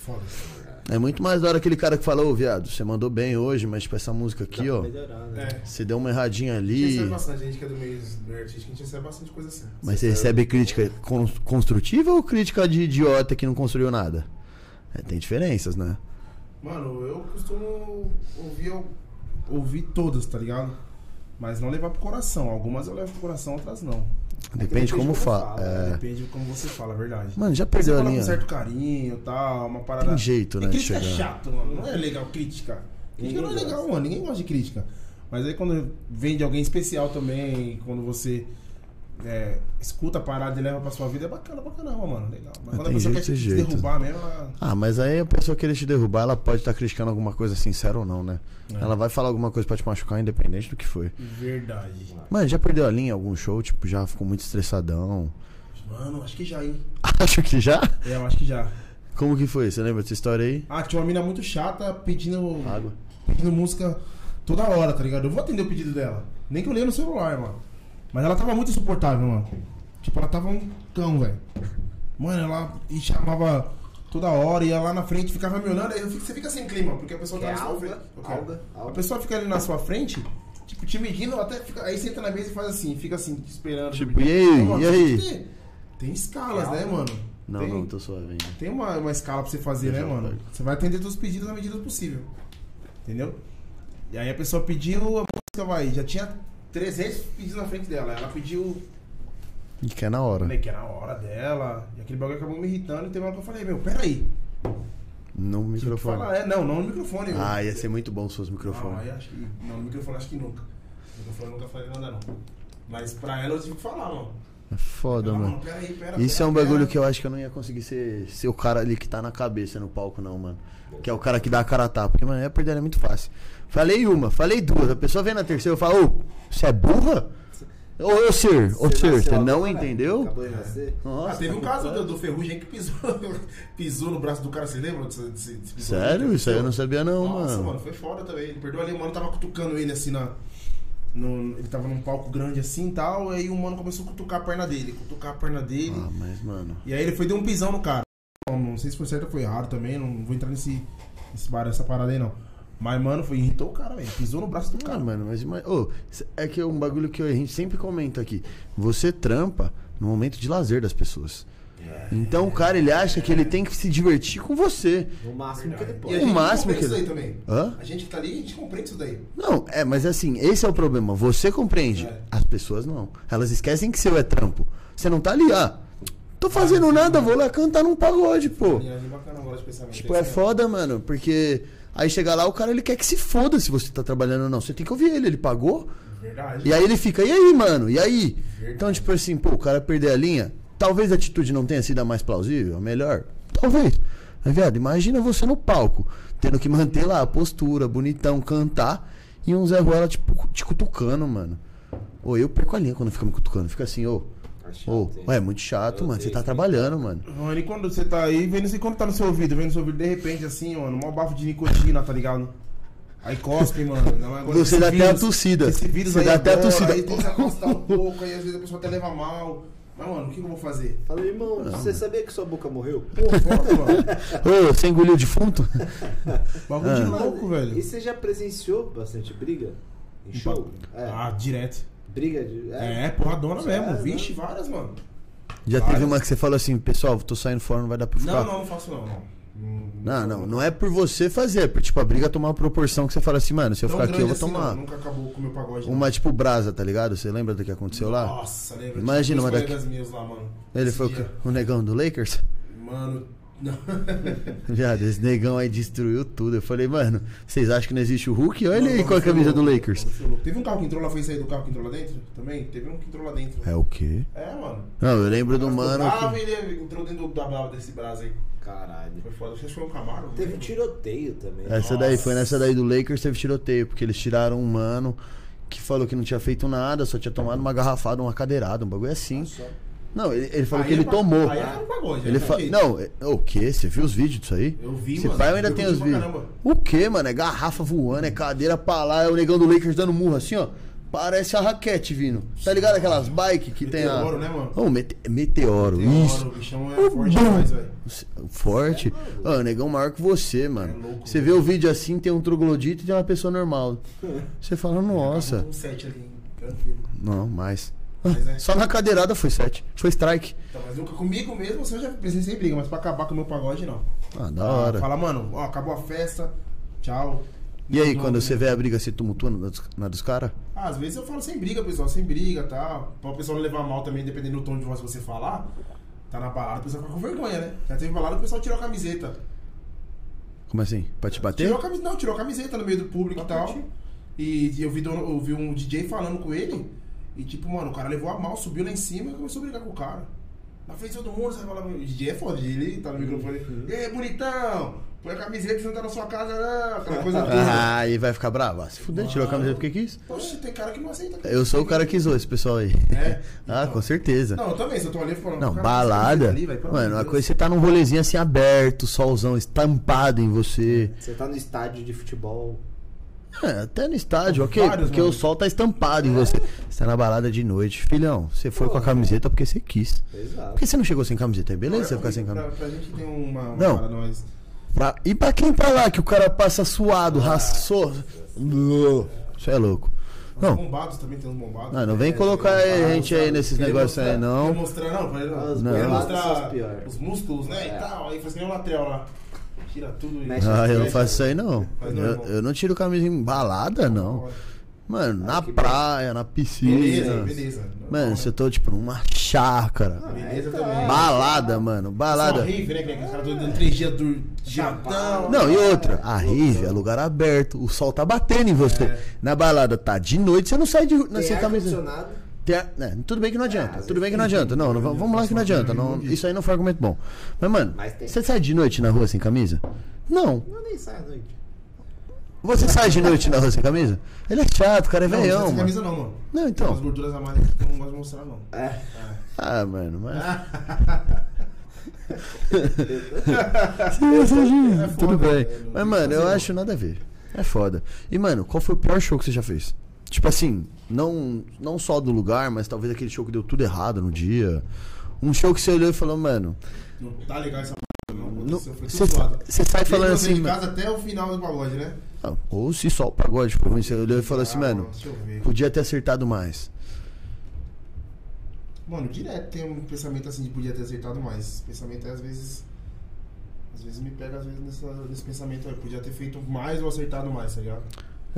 Foda.
É muito mais da hora aquele cara que fala, ô, viado, você mandou bem hoje, mas tipo, essa música aqui, ó,
Melhorar, né?
É.
você deu uma erradinha
A gente recebe
ali.
bastante gente que é do meio, do meio artístico, a gente recebe bastante coisa assim.
Mas você recebe crítica con- construtiva ou crítica de idiota que não construiu nada? É, tem diferenças, né?
Mano, eu costumo ouvir, ouvir todas, tá ligado? Mas não levar pro coração. Algumas eu levo pro coração, outras não.
Depende de como
como
fala.
fala,
É.
né? Depende de como você fala, é verdade.
Mano, já
Mas você
perdeu a
fala
linha.
com certo carinho e tal, uma parada.
Tem jeito, né?
E
de
crítica é
chegar.
chato, mano. Não é legal crítica. Crítica
Ninguém
não é legal,
gosta.
mano. Ninguém gosta de crítica. Mas aí quando vem de alguém especial também, quando você é, escuta a parada e leva pra sua vida, é bacana pra caramba, mano. Legal. Mas
Ah,
quando a
tem
pessoa quer
jeito,
te
tem jeito.
derrubar mesmo, é ela.
Ah, mas aí a pessoa querer te derrubar, ela pode estar criticando alguma coisa sincera ou não, né?
É.
Ela vai falar alguma coisa pra te machucar, independente do que foi.
Verdade.
Mano, já perdeu a linha em algum show? Tipo, já ficou muito estressadão?
Mano, acho que já, hein?
Acho que já?
É, eu acho que já.
Como que foi? Você lembra dessa história aí?
Ah, tinha uma mina muito chata pedindo.
Água.
Pedindo música toda hora, tá ligado? Eu vou atender o pedido dela. Nem que eu leia no celular, mano. Mas ela tava muito insuportável, mano. Tipo, ela tava um cão, velho. Mano, ela e chamava toda hora, ia lá na frente, ficava me olhando, aí eu fico- você fica sem clima, porque a pessoa tá
Quer
na sua
alga?
frente. Eu quero.
Alga?
A
Alga?
pessoa fica ali na sua frente, Tipo, te medindo, até fica- aí você entra na mesa e faz assim, fica assim, te esperando.
Tipo, e aí?
Mano,
E aí?
tem- Tem escalas, né, mano?
Não,
tem,
não, tô suave ainda.
Tem uma, uma escala pra você fazer, né,
Deixa eu
mano?
ver.
Você vai atender todos os pedidos na medida do possível. Entendeu? E aí a pessoa pediu a música, vai. Já tinha 300 pedidos na frente dela. Ela pediu
E quer é na hora.
né, que era a hora dela. E aquele bagulho acabou me irritando. E teve uma hora que eu falei, meu, peraí.
No microfone.
Fala, é, Ah, não, não no microfone. meu.
Ah, ia ser muito bom se fosse
Não, aí
microfone.
acho que, não, no microfone acho que nunca. No microfone eu nunca falei nada, não. Mas pra ela eu tive que falar, mano.
É foda,
Ela,
mano.
peraí, pera,
Isso é
pera,
um bagulho
pera.
que eu acho que eu não ia conseguir ser, ser o cara ali que tá na cabeça no palco, não, mano. Que é o cara que dá a cara a tapa. Porque, mano, é perder é muito fácil. Falei uma, falei duas. A pessoa vem na terceira e fala, ô, você é burra? Ô, ô, sir, ô,
Você
sir,
nasceu
você não
agora?
entendeu?
Acabou de nascer?
Ah,
Nossa.
teve um caso do, do Ferrugem que pisou, pisou no braço do cara, você lembra? desse- desse- desse episódio?
Sério? Isso aí eu não sabia, não,
Nossa, mano.
mano.
foi foda também. Ele perdeu ali, o mano tava cutucando ele assim na. no- ele tava num palco grande assim e tal, aí o mano começou a cutucar a perna dele, cutucar a perna dele.
Ah, mas, mano.
E aí ele foi deu um pisão no cara. Não, não sei se foi certo ou foi errado também, não vou entrar nesse, nesse bar, essa parada aí não. Mas, mano, foi, irritou o cara, velho. Pisou no braço do
Ah,
cara.
mano, mas ima- ô, cê- é que é um bagulho que a gente sempre comenta aqui. Você trampa no momento de lazer das pessoas.
É.
Então o cara ele acha que ele tem que se divertir com você.
No máximo que ele
E a
pode.
O
gente
máximo
compreende
que-
isso daí também.
Hã?
A gente que tá ali, a gente compreende isso daí.
Não, é, mas assim, esse é o problema. Você compreende.
É.
As pessoas não. Elas esquecem que seu é trampo. Você não tá ali, ah, tô fazendo nada, vou lá cantar num pagode, pô.
Menina, é bacana agora assim, né? de pensamento.
Tipo, é foda, mano, porque aí chega lá, o cara ele quer que se foda se você tá trabalhando ou não. Você tem que ouvir ele, ele pagou.
Verdade.
E aí ele fica, e aí, mano? E aí? Então, tipo assim, pô, o cara perder a linha, talvez a atitude não tenha sido a mais plausível, a melhor. Talvez. Mas, viado, imagina você no palco, tendo que manter lá a postura, bonitão, cantar, e um Zé Ruela, tipo, te cutucando, mano. Ou eu perco a linha quando fica me cutucando. Fica assim, ô. Ô, ué, é muito chato,
Eu
mano. Você
odeio
tá
que-
trabalhando, mano.
Mano, e quando você tá aí, vendo assim, quando tá no seu ouvido, vendo no seu ouvido, de repente, assim, mano, mó bafo de nicotina, tá ligado? Aí cospe, mano. é Não, agora
Você
esse
dá até
vírus-
a tossida.
Esse vírus
Você
aí
dá até a
agora,
tossida.
Aí tem que se afastar um pouco, aí às vezes a pessoa até leva mal. Mas, mano, o que, que eu vou fazer?
Falei, irmão, você sabia que sua boca morreu?
Pô, foda, mano.
Ô, você engoliu o defunto?
Bagulho de
Ah.
Mano,
Tá louco, velho.
E você já presenciou bastante briga? Em show? É.
Ah, direto.
Briga de.
É, porradona mesmo.
É,
Vixe, várias, mano.
Já
Várias.
teve uma que você falou assim, pessoal, tô saindo fora, não vai dar pra ficar.
Não, não, não faço não, não.
Não, não, não é por você fazer, é por tipo a briga tomar uma proporção que você fala assim, mano, se eu
Tão
ficar aqui eu
grande
vou
assim,
tomar
não. Nunca acabou com o meu pagode. não.
uma tipo brasa, tá ligado? Você lembra do que aconteceu lá?
Nossa, lembra?
Imagina, mas
Tinha dois
daqui-
colegas meus lá, mano.
Ele
Esse
foi o,
dia.
quê? o negão do Lakers?
Mano, não.
Viado, esse negão aí destruiu tudo. Eu falei, mano, vocês acham que não existe o Hulk? Olha ele
Não,
aí com a
bagulho
camisa do
louco,
Lakers.
bagulho louco. Teve um carro que entrou lá, foi sair do carro que entrou lá dentro também? Teve um que entrou lá dentro.
É o quê?
É, mano.
Não, eu lembro do
Ela
mano.
ficou brava
que-
e ele né? entrou dentro da brava desse brasa aí.
Caralho.
Foi foda. Vocês foi um Camaro?
Teve
né?
tiroteio também.
Essa daí, foi nessa daí do Lakers, teve tiroteio, porque eles tiraram um mano que falou que não tinha feito nada, só tinha tomado uma garrafada, uma cadeirada, um bagulho assim. Não, ele, ele falou
Aí
que ele
é pa-
tomou.
Aí era um pagode.
Ele
né?
fa...
Porque-
Não, é- o quê? Você viu os vídeos disso aí?
Eu vi,
Esse
mano.
pai eu ainda
Eu
tem
vi
os
pra
vídeos.
caramba.
O quê, mano? É garrafa voando, é cadeira pra lá, é o negão do Lakers dando murro assim, ó. Parece a raquete vindo. Tá ligado aquelas bike que tem a.
Meteoro, né, mano?
Oh, mete- Meteoro,
Tem
isso.
hora, O bichão é
Oh,
forte
bum.
demais, velho.
Forte. Ah, o negão maior que você,
É
mano.
louco,
Você vê o vídeo assim, tem um troglodito e tem uma pessoa normal. Você fala, nossa.
Um set ali, hein? tranquilo.
Não, mais. Ah,
Mas é.
Só na cadeirada foi sete. Foi strike.
Então, mas nunca comigo mesmo, assim, eu já presenciei briga, mas pra acabar com o meu pagode, não.
Ah, da hora.
Fala, mano, ó, acabou a festa, tchau.
E aí,
Não,
quando
não.
você vê a briga se tumultuando na dos, na dos caras?
Ah, às vezes eu falo sem briga, pessoal, sem briga, tá? Pra o pessoal não levar mal também, dependendo do tom de voz que você falar. Tá na balada, o pessoal fica com vergonha, né? Já teve balada, o pessoal tirou a camiseta.
Como assim? Pra te bater?
Tirou a camiseta, não, tirou a camiseta no meio do público e tal. E eu vi, dono- eu vi um DJ falando com ele. E tipo, mano, o cara levou a mal, subiu lá em cima e começou a brigar com o cara. Na frente de todo mundo, você vai falar, o DJ é foda, ele tá no microfone.
Uhum.
Ei, bonitão, põe a camiseta que você não tá na sua casa, não", aquela coisa toda.
Ah, e vai ficar bravo. Ah, se fuder, tirou a camiseta porque quis.
Poxa, tem cara que não aceita.
Eu sou o cara que zoou esse pessoal aí.
É?
ah,
Então.
com certeza.
Não, eu também, se eu tô ali falando.
Não,
cara,
balada.
ali, um velho, pelo amor
mano,
de
uma
Deus.
coisa você tá num rolezinho assim aberto, solzão estampado em você.
Você tá no estádio de futebol.
É, até no estádio, ok?
Vários, É.
porque
mano.
o sol tá estampado em você. Você tá na balada de noite. Filhão, você foi
Pô.
com a camiseta porque você quis. Por
Exato.
que você não chegou sem camiseta? É beleza você ficar sem
pra,
camiseta.
pra gente tem uma, uma
Não.
para nós.
Pra- E
Ah,
pra quem tá lá que o cara passa suado, raçou. Você é louco.
Os
Não.
bombados também tem uns bombados.
Não, é não vem colocar a gente aí nesses
Querer
negócios
mostrar-
aí, não.
querer mostrar, não, pra ele
Os
querer
bombados
são os
mostrar
piores.
os músculos, né?
É.
E tal. Aí faz que nem o latrel lá. Tira tudo e.
Mexe
Ah, eu não
Fecha.
faço isso aí não.
Faz não,
Eu,
irmão.
eu não tiro camisa em balada, não. Mano, na
que
praia, na
Beleza,
piscina.
beleza.
Mano, se eu tô tipo numa chácara.
Beleza também.
Balada, mano,
Só
balada.
rave, né? Que os caras estão dando três dias do jantão.
Não, e outra, a Rive é lugar aberto, o sol tá batendo em você. Na balada tá de noite, você não sai de na, sem
Tem
assim, camisa.
ar-condicionado.
Tem a- né, tudo bem que não adianta,
às
tudo bem que não adianta. Não, não vamos lá que não adianta. Não, isso aí não foi argumento bom. Mas, mano,
Mas tem.
você sai de noite na rua sem camisa? Não.
Eu nem saio à noite.
Você sai de noite na rua sem camisa? Ele é chato, o cara é
Não, não
veião,
precisa de
mano.
camisa não, mano.
Não,
Tem umas
então.
gorduras a mais aqui que eu não gosto de mostrar, não.
É.
Ah, mano, mas. Sim, eu sei disso,
É foda,
Tudo bem.
velho, não
Mas,
tem
mano,
que
eu
fazer,
acho nada a ver. É foda. E, mano, qual foi o pior show que você já fez? Tipo assim, não, não só do lugar, mas talvez aquele show que deu tudo errado no dia. Um show que você olhou e falou, mano.
Não tá legal essa merda, não.
não-
Aconteceu, foi
Você
tudo zoado.
você sai
Desde
falando
que eu saí
assim.
de
mano,
casa até o final do pagode, né?
ah, Ou se só o pagode ficou ruim, você olhou e falou assim,
Ah,
mano,
Deixa eu ver.
podia ter acertado mais.
Mano, direto tem um pensamento assim de podia ter acertado mais. Esse pensamento é, às vezes. Às vezes me pega, às vezes, nessa- nesse pensamento aí. Podia ter feito mais ou acertado mais, tá ligado?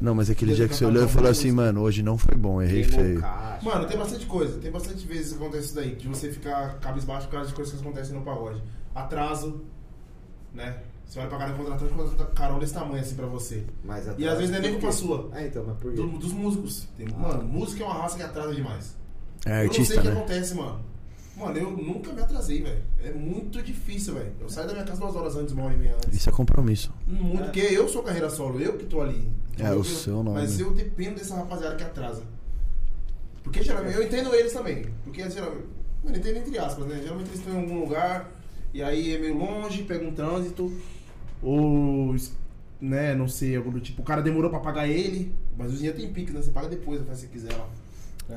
Não, mas aquele dia
Podia ter
que você
cantado
olhou e
uma
falou
música.
assim, mano, hoje não foi bom, errei
Queimou o
feio.
caixa.
Mano, tem bastante coisa, tem bastante vezes que acontece isso daí, de você ficar cabisbaixo por causa de coisas que acontecem no pagode. Atraso, né? Você vai pagar no contratante quando a tá Carol desse tamanho assim pra você.
Mas
E às vezes não é nem
por
culpa
quê?
sua.
Ah, então, mas por quê?
Do- dos músicos. Tem- Mano, música é uma raça que atrasa demais.
É
eu
artista,
não sei o que
né?
acontece, mano. Mano, eu nunca me atrasei, velho. É muito difícil, velho. Eu saio da minha casa duas horas antes, uma hora e meia antes.
Isso é compromisso.
Muito, porque eu sou carreira solo, eu que tô ali.
É,
Eu-
o
eu-
seu nome.
Mas eu dependo dessa rapaziada que atrasa. Porque geralmente, eu entendo eles também. Porque geralmente, mano, entendo entre aspas, né? Geralmente eles estão em algum lugar, e aí é meio longe, pega um trânsito, ou, né, não sei, algum do tipo, o cara demorou pra pagar ele, mas o dinheiro tem pique, né? Você paga depois, faz se você quiser, ó.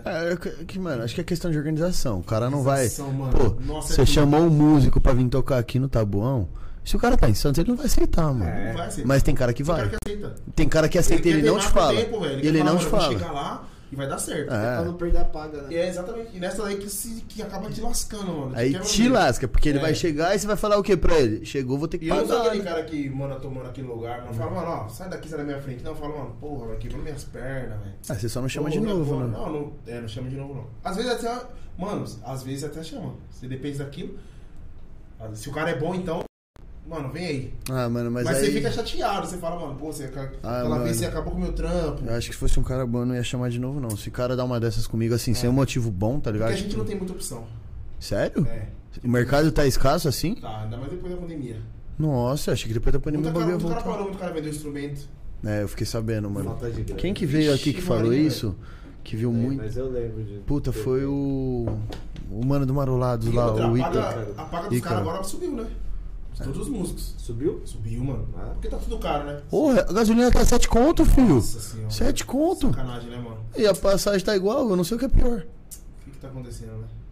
É, que, que, mano, acho que é questão de organização. O cara não vai.
Organização, mano.
Pô,
Nossa,
você
é tudo.
chamou um músico pra vir tocar aqui no Tabuão. Se o cara tá em Santos, ele não vai aceitar, mano.
É. Não vai aceitar.
Mas tem cara que
Tem cara
vai.
que aceita.
Tem cara que aceita e ele
quer
não te
queimar com o
fala.
tempo, velho.
E ele
quer
não
falar,
te
"Mano, eu vou
fala.
chegar lá e vai dar certo.
É.
Pra não perder a paga, né?
E é exatamente. E nessa daí que, se, que acaba te lascando, mano.
Aí
quebra
te
mesmo.
lasca, porque ele
É.
vai chegar e você vai falar o que pra ele? Chegou, vou ter que
E eu não sou
pagar.
aquele
né?
cara que manda tomando aquele lugar, mano. Fala, mano, ó, sai daqui, sai da minha frente. Não, fala, mano, porra, velho, quebrou minhas pernas, velho.
Ah, você só não chama de
Porra,
novo,
porra.
né?
Não, não, é, não chama de novo, não. Às vezes até. Mano, às vezes até chama. Você depende daquilo. Às- Se o cara é bom, então. Mano, vem aí.
Ah, mano, mas,
Mas,
aí.
você fica chateado, você fala, mano, pô, você, aquela
mano.
vez você acabou com o meu trampo.
Eu acho que se fosse um cara bom, eu não ia chamar de novo, não. Se o cara dá uma dessas comigo assim, sem um motivo bom, tá ligado?
É. Porque a gente
Tipo,
não tem muita opção.
Sério?
É.
O mercado tá escasso assim?
Tá, ainda mais depois da pandemia.
Nossa, eu achei que depois da
Muita
pandemia o
cara,
bagulho ia
muito cara
voltar.
parou, muito cara vendeu instrumento.
É, eu fiquei sabendo, mano.
Falta de grana.
Quem que veio aqui que
Vixe,
falou
Maria,
isso? Que viu
É,
Sei,
muito.
Mas eu lembro de.
Puta, foi o. O mano do Marolado
E
lá,
outra,
o
a
Ita. É.
paga- a paga dos
Ícaro.
caras agora subiu, né? De Todos os músicos.
Subiu?
Subiu, mano.
Ah.
Porque tá tudo caro, né?
Porra, a gasolina tá 7 conto, filho.
Nossa senhora.
7 conto.
Sacanagem, né, mano?
E a passagem tá igual, eu não sei o que é pior.
O que que tá acontecendo,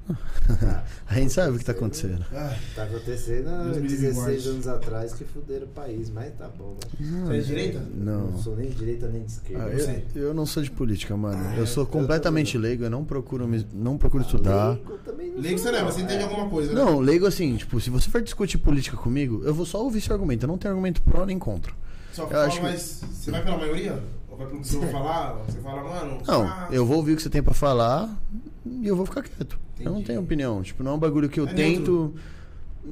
né?
A gente sabe o que tá acontecendo.
Tá acontecendo há
Deus me livre,
16
guarde.
anos atrás que fuderam o país, mas tá bom, né?
Você é de direita?
Não.
Não sou nem de direita nem de esquerda. é
Ah,
Não sei.
eu, eu não sou de política,
Ah,
mano.
é?
Eu sou
eu
completamente leigo, eu não procuro, me- não procuro estudar.
Leigo também não É,
Lê que
sou,
você leva, você entende alguma coisa, né?
É. Não, leigo assim, tipo, se você for discutir política comigo, eu vou só ouvir seu argumento. Eu não tenho argumento pró nem contra.
Só
eu
fala,
acho que-
mas você vai pela maioria? Ou vai pelo que eu vou falar? Você fala, mano.
Não,
ah,
eu vou ouvir o que você tem pra falar e eu vou ficar quieto. Eu não
Entendi.
tenho opinião. Tipo, não é um bagulho que eu
É
tento.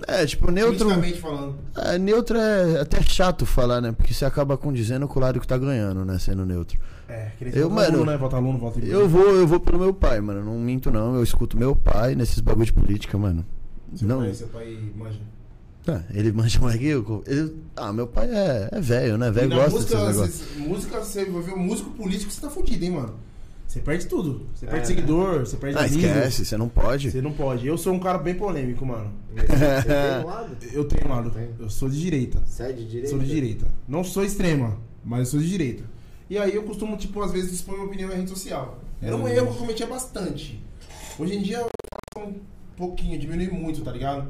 É, tipo, neutro.
politicamente falando.
É, neutro é até chato falar, né? Porque você acaba condizendo com o lado que tá ganhando, né? Sendo neutro.
É, queria
Eu, mano,
aluno, né? Volta aluno, volta
Eu vou, eu vou pelo meu pai, mano. Não minto, não. Eu escuto meu pai nesses bagulho de política, mano.
Seu
não.
Pai, seu pai manja.
Ah, ele manja mais que eu. Ele- ah, meu pai é, é velho, né?
E
Velho
na
gosta
música,
desses negócios.
você- música, você envolveu músico político, você tá fudido, hein, mano? Você perde tudo. Você perde
É.
seguidor, você perde
Ah,
amigo.
esquece, você não pode.
Você não pode. Eu sou um cara bem polêmico, mano.
Mas Você tem um lado?
Eu tenho lado.
Tem.
Eu sou de direita.
Você é de direita?
Sou de direita. Não sou extrema, mas eu sou de direita. E aí eu costumo, tipo, às vezes expor minha opinião na rede social. Era
É.
um erro que eu cometia bastante. Hoje em dia eu faço um pouquinho, diminui muito, tá ligado?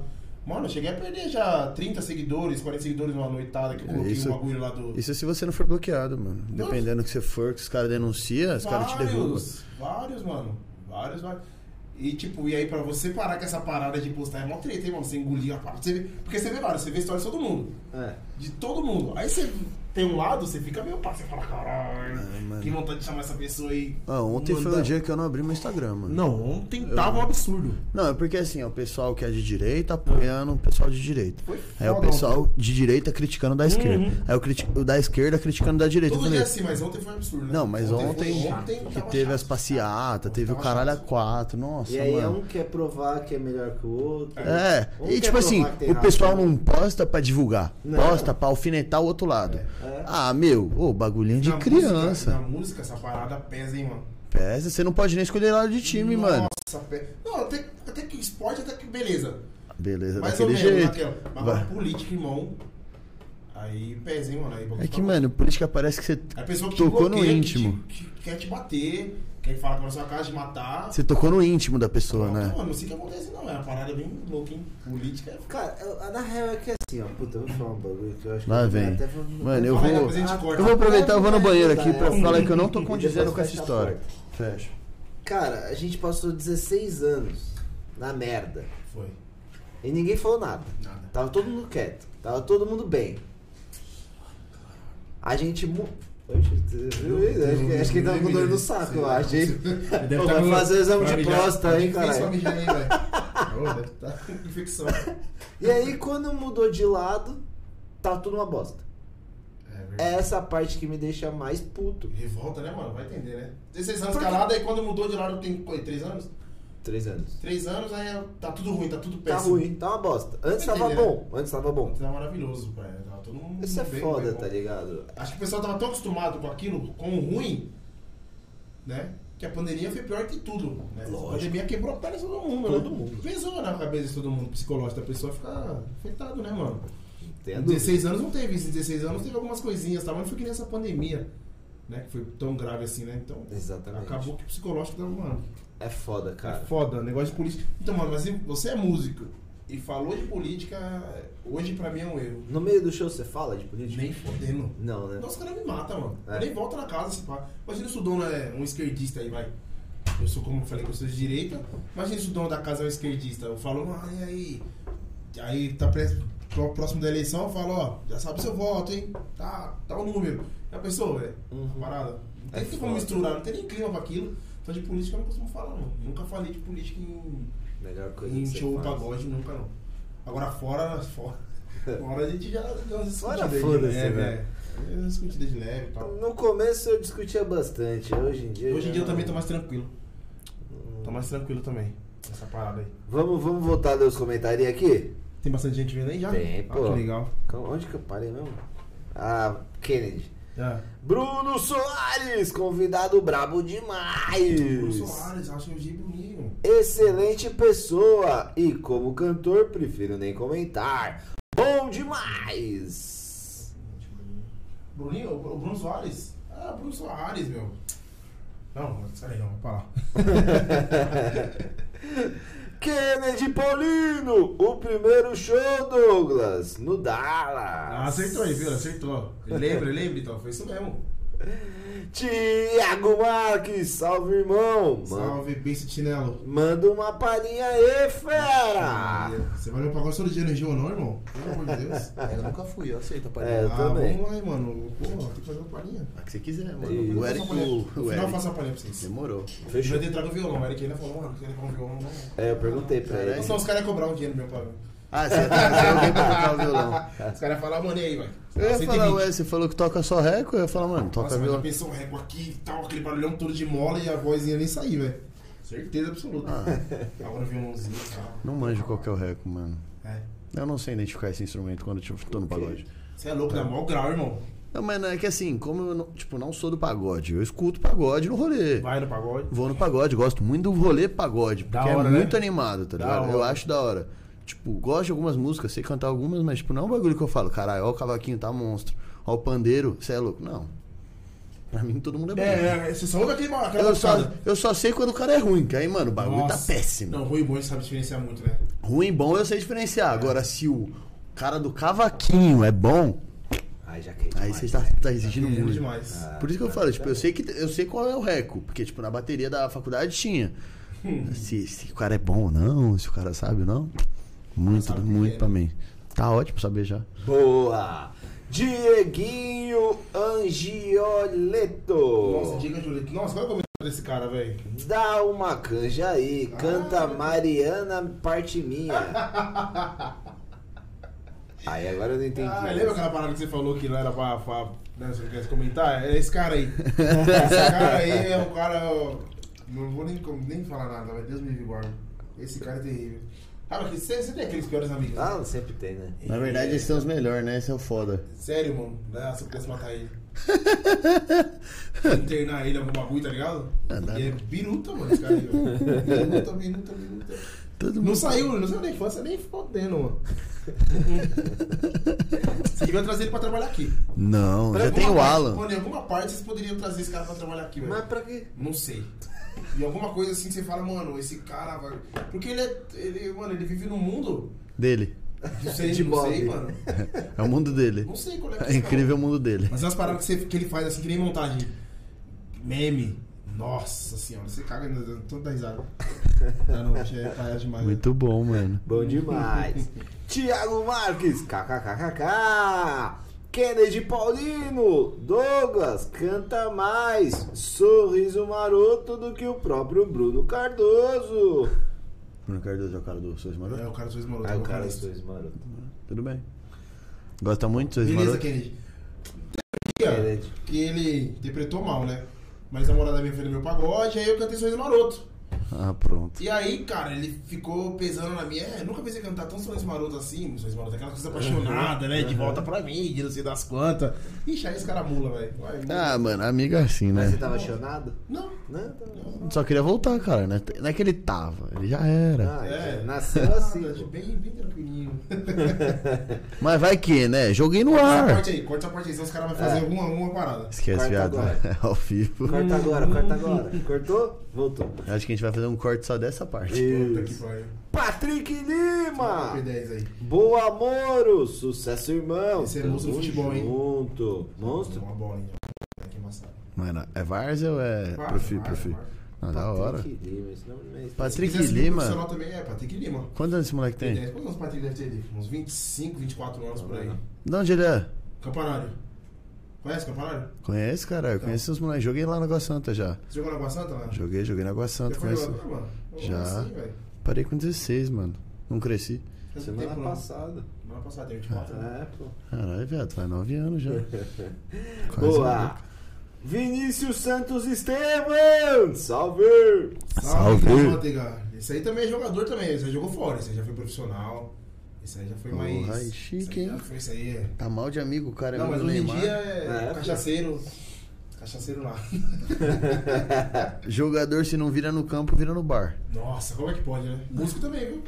Mano, eu cheguei a perder já 30 seguidores, 40 seguidores numa noitada que eu
É,
coloquei
isso-
um bagulho lá do.
Isso é se você não for bloqueado, mano. Dependendo que você for, que os caras denunciam, os caras te derrubam.
Vários, vários, mano. Vários, vários. E tipo, e aí pra você parar com essa parada de postar é mó treta, hein, mano? Você engolir a parada. Você vê- porque você vê vários, você vê histórias de todo mundo.
É.
De todo mundo. Aí você tem um lado, você fica meio pá, você fala, caralho,
Ah, mano.
que vontade de chamar essa pessoa aí.
Ah, ontem foi
Mandar-
o dia que eu não abri meu Instagram, mano.
Não, ontem tava um absurdo.
Não, é porque assim, ó, o pessoal que é de direita apoiando o pessoal de direita. Aí É, o
foda, Uhum.
pessoal de direita criticando o da esquerda. Aí o, criti- o da esquerda criticando o da direita. Eu
Todo
falei,
dia assim, mas ontem foi um absurdo, né?
não, mas ontem,
foi- ontem
que
tava
teve
chato.
as passeatas, teve o
Tava
caralho a
chato.
quatro, nossa,
E aí
mano.
um quer provar que é melhor que o outro.
É,
Um
e
quer
tipo assim,
provar que tem
o pessoal
razão.
não posta pra divulgar,
Não.
posta pra alfinetar o outro lado.
É.
Ah, meu, ô, bagulhinho de
Na Música,
criança.
na música, essa parada pesa, hein, mano?
Pesa, você não pode nem escolher lado de time, mano.
Nossa, pe... Não, até, até que esporte, até que beleza.
Beleza,
Mais ou
daquele
menos,
jeito.
Raquel. Mas
Vai.
pra política, irmão. Aí pesa, hein, mano? Aí, É
É que, mano, política parece que você
A pessoa que te
tocou no
bloqueia, que
íntimo.
te- que quer te bater, quer falar pra sua casa de matar.
Você tocou no íntimo da pessoa,
não,
né?
mano, não sei o que acontece, não. É uma parada bem louca, hein? Política é.
Cara, eu- na real é que é assim, ó. Puta, eu vou falar um bagulho que eu acho que.
Lá
eu
vem.
até vou-
Mano, eu
Fala aí,
vou.
depois a gente corta.
Eu vou aproveitar, eu vou no
Vai
banheiro
mudar,
aqui pra
é.
falar que eu não tô
E
condizendo
depois
com essa
fecha a
história.
porta.
Fecha.
Cara, a gente passou 16 anos na merda.
Foi.
E ninguém falou nada.
Nada.
Tava todo mundo quieto. Tava todo mundo bem. A gente. mu- Oxe, tu viu isso? Acho que- Acho que ele tava com dor no saco, eu acho, hein? Pô, vai fazer o exame de próstata, hein,
Só
caralho.
mijar aí, velho. Ô, deve tá com infecção.
E aí, quando mudou de lado, tá tudo uma bosta.
É
É
verdade.
essa parte que me deixa mais puto.
Revolta, né, mano? Vai entender, né? 16 anos
Por quê?
calado, aí quando mudou de lado tem 3 anos?
Três anos.
3 anos, aí é- tá tudo ruim, tá tudo
Tá
péssimo.
ruim, tá uma bosta. Antes tava
Entendeu?
bom, antes tava bom.
Tá maravilhoso, velho. Tá todo mundo
Isso é
bem,
foda,
bem bom.
tá ligado?
Acho que o pessoal tava tão acostumado com aquilo, com o ruim, né? Que a pandemia foi pior que tudo. Né? A pandemia quebrou a perna de todo mundo,
Todo
né?
mundo.
Pesou na cabeça de todo mundo, psicológico da pessoa ficar afetado, né, mano? Em
Entendo.
16 anos não teve isso, em 16 anos teve algumas coisinhas, tá? Mas não foi que nessa pandemia, né? Que foi tão grave assim, né? Então,
Exatamente.
acabou que o psicológico tava, mano.
É foda,
É
cara.
foda, negócio de política. Então, mano, mas se você é músico e falou de política, hoje pra mim é um erro.
No meio do show você fala de política?
Nem fodendo.
Não, né?
Nossa, o cara me mata, mano.
É.
Eu nem volto na casa, se pá. Imagina se o dono é um esquerdista aí, vai. Eu sou, como eu falei, que eu sou de direita. Imagina se o dono da casa é um esquerdista. Eu falo, ah, e aí? Aí tá pres- pró- próximo da eleição, eu falo, ó, já sabe seu voto, hein? Tá, tá o número. Já pensou, velho?
Uhum.
Parada. Não tem
É
nem
foda.
como misturar, não tem nem clima pra aquilo. Então de política eu não costumo falar, não. Nunca falei de política em,
Melhor coisa
em
que você
show tá
faz.
pagode, nunca não. Agora fora, fora. Fora a gente já deu umas
Fora,
discutidas de
foda-se, né?
leve,
velho.
é. Umas discutidas de leve e tal.
No começo eu discutia bastante, hoje em dia.
Hoje em
já
dia eu
não-
também tô mais tranquilo.
não-
Tô mais tranquilo também. Essa parada aí.
Vamos, vamos voltar a ler os comentários aqui?
Tem bastante gente vendo aí já?
Tem,
Ah,
pô.
que legal.
Calma, Onde que eu parei mesmo? Ah, Kennedy.
É.
Bruno Soares, convidado brabo demais.
Bruno Soares, acho que é o Gibo Ninho.
Excelente pessoa e como cantor prefiro nem comentar. Bom demais.
Bruninho, o Bruno Soares? Ah, Bruno Soares, meu. Não, sai não, vai pra lá.
Kennedy Paulino, o primeiro show Douglas no Dallas.
Ah, acertou aí, viu? Acertou. Lembra, lembra então? Foi isso mesmo.
Tiago Marques, salve irmão. Man-
Salve, Benço Chinelo.
Manda uma palhinha aí, fera.
Você vai no pagode todo dia no Gil, não, irmão? Pelo amor de Deus.
Eu nunca fui, eu aceito a
É,
parede.
eu
ah,
também.
vamos lá, hein, mano. Pô, tem que fazer uma palhinha.
A que você quiser, mano.
E-
O Eric. o-
No
O
final eu
Eric.
faço uma palhinha pra vocês.
Demorou.
Eu
Fechou.
ia entrar no violão, o Eric ainda falou, mano, quer levar um violão, não.
É, eu perguntei pra ele.
Parece-
Senão os caras iam cobrar um dinheiro meu pra mim.
Ah, você atrasou alguém pra tocar o violão.
Os caras iam falar, mano, e aí, vai?
É. Eu ia
120.
falar, ué, você falou que toca só reco? Eu ia falar, mano, toca
Nossa, mas
violão.
já pensou um reco aqui e tal, aquele barulhão todo de mola e a vozinha nem sair, velho. Certeza absoluta.
Ah.
Agora o violãozinho e tal.
Não manjo qual que é o reco, mano.
É.
Eu não sei identificar esse instrumento quando eu tô no pagode.
Você é louco, dá mó grau, irmão.
Não, mas é que assim, como eu não, tipo, não sou do pagode, eu escuto pagode no rolê.
Vai no pagode.
Vou no pagode, gosto muito do rolê pagode, porque
Da hora,
é
né?
muito animado, tá
Da
ligado? Eu
hora.
acho da hora. Tipo, gosto de algumas músicas, sei cantar algumas, mas tipo, não é um bagulho que eu falo, caralho, ó o cavaquinho tá monstro, ó o pandeiro, cê é louco. Não. Pra mim todo mundo é bom.
É, é, vocês são daquele mal, aquela
Eu só,
moçada.
eu só sei quando o cara é ruim, que aí, mano, o bagulho tá
Nossa.
péssimo.
Não, ruim e bom sabe diferenciar muito, né?
Ruim, bom, eu sei diferenciar. Agora, se o cara do cavaquinho é bom,
Ai, já queimou.
aí você tá, tá exigindo
Lindo
muito.
é demais.
Por isso que eu falo, tipo, eu sei, que, eu sei qual é o reco, porque, tipo, na bateria da faculdade tinha. Se, se o cara é bom ou não, se o cara sabe ou não. Muito,
Sabe
muito
que é,
pra mim. Tá ótimo saber já.
Boa! Dieguinho Angioleto.
Nossa, diga, Julito. Nossa, qual é o comentário desse cara, velho?
Dá uma canja aí,
Ah.
canta Mariana parte minha. Aí agora eu não entendi.
Ah, lembra aquela parada que você falou que não era pra, pra né, você não quer comentar? É esse cara aí. esse cara aí é um cara. Não vou nem, com- nem falar nada, mas Deus me livre, guarda. Esse cara é terrível. Ah, mas você, você tem aqueles piores amigos. né?
Ah, sempre tem, né?
Na verdade, esses são os melhores, né? Esse é o foda.
Sério, mano. Nossa, eu pudesse matar ele. Internar ele em algum bagulho, tá ligado?
Ah, dá.
E é biruta, mano, esse cara aí. velho. Biruta, biruta, biruta.
Todo
Não
mundo.
saiu, não saiu da infância nem fodendo, mano. Você devia trazer ele pra trabalhar aqui.
Não,
Pra
já
alguma
tem o
parte-
Alan.
Mano, em alguma parte vocês poderiam trazer esse cara pra trabalhar aqui, velho.
Mas pra quê?
Não sei. E alguma coisa assim que você fala, mano, esse cara, velho. Porque ele é. Ele, mano, ele vive num mundo.
Dele.
Não sei,
De
não sei,
Bob.
mano.
É o mundo dele.
Não sei qual é que
É incrível o mundo dele.
Mas é umas paradas que, você- que ele faz assim, que nem montagem. Meme. Nossa senhora, você caga no- toda risada. Ah, não, bicho, é paia demais. né?
Muito bom, mano.
Bom demais. Tiago Marques, kkkk. Kennedy Paulino, Douglas, canta mais. Sorriso maroto do que o próprio Bruno Cardoso.
Bruno Cardoso é o cara do Sorriso
É,
Maroto?
o cara do Sorriso Maroto.
Aí
é
o cara
do Sorriso
sorriso maroto.
Tudo bem. Gosta muito do Sorriso
Beleza,
Maroto?
Kennedy. Tem um dia
Kennedy.
que ele interpretou mal, né? Mas a namorada minha foi no meu pagode, aí eu cantei Sorriso Maroto.
Ah, pronto.
E aí, cara, ele ficou pesando na minha. É, nunca pensei cantar tão Sorriso Maroto assim. Sorriso Maroto é aquela coisa apaixonada, né? De volta pra mim, de não sei das quantas. Ixi, aí esse cara mula, velho. Vai, mula.
Ah, mano, amigo é assim, né?
Mas você tava apaixonado?
Não,
Não, então. tava-
Só queria voltar, cara. Né? Não é que ele tava, ele já era.
Ah,
É.
já nasceu assim.
nada, de
pô.
bem, bem tranquilinho.
Mas vai que, né? Joguei no
Corta essa
ar.
parte aí, corta essa parte aí, senão os caras vão fazer alguma, alguma parada.
Esquece,
Corta
viado.
agora.
Ao vivo.
Corta agora, corta agora. Cortou? Voltou.
Acho que a gente vai fazer um corte só dessa parte.
Puta que
Isso.
pariu.
Patrick Lima!
Ah. aí.
Boa, Moro! Sucesso, irmão!
Esse é monstro do
Tamo
futebol, hein?
junto. Monstro?
Uma bolinha. Que embaçado.
Mano, é Várzea ou é
Vai,
profi,
vai,
profi?
vai.
Ah, da hora.
Patrick Lima, esse nome não é esse.
Se
Patrick
quiser ser
Lima.
profissional também é Patrick Lima.
Quantos anos esse moleque
Tem
tem?
10, quantos anos o Patrick deve ter ali? Uns 25, 24 anos por aí.
De onde ele é?
Campanário. Conhece Campanário?
Conhece, cara? Eu conheci os moleques. Joguei lá na Água Santa já.
Você jogou na Água Santa, né?
Joguei, joguei na Água
Já
Santa.
foi
Conheci.
jogador, mano? Eu
Já.
Assim, velho.
Parei com 16, mano. Não cresci.
Faz um tempo,
Semana
não.
passada.
Semana passada, tem 24 anos.
É, pô.
Caralho, viado, faz 9 anos já. Quase
Boa! Vinícius Santos Estevam! Salve!
Ah, Salve.
Fernando Manteiga. Esse aí também é jogador também. Esse aí jogou fora, esse aí já foi profissional. Esse aí já foi
Porra,
mais.
aí,
esse aí
chique,
já
hein?
foi, Esse aí é.
Tá mal de amigo, o cara. É
Não, mas
amigo
hoje
do
em
Neymar.
dia é
É,
cachaceiro. Cachaceiro lá.
Jogador, se não vira no campo, vira no bar.
Nossa, como é que pode, né? Músico também, viu?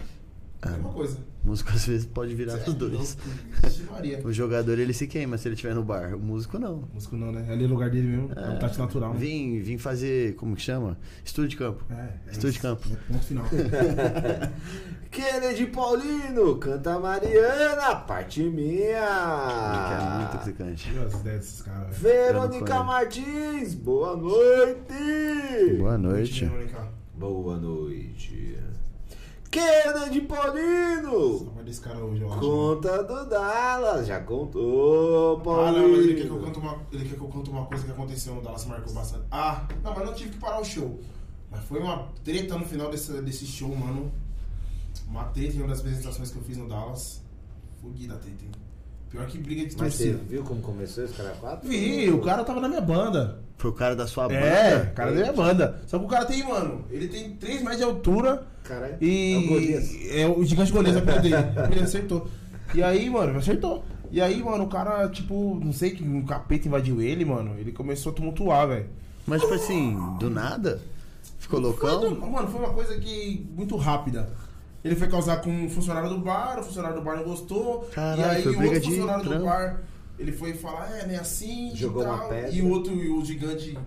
Ah.
É uma coisa.
Músico às vezes pode virar
Cê é
os dois.
louco, vixe Maria.
O jogador ele se queima se ele estiver no bar. O músico não.
Músico não, né? Ali é lugar dele mesmo. É um tate natural. né?
Vim, vim fazer, como que chama? Estudo de campo.
É, é
Estudo de campo.
isso. Ponto final.
Kennedy Paulino! Canta Mariana! Parte
Ah.
minha!
Que é muito picante.
Viu as ideias desses caras. velho?
Eu
Verônica
não
Martins! Boa noite!
Boa noite.
Verônica.
Boa noite. Kennedy Paulino!
Vai desse cara hoje, eu acho.
Conta do Dallas, já contou,
Ah, não, mas ele quer, que eu
Paulino.
conte uma, ele quer que eu conte uma coisa que aconteceu no Dallas, marcou bastante. Ah, não, mas não tive que parar o show. Mas foi uma treta no final desse, desse show, mano. Uma treta em uma das apresentações que eu fiz no Dallas. Fugida a treta, hein? Pior que briga de
Mas você
torcida.
viu como começou esse cara 4?
Vi, o cara tava na minha banda.
Foi o cara da sua
É,
banda?
o cara da minha banda. Só que o cara tem, mano, ele tem 3 metros de altura
Caralho.
e.
É o Golias.
É o gigante Golias, é o apelido dele. Ele acertou. E aí, mano, acertou. E aí, mano, o cara, tipo, não sei que um capeta invadiu ele, mano. Ele começou a tumultuar, velho.
Mas tipo assim, do nada? Ficou
Foi
loucão?
do- Mano, foi uma coisa que. muito rápida. Ele foi causar com um funcionário do bar, o funcionário do bar não gostou.
Caralho,
e aí
foi
o
briga
outro
de
funcionário do
trampo.
bar. Ele foi falar, é, né, assim
Jogou
e tal.
uma pedra.
E o outro, e o gigante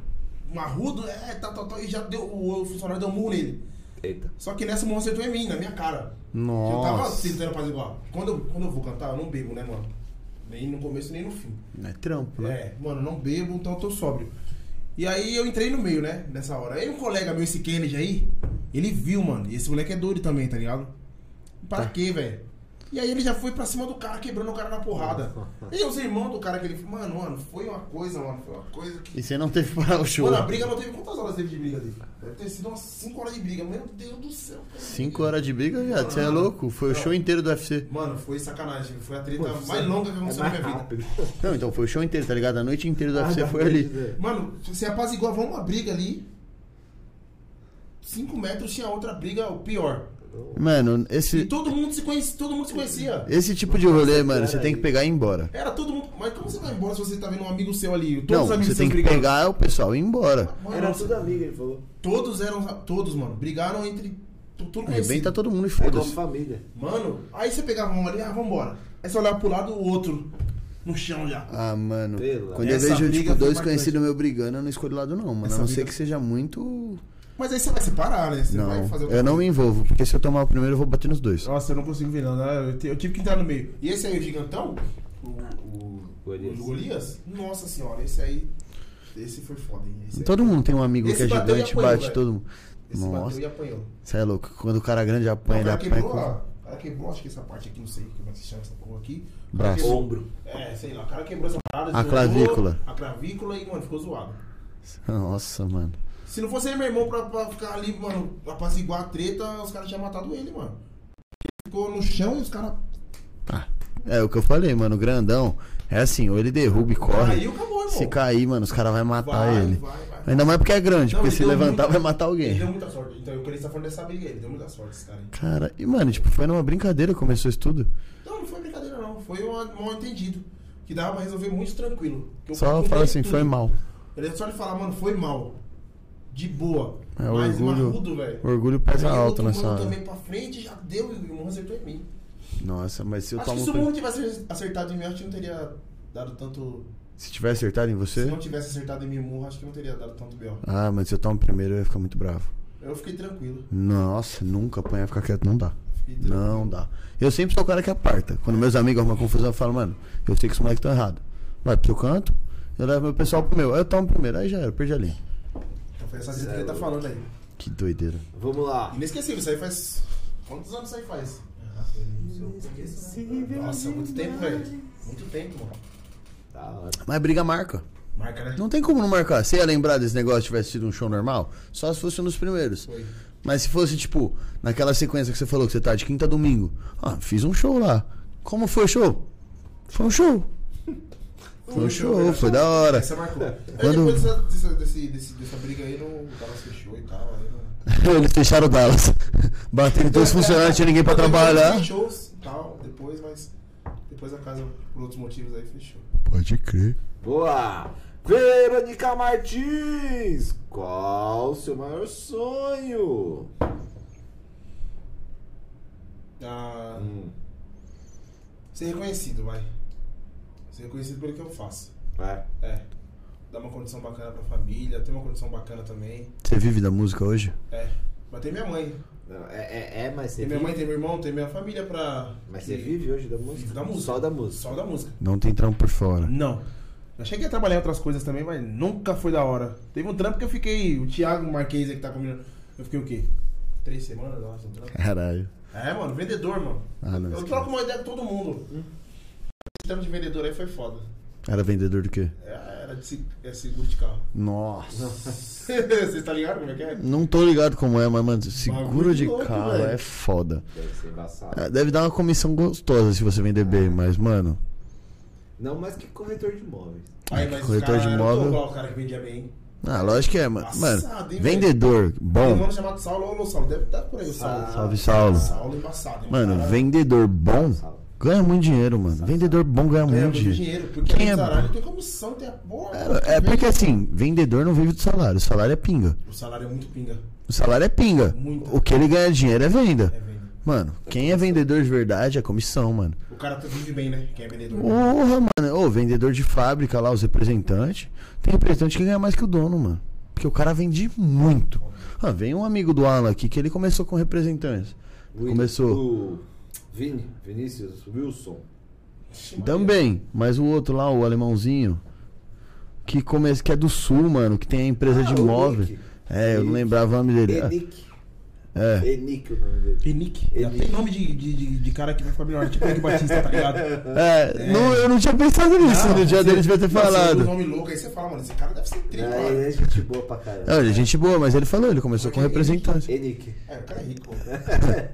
marrudo, é, tá, tá, tá, e já deu, o, o funcionário deu um murro nele.
Eita.
Só que nessa o murro acertou em mim, na minha cara. Eu tava
Nossa.
tentando fazer igual. Quando eu, quando eu vou cantar, eu não bebo, né, mano? Nem no começo, nem no fim.
Não é trampo, né?
É, mano, eu não bebo, então eu tô sóbrio. E aí eu entrei no meio, né? Nessa hora. Aí um colega meu, esse Kennedy aí, ele viu, mano. E esse moleque é doido também, tá ligado? Pra quê, velho? E aí ele já foi pra cima do cara, quebrando o cara na porrada. E os irmãos do cara que ele. Mano, mano, foi uma coisa, mano. Foi uma coisa que.
E você não teve que parar o show.
Mano, a briga não teve. Quantas horas teve de briga ali? Deve ter sido umas 5 horas de briga. Meu Deus do céu. cara.
5 horas de briga, viado. Você é louco. Foi o
Ah. Não.
show inteiro do UFC.
Mano, foi sacanagem. Foi a treta
Pô,
tá mais longa que aconteceu
é
na
mais
minha vida.
rápido.
Não, então foi o show inteiro, tá ligado? A noite inteira do
Ah,
UFC
dá
foi
pra
ali.
dizer.
Mano, se apaziguava uma briga ali, 5 metros tinha outra briga o pior.
Mano,
E
esse,
todo mundo se conhecia, todo mundo se conhecia.
esse tipo de rolê, mano,
cara
você tem
aí.
que pegar e ir embora.
Era todo mundo. Mas como você vai embora se você tá vendo um amigo seu ali? Todos
Não,
os amigos
você tem
seus
que
brigaram.
pegar o pessoal e ir embora.
Mano,
Era
Ah, nossa,
tudo amigo, ele falou.
Todos eram. Todos, mano. Brigaram entre. tu- Tudo
Arrebenta
conhecido.
tá todo mundo e
É igual
foda-se.
família.
Mano, aí você pegava um ali, ah, vambora. Aí você olhava pro lado, o outro. No chão já.
Ah, mano.
Pela-
Quando eu
Essa
vejo,
briga
tipo,
foi
dois
marcante.
conhecidos meu brigando, eu não escolho lado, não, mano.
Essa
a não
briga-
ser que seja muito.
Mas aí você vai separar, né? Você vai
Não,
fazer outra
eu não
coisa.
me envolvo, porque se eu tomar o primeiro, eu vou bater nos dois.
Nossa, eu não consigo ver nada. Eu, te- eu tive que entrar no meio. E esse aí, o gigantão? O, o,
Golias.
o Golias? Nossa senhora, esse aí. Esse foi foda, hein? Esse, aí-
Todo mundo tem um amigo
Esse
que é
bateu e
gigante,
apanhou,
bate
velho.
todo mundo.
esse bateu
Nossa,
e apanhou.
você é louco. Quando o cara grande
Não,
apanha,
o
ele
cara
apanha.
quebrou, ó,
com-
o cara quebrou, acho que essa parte aqui, não sei como é que se chama essa porra aqui. O cara
Braço.
quebrou-
Ombro.
É, sei lá, o cara quebrou essa parada.
A
desmontou
clavícula.
A clavícula e, mano, ficou zoado.
Nossa, mano.
Se não fosse ele, meu irmão, pra, pra ficar ali, mano, apaziguar a treta, os caras tinham matado ele, mano. Ele Ficou no chão e os caras.
É o que eu falei, mano. o Grandão. É assim, ou ele derruba e corre.
Aí acabou, irmão.
Se cair, mano, os caras vão matar
Vai,
ele.
vai, vai.
Ainda mais porque é grande,
Não,
porque
ele
se
um deu
levantar
muita-
vai matar
Ele deu
alguém.
muita sorte. Então eu queria estar falando dessa briga aí. Ele deu muita sorte, esse cara. aí.
Cara, e mano, tipo, foi numa brincadeira que começou isso tudo.
Não, não foi brincadeira, não. Foi um mal entendido. Que dava pra resolver muito tranquilo. Que eu
Só
contei
fala assim,
tudo.
foi mal.
Ele é só ele falar, mano, foi mal. De boa.
É, o
Mas
orgulho-
marrudo, velho.
O orgulho pesa
Aí o
alto
outro
nessa
mano
hora.
também pra frente, já deu e o irmão acertou em mim.
Nossa, mas se eu
acho que
tomo.
se o
pri-
mundo tivesse acertado em mim, acho que não teria dado tanto.
Se tiver acertado em
Se
você.
não tivesse acertado em mim o murro, acho que não teria dado tanto B.O.
Ah, mas se eu tomo primeiro, eu ia ficar muito bravo.
Eu fiquei tranquilo.
Nossa, nunca apanhar ficar quieto, não dá.
Fiquei tranquilo.
Não dá. Eu sempre sou o cara que aparta. Quando meus amigos arrumam confusão, eu falo, mano, eu sei que os moleques estão errados. Vai pro seu canto, eu levo meu pessoal pro meu. Aí eu tomo primeiro, aí já era, perdi a linha.
Então foi essa treta que ele tá
Zero.
falando aí.
Que doideira.
Vamos lá.
Inesquecível, isso aí faz. Quantos anos isso aí faz? Nossa, muito tempo, velho. Muito tempo, mano.
Tá, ó.
Mas briga marca.
Marca, né?
Não tem como não marcar. Você ia lembrar desse negócio se tivesse sido um show normal? Só se fosse um dos primeiros.
Foi.
Mas se fosse, tipo, naquela sequência que você falou que você tá de quinta a domingo. Ah, fiz um show lá. Como foi o show? Foi um show. Foi um show, foi da hora.
né? Essa marcou. Aí
Quando-
depois dessa, dessa, desse, desse- dessa briga aí, não, o cara se fechou e tal. Aí não...
Eles fecharam o Dallas. Bateram em todos os funcionários, não tinha ninguém pra
Eu tentei
trabalhar.
fazer shows e tal, depois, mas depois a casa, por outros motivos aí, fechou.
Pode crer.
Boa! Verônica Martins! Qual o seu maior sonho?
Ah,
Hum,
Ser reconhecido, vai. Ser reconhecido pelo que eu faço.
vai.
É. Dar uma condição bacana pra família, ter uma condição bacana também.
Você vive da música hoje?
É. Mas tem minha mãe.
Não, é, é, é, mas você
Tem minha
vive.
mãe, tem meu irmão, tem minha família pra.
Mas
que-
você vive hoje da música?
Vivo da música.
Só da música.
Só da música.
Não tem trampo por fora.
Não. Eu cheguei a trabalhar em outras coisas também, mas nunca foi da hora. Teve um trampo que eu fiquei. O Thiago Marquês aí que tá comigo. Eu fiquei o quê? Três semanas, eu acho, no trampo.
Caralho.
É, mano, vendedor, mano.
Ah, não.
Eu troco uma ideia com todo mundo. Esse trampo de vendedor aí foi foda.
Era vendedor do quê?
É, Era de se- é seguro de carro.
Nossa.
Vocês tá ligado como é que é?
Não tô ligado como é, mas, mano, seguro
Bagulho
de
louco,
carro
velho.
é foda.
Deve ser embaçado.
É, Deve dar uma comissão gostosa se você vender bem, mas, mano,
Não, mas que corretor de imóveis.
Aí,
que
mas
corretor
o cara
de
era
imóvel.
todo igual o cara que vendia bem.
ah, lógico que é, mano. Mano,
Embaçado, hein,
vendedor
Tem um
bom.
mano chamado Saulo, ô, ô, Saulo, deve estar por aí o Saulo.
Salve, Saulo.
Saulo embaçado. hein,
Mano,
cara?
vendedor bom ganha muito dinheiro, mano. Vendedor bom ganha
Ganha
muito
muito
dinheiro.
dinheiro, porque
Quem
Quem
é
o salário
bom?
tem comissão, tem a boa.
É, é porque assim, vendedor não vive do salário, o salário é pinga.
O salário é muito pinga.
O salário é pinga.
Muito.
O que ele ganha dinheiro é venda.
É, velho.
Mano, quem é vendedor de verdade é comissão, mano.
O cara tá vive bem, né? Quem é vendedor.
Porra, mano. Ô, vendedor de fábrica lá, os representantes. Tem representante que ganha mais que o dono, mano. Porque o cara vende muito. Ah, vem um amigo do Alan aqui que ele começou com representantes.
Will-
Começou.
o Vini, Vinícius Wilson.
Também, mas o outro lá, o alemãozinho, que, come... que é do sul, mano, que tem a empresa
Ah,
de
o
imóvel.
Nick.
É, eu não
Nick.
lembrava o nome dele.
Enick.
É.
Enick o nome dele.
Enick.
Enick.
Tem nome de, de, de, de cara que vai ficar melhor, tipo Eric Batista, tá ligado?
É, Não, eu não tinha pensado nisso no dia dele devia ter
Um
falado.
nome louco, aí você fala, mano, esse cara deve ser
Ah,
trigo, mano.
ele é gente boa pra caramba.
Olha, gente boa, mas ele falou, ele começou com representante.
Enick.
É, o cara é rico.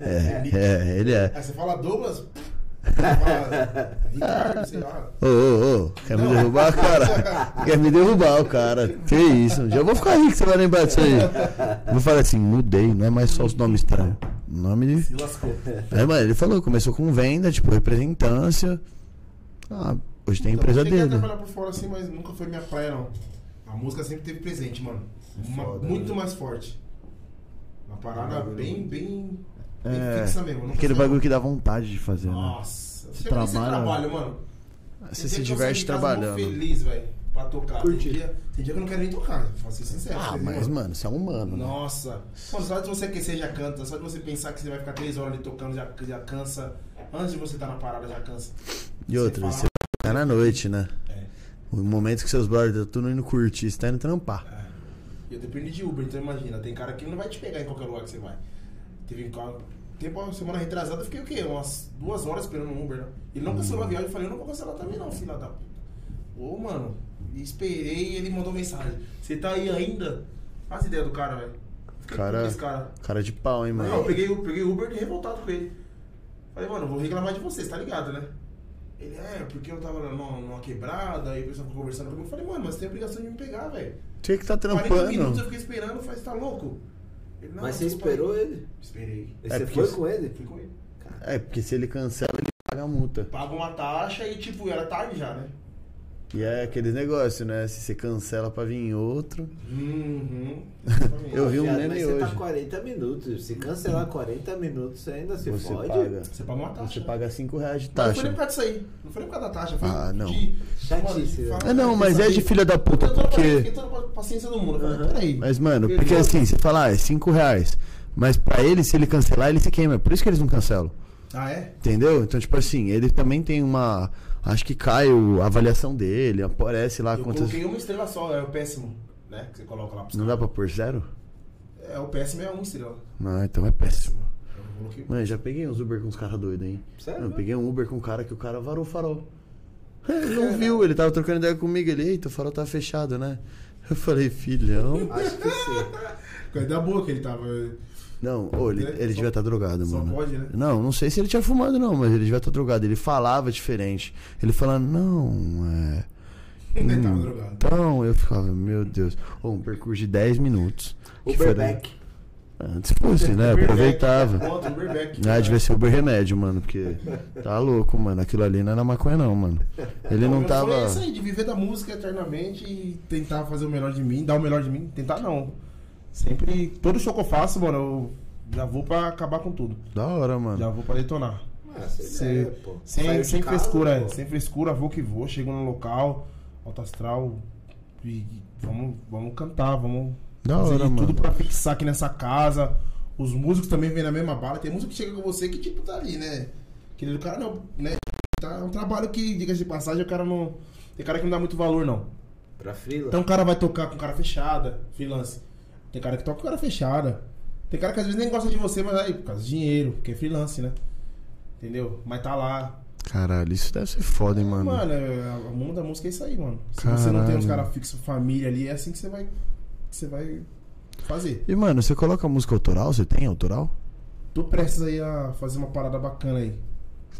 É, ele é.
Aí você fala Douglas, você fala Ricardo, sei lá.
Ô, ô, ô, quer me derrubar, cara? Quer me derrubar, o cara. Que isso, um dia eu vou ficar rico, você vai lembrar disso aí. Vou falar assim, mudei, não é mais só os nomes estranhos. Nome de.
Se lascou.
É, mano, ele falou, começou com venda, tipo, representância. Ah, hoje tem a empresa
Então, Eu cheguei a
dele.
trabalhar por fora assim, mas nunca foi minha praia, não. A música sempre teve presente, mano. Uma-
Foda,
muito
né?
mais forte. Uma parada
bagulho
bem, bem, bem
É,
fixa mesmo. Não
Aquele
precisa-
bagulho que dá vontade de fazer, né?
Nossa,
Você
você trabalha,
trabalha-
trabalho, mano.
Você se
Tem dia que eu
diverte
saio de casa mó
trabalhando.
feliz, velho, pra tocar. Tem
Curte.
dia, tem dia que eu não quero nem tocar, pra ser sincero.
Ah,
Tem
mas,
dia-
mano, você é humano. né?
Nossa. Mano, só de você aquecer já canta. Só de você pensar que você vai ficar três horas ali tocando já, já cansa. Antes de você estar na parada já cansa.
E outra,
fala-
você tá na noite, né?
É.
O momento que seus brothers estão tudo indo curtir, você tá indo trampar.
É. E eu dependo de Uber, então imagina. Tem cara que não vai te pegar em qualquer lugar que você vai. Teve um cara... Tempo, uma semana retrasada, eu fiquei o quê? Umas duas horas esperando um Uber, né? Ele não cancelou a viagem. Eu falei, eu não vou cancelar também não, filha da puta. Ô, mano. E esperei e ele mandou mensagem. Você tá aí ainda? Faz ideia do cara, velho. Fiquei puto com
Cara,
esse cara.
cara de pau, hein,
Não, eu
mano? é-
peguei, eu peguei o Uber de revoltado com ele. Falei, mano, eu vou reclamar de vocês, tá ligado, né? Ele, é, porque eu tava numa, numa quebrada, aí o pessoal ficou conversando comigo. Eu falei, mano, mas você tem obrigação de me pegar, velho.
Tinha que tá
40 minutos eu
trampando.
fiquei esperando, eu falei, você tá louco? Ele, não,
Mas você
desculpa aí.
esperou ele?
Esperei.
E
É
Você
porque
foi
isso-
com ele?
Fui com ele.
É, porque se ele cancela, ele paga a multa.
Paga uma taxa e, tipo, era tarde já, né?
E é aquele negócio, né? Se você cancela pra vir em outro.
Uhum.
Eu vi um
Viado,
meme
mas você
hoje.
tá 40 minutos. Se cancelar 40 minutos, você ainda se
Você
fode.
paga.
Você pagou uma taxa.
Você paga 5 reais de
Mas Não foi
taxa.
nem por causa disso aí. Não foi nem por causa da taxa. Foi
Ah, não.
De...
Chatice, né?
É não, mas é de filha da puta,
Eu tô eu
porque.
fiquei toda a paciência do mundo. Eu falei,
Aham.
peraí.
Mas, mano, porque assim, você fala, ah, é 5 reais. Mas pra ele, se ele cancelar, ele se queima. É Por isso que eles não cancelam.
Ah, é?
Entendeu? Então, tipo assim, ele também tem uma. Acho que cai o- a avaliação dele, aparece lá
eu
quantas.
coloquei uma estrela só, é o péssimo, né? Que você coloca lá pros
Não dá pra pôr zero?
caras. É, o péssimo é uma estrela.
Não, então é péssimo.
Eu coloquei.
Mano, eu já peguei uns Uber com uns caras doidos, hein?
Sério?
Eu peguei um Uber com um cara que o cara varou o farol. Ele não viu, ele tava trocando ideia comigo. Ele, eita, o farol tá fechado, né? Eu falei, filhão.
Acho que sim.
é
Coisa da boa que ele tava.
Não, ô, ele, ele
é Só-
devia estar drogado,
só
mano.
pode, né?
Não, não sei se ele tinha fumado, não, mas ele devia estar drogado. Ele falava diferente. Ele falando, não, é.
ele tava
Hum,
drogado.
Então, eu ficava, meu Deus. Ô, um percurso de 10 minutos. Que foi-
Uberback.
Antes fosse, né?
Uberback.
Aproveitava.
Contra o Uberback.
Ah, devia ser Uber Remédio, mano, porque tá louco, mano. Aquilo ali não era maconha, não, mano. Ele não
meu sonho É
tava.
isso aí, de viver da música eternamente e tentar fazer o melhor de mim, dar o melhor de mim. Tentar não. Sempre. Todo show que eu faço, mano, eu já vou pra acabar com tudo.
Da hora,
Já
mano.
vou pra detonar.
Ah, você
Sem-
é, pô. Saiu
Sem,
de
sem
casa,
frescura,
pô.
é. sem frescura, vou que vou, chego no local, alto astral, e vamos, vamos cantar, vamos
Da
fazer
hora,
de tudo
mano.
pra fixar aqui nessa casa. Os músicos também vêm na mesma bala. Tem músico que chega com você que, tipo, tá ali, né? Aquele do cara não, né? Tá, é um trabalho que, diga de passagem, o cara não. Tem cara que não dá muito valor, não.
Pra Frila.
Então o cara vai tocar com cara fechada, freelance. Tem cara que toca com cara fechada. Tem cara que às vezes nem gosta de você, mas aí, por causa de dinheiro, porque é freelance, né? Entendeu? Mas tá lá,
Caralho, isso deve ser foda, hein, mano.
Mano, é- o mundo da música é isso aí, mano. Se você não tem uns
Caralho.
caras fixos, família ali, é assim que você vai. que Você vai fazer.
E, mano, você coloca música autoral? Você tem autoral?
Tô prestes aí a fazer uma parada bacana aí.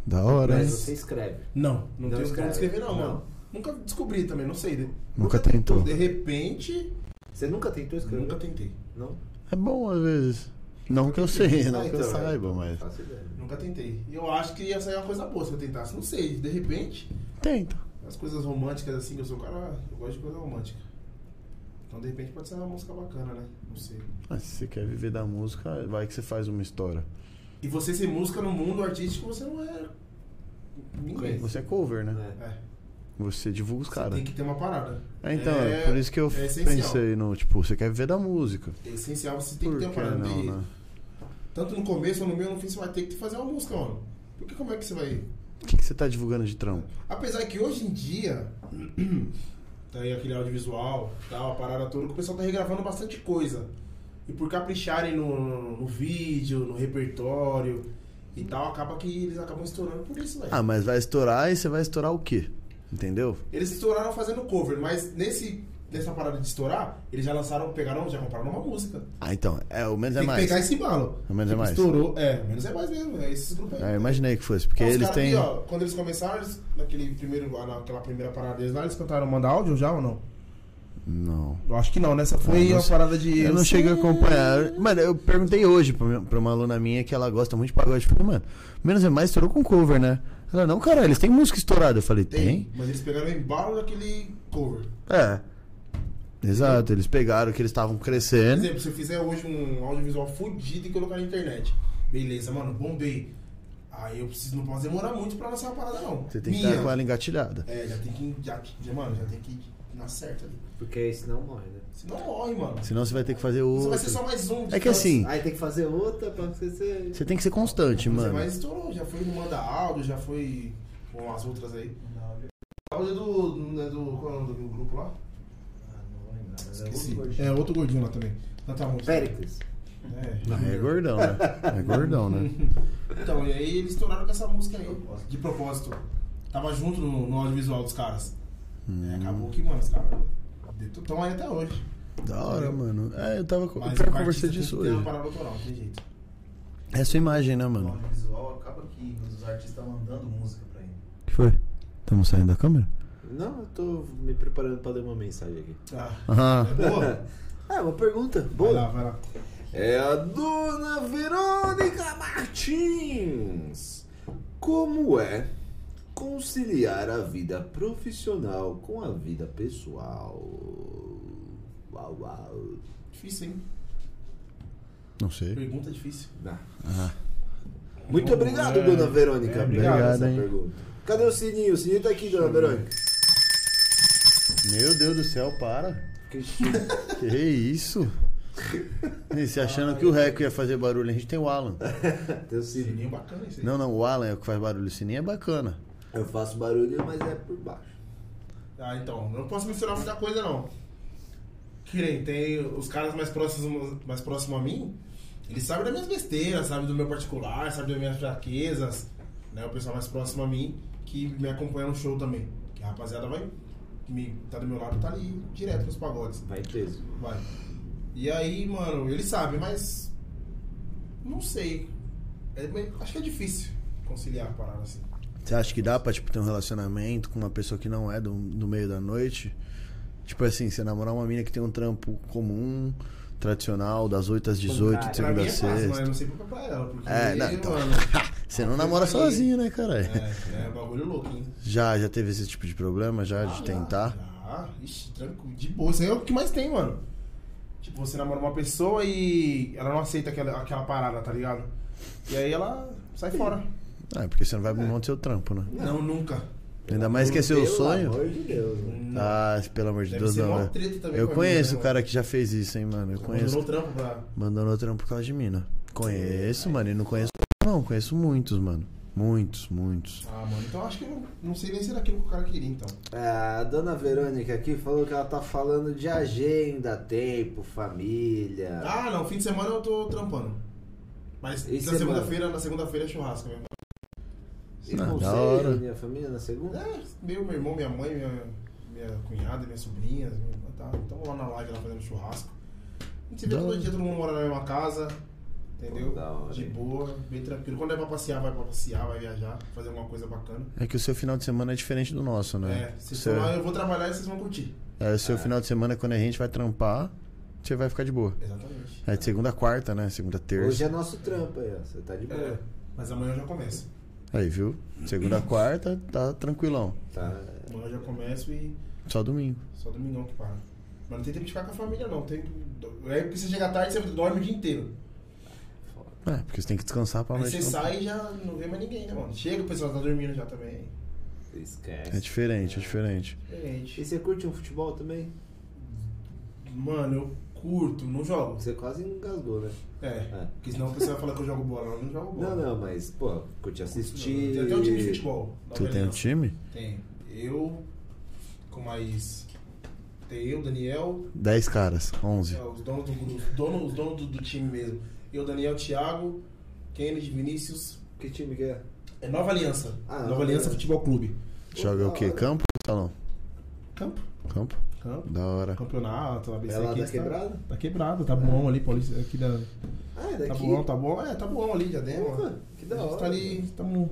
Da hora, hein?
Mas você escreve.
Não, não,
Não
tenho como
escreve.
escrever, não,
Não.
mano. Nunca descobri também, não sei. né?
Nunca tentou.
De repente,
Você nunca tentou escrever?
nunca tentei.
Não?
É bom, às vezes. Não que eu sei, não
Ah,
que eu
então,
saiba, mas.
Faço ideia.
Nunca tentei. E eu acho que ia sair uma coisa boa se eu tentasse. Não sei, de repente.
Tenta.
As coisas românticas assim, que eu sou um cara. Eu gosto de coisa romântica. Então, de repente, pode ser uma música bacana, né? Não sei.
Mas se você quer viver da música, vai que você faz uma história.
E você sem música no mundo artístico, você não é ninguém.
Você é cover, né?
É.
É,
Você divulga os
você
caras.
tem que ter uma parada.
É, então, é,
É-
por isso que eu
é essencial.
pensei no, tipo, você quer viver da música.
É essencial, você tem
Por
que ter
que
uma parada.
não,
de-
né?
Tanto no começo, ou no meio, ou no fim, você vai ter que fazer uma música, mano. Porque como é que você vai...
O que, que você tá divulgando de trampo?
Apesar que hoje em dia, tá aí aquele audiovisual, tal, a parada toda, que o pessoal tá regravando bastante coisa. E por capricharem no, no- no vídeo, no repertório e tal, acaba que eles acabam estourando por isso, velho.
Ah, mas vai estourar e você vai estourar o quê? Entendeu?
Eles estouraram fazendo cover, mas nesse, nessa parada de estourar, eles já lançaram, pegaram, já compraram uma música.
Ah, então, é, o menos é
Tem que
mais.
pegar esse balo.
O menos é
Tipo,
mais.
Estourou, é, o menos é mais mesmo, é esses grupos aí.
Ah, eu imaginei que fosse, porque
Ah, os
eles
caras
têm.
aqui, ó, quando eles começaram, eles, naquele primeiro, lá naquela primeira parada deles lá, eles cantaram Manda Áudio já ou não?
Não.
Eu acho que não, nessa
Ah,
foi
não
uma
sei.
parada de.
Eu não cheguei a acompanhar. Mano, eu perguntei hoje pra, minha- pra uma aluna minha que ela gosta muito de pagode. Eu falei, mano, menos é mais estourou com cover, né? Ela, não, cara, eles têm música estourada. Eu falei, tem?
Tem, mas eles pegaram o embalo daquele cover.
É. Exato, eles pegaram que eles estavam
Por
crescendo.
exemplo, se eu fizer hoje um audiovisual fudido e colocar na internet, beleza, mano, bombei. Aí eu preciso, não posso demorar muito pra lançar uma parada, não.
Você tem que
Minha.
estar com ela engatilhada.
É, já tem que. Já, já, mano, já tem que ir na certa ali.
Porque aí senão morre, né?
Senão morre, mano.
Senão você vai ter que fazer
Você vai ser
outro.
só mais um. de
Tá. É que
tantos.
assim,
Aí tem que fazer outra pra você ser.
você tem que ser constante, mano.
Mas estourou, já foi no Manda Áudio, já foi com as outras aí. Áudio do. não é do qual é o nome do grupo lá?
Ah,
Esqueci. É outro gordinho lá também. Canta a música.
Péricles.
É.
Ah, é gordão, né? É gordão, né?
Então, e aí eles estouraram com essa música aí, de propósito. Tava junto no, no audiovisual dos caras. É,
Hum.
acabou que, mano, os caras estão aí até hoje.
Da hora, mano. É, eu tava. Eu
Mas
tava
o artista
conversando
tem
disso
que ter
hoje.
uma parada autoral, não tem jeito.
É a sua imagem, né,
O
mano?
audiovisual acaba que os artistas estão mandando música pra ele.
O que foi? Estamos saindo da câmera?
Não, eu tô me preparando pra ler uma mensagem aqui.
Tá.
Aham.
Boa.
Ah, uma pergunta.
Vai
Boa.
lá, vai lá.
É a dona Verônica Martins. Como é conciliar a vida profissional com a vida pessoal? Uau, uau.
Difícil, hein?
Não sei.
Pergunta difícil.
Ah. Muito obrigado,
É.
dona Verônica.
É,
obrigado
obrigado,
essa
hein.
pergunta. Cadê o sininho? O sininho tá aqui, dona Verônica.
Meu Deus do céu, para.
Que chique.
Que isso? E você achando que o Reco ia fazer barulho? A gente tem o Alan.
Tem o sininho.
Sininho bacana isso aí.
Não, não, o Alan é o que faz barulho. O sininho é bacana.
Eu faço barulho, mas é por baixo.
Ah, então, eu não posso mencionar muita coisa, não. Que nem tem os caras mais próximos, mais próximos a mim, eles sabem das minhas besteiras, sabem do meu particular, sabem das minhas fraquezas, né? O pessoal mais próximo a mim, que me acompanha no show também. Que a rapaziada vai, me, tá do meu lado, tá ali direto nos pagodes.
Vai preso.
Vai. E aí, mano, ele sabe, mas. Não sei. É meio- acho que é difícil conciliar a parada assim.
Você acha que dá pra tipo, ter um relacionamento com uma pessoa que não é do, do meio da noite? Tipo assim, você namorar uma mina que tem um trampo comum, tradicional, das 8 às 18, de
Pra
segunda
mim
a
é fácil, mas eu
sexta.
não sei pra pra ela, porque.
É, não, então.
mano,
Você não namora sozinho, né, caralho?
É, é um bagulho louco, hein?
Já, já teve esse tipo de problema, já, de tentar?
Ah, ixi, tranquilo, de boa. Isso aí é o que mais tem, mano. Tipo, você namora uma pessoa e ela não aceita aquela, aquela parada, tá ligado? E aí ela sai fora.
Ah, é porque você não vai abrir mão do seu trampo, né?
Não, nunca.
Ainda mais que é seu
Pelo
sonho.
amor de Deus, né?
Não.
Ah, pelo amor de
Deve
Deus,
ser
não.
mó
né?
treta também
Eu
com a
conheço
mina,
o
né,
cara que já fez isso, hein, mano. Eu
Mandou
conheço.
o trampo pra.
Mandou no trampo por causa de mina. Conheço, mano. E não conheço. Não, conheço muitos, mano. Muitos, muitos.
Ah, mano, então acho que eu não, não sei nem se era aquilo que o cara queria, então.
É, A dona Verônica aqui falou que ela tá falando de agenda, tempo, família.
Ah, não, fim de semana eu tô trampando. Mas
E
na
semana?
segunda-feira, na segunda-feira é churrasco mesmo.
e
Ah, da
conselho,
hora.
minha família na segunda?
É, meu, meu irmão, minha mãe, minha, minha cunhada, minhas sobrinhas, minha, tá, tamo lá na live lá fazendo churrasco. A gente vê
Da
todo
hora.
dia, todo mundo mora na mesma casa, entendeu?
Pô, da hora,
De
hein?
boa, bem tranquilo. Quando é pra passear, vai pra passear, vai viajar, fazer alguma coisa bacana.
É que o seu final de semana é diferente do nosso, né?
É, se
Seu-
for lá, eu vou trabalhar e vocês vão curtir.
é, o seu final de semana, quando a gente vai trampar, você vai ficar de boa.
Exatamente.
É de segunda a quarta, né? Segunda a
Hoje
terça.
é nosso trampo aí, ó. Você tá de boa.
É, mas amanhã eu já começo.
Aí, viu? Segunda a quarta, tá tranquilão.
Tá.
Amanhã eu já começo e
Só domingo.
só domingão que para. Mas não tem tempo de ficar com a família, não. Tem... É porque você chega tarde, você dorme o dia inteiro.
Foda.
É, porque você tem que descansar pra
Aí
noite.
você
não-
sai e já não vê mais ninguém, né, mano? Chega, o pessoal tá dormindo já também.
Esquece.
É diferente, é diferente.
Diferente.
E você curte um futebol também?
Mano, eu curto, não jogo.
Você quase engasgou, né?
É,
É.
porque senão o pessoal vai falar que eu jogo bola. Eu não jogo bola.
Não, não, mas, pô, curte assistir.
Tem até um time de futebol. da
Tu tem um
Velença.
time?
Tem. Eu, com mais... Tem eu, Daniel,
10 caras, 11.
é, os donos do grupo, dono, os donos do, do time mesmo. Eu, Daniel, Thiago, Kennedy, Vinícius.
Que time que é?
É Nova Aliança.
Ah,
Nova
Nova
Aliança
Aliança.
Futebol Clube.
Joga o
da
quê?
hora.
Campo ou salão?
Campo.
Campo.
Campo.
Da hora.
Campeonato, ABC
É lá
aqui.
da
está-
quebrada?
Tá quebrado, tá bom ali, Paulista. Aqui da.
Ah, é
Tá
daqui.
bom,
Tá bom, é, tá bom ali, já demos.
Opa, que da hora.
Tá ali, estamos.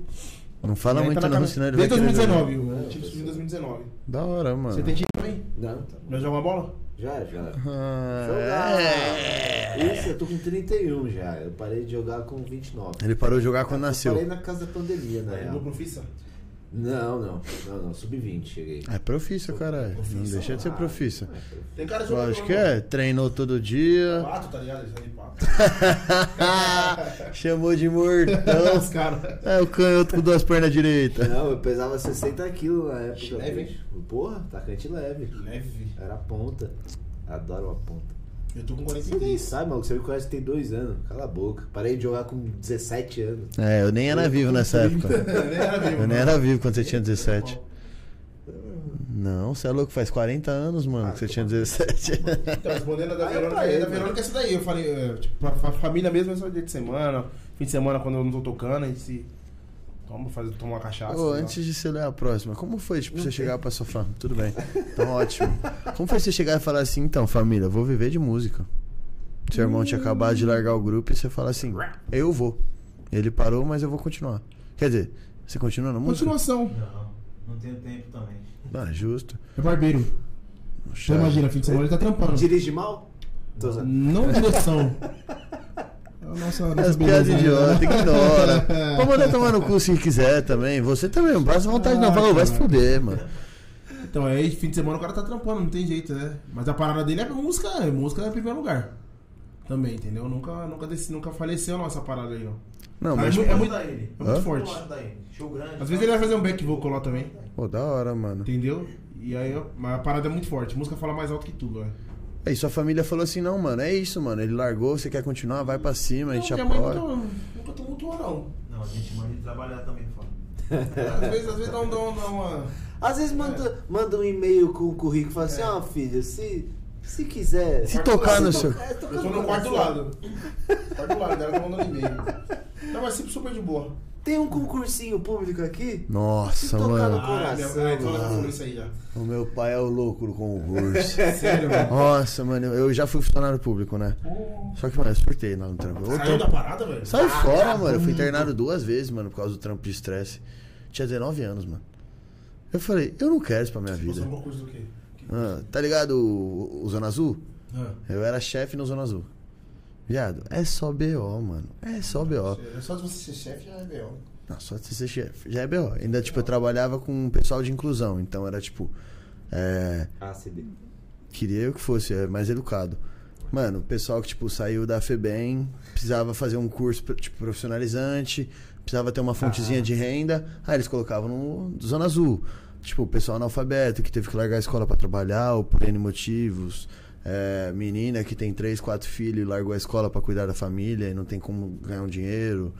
Não fala muito não, senão ele vai
Desde
querer
2019,
jogar. Ah.
o time surgiu em 2019.
Da hora, mano.
Você tem time também?
Não, tá bom.
Vai jogar uma bola?
Já, já.
Ah,
Jogar.
é.
Isso, eu tô com 31 já. Eu parei de jogar com 29.
Ele parou de jogar quando
Eu
nasceu.
parei na casa da pandemia,
É.
na
Jogou
real.
profissa?
Não, não. Não, não. Sub-20 cheguei.
É profissa, caralho. Não deixa de ser
Ah,
profissa.
não é profissa.
Tem cara de jogador,
Lógico que
mano.
é. Treinou todo dia.
Pato, tá ligado? Ele tá de pato.
Chamou de mortão.
Os caras.
É o canhoto com duas pernas direitas.
Não, eu pesava 60 quilos na época.
Leve,
bicho. Porra, atacante leve.
Leve.
Era ponta. Adoro uma ponta.
Eu tô com
Você
é
nem
43.
sabe, maluco. Você me conhece tem dois anos. Cala a boca. Parei de jogar com 17 anos.
É, eu nem era vivo nessa época.
Eu nem era vivo,
Eu nem
mano.
era vivo quando você tinha 17. Não, você é louco, faz 40 anos, mano, que você tinha 17.
Então, respondendo a da
Aí é
Verônica,
pra
aí,
ele, mano.
da
né?
Verônica é isso daí. Eu falei, é, tipo, pra, pra família mesmo é só dia de semana, fim de semana quando eu não tô tocando, a gente se toma, faz, toma uma cachaça.
Ô,
sei lá.
antes de você ler a próxima, como foi, tipo, você chegar pra sua família? Tudo bem, então ótimo. Como foi você chegar e falar assim, então, família, eu vou viver de música? Seu irmão tinha acabado de largar o grupo e você fala assim, eu vou. Ele parou, mas eu vou continuar. Quer dizer, você continua na música?
Continuação.
Não, não tenho tempo também.
Ah, justo.
É barbeiro.
É.
Você imagina, fim de semana ele tá trampando.
Dirige mal? Tô usando.
Não direção. É a Nossa, a nossa
As piadas
beleza, né?
idiotas, ignora. Vou mandar tomar no cu se quiser também. Você também, não passa vontade não.
Ah,
Fala, ô, vai se
cara.
fuder, mano.
Então aí, fim de semana o cara tá trampando, não tem jeito, né? Mas a parada dele é música, é música é primeiro lugar. Também, entendeu? Nunca, nunca, desci, nunca faleceu nossa parada aí, não.
Não,
Mas
mas.
mu-
Muito
é
é
muito-
da ele.
É muito
Hã?
forte.
Muito da ele. Show grande.
Às vezes ele vai fazer um back vocal lá também,
Pô, da hora, mano.
entendeu? E aí, ó, mas a parada é muito forte. Música fala mais alto que tudo, né? velho.
Aí sua família falou assim: não, mano, é isso, mano. Ele largou, você quer continuar, vai pra cima, a gente
minha mãe nunca,
apoia.
nunca tumultuou, não.
Não, a gente manda ele trabalhar também fora.
Às vezes, às vezes dá, um, dá, um, dá uma...
Às vezes manda, manda um e-mail com o currículo e fala
É.
assim, ó filho, se, se quiser.
Se tocar no
Se
seu.
é, tocar
Eu tô no quarto do
coração.
lado. quarto do lado, ela tá mandando e-mail. Não, mas sempre super de boa.
Tem um concursinho público aqui? Se
Nossa,
Então,
tocar
mano.
no cu. Coração,
minha mãe toda
mano.
falando isso aí já.
O meu pai é o louco do concurso.
Sério, mano.
Nossa, mano, eu já fui funcionário público, né? Só que, mano, eu surtei lá no trampo. Eu
Saiu da Ah, tá parada, velho?
Sai fora, mano. Eu fui internado duas vezes, mano, por causa do trampo de estresse. Tinha 19 anos, mano. Eu falei, eu não quero isso pra minha
Você
vida.
é concurso do quê? Que-
Ah, tá ligado o, o Zona Azul?
Ah,
Eu era chefe no Zona Azul. Viado, é só BO, mano. É só BO.
sério, Só de você ser chefe já é B.O.
Não, só de você ser chefe. Já é BO. Ainda, tipo, eu trabalhava com um pessoal de inclusão. Então era tipo. É,
Ah, se dê.
queria eu que fosse é, mais educado. Mano, o pessoal que, tipo, saiu da FEBEM, precisava fazer um curso, tipo, profissionalizante, precisava ter uma fontezinha de renda, aí eles colocavam no Zona Azul. Tipo, o pessoal analfabeto que teve que largar a escola pra trabalhar, ou por N motivos. É, menina que tem três, quatro filhos e largou a escola pra cuidar da família e não tem como ganhar um dinheiro.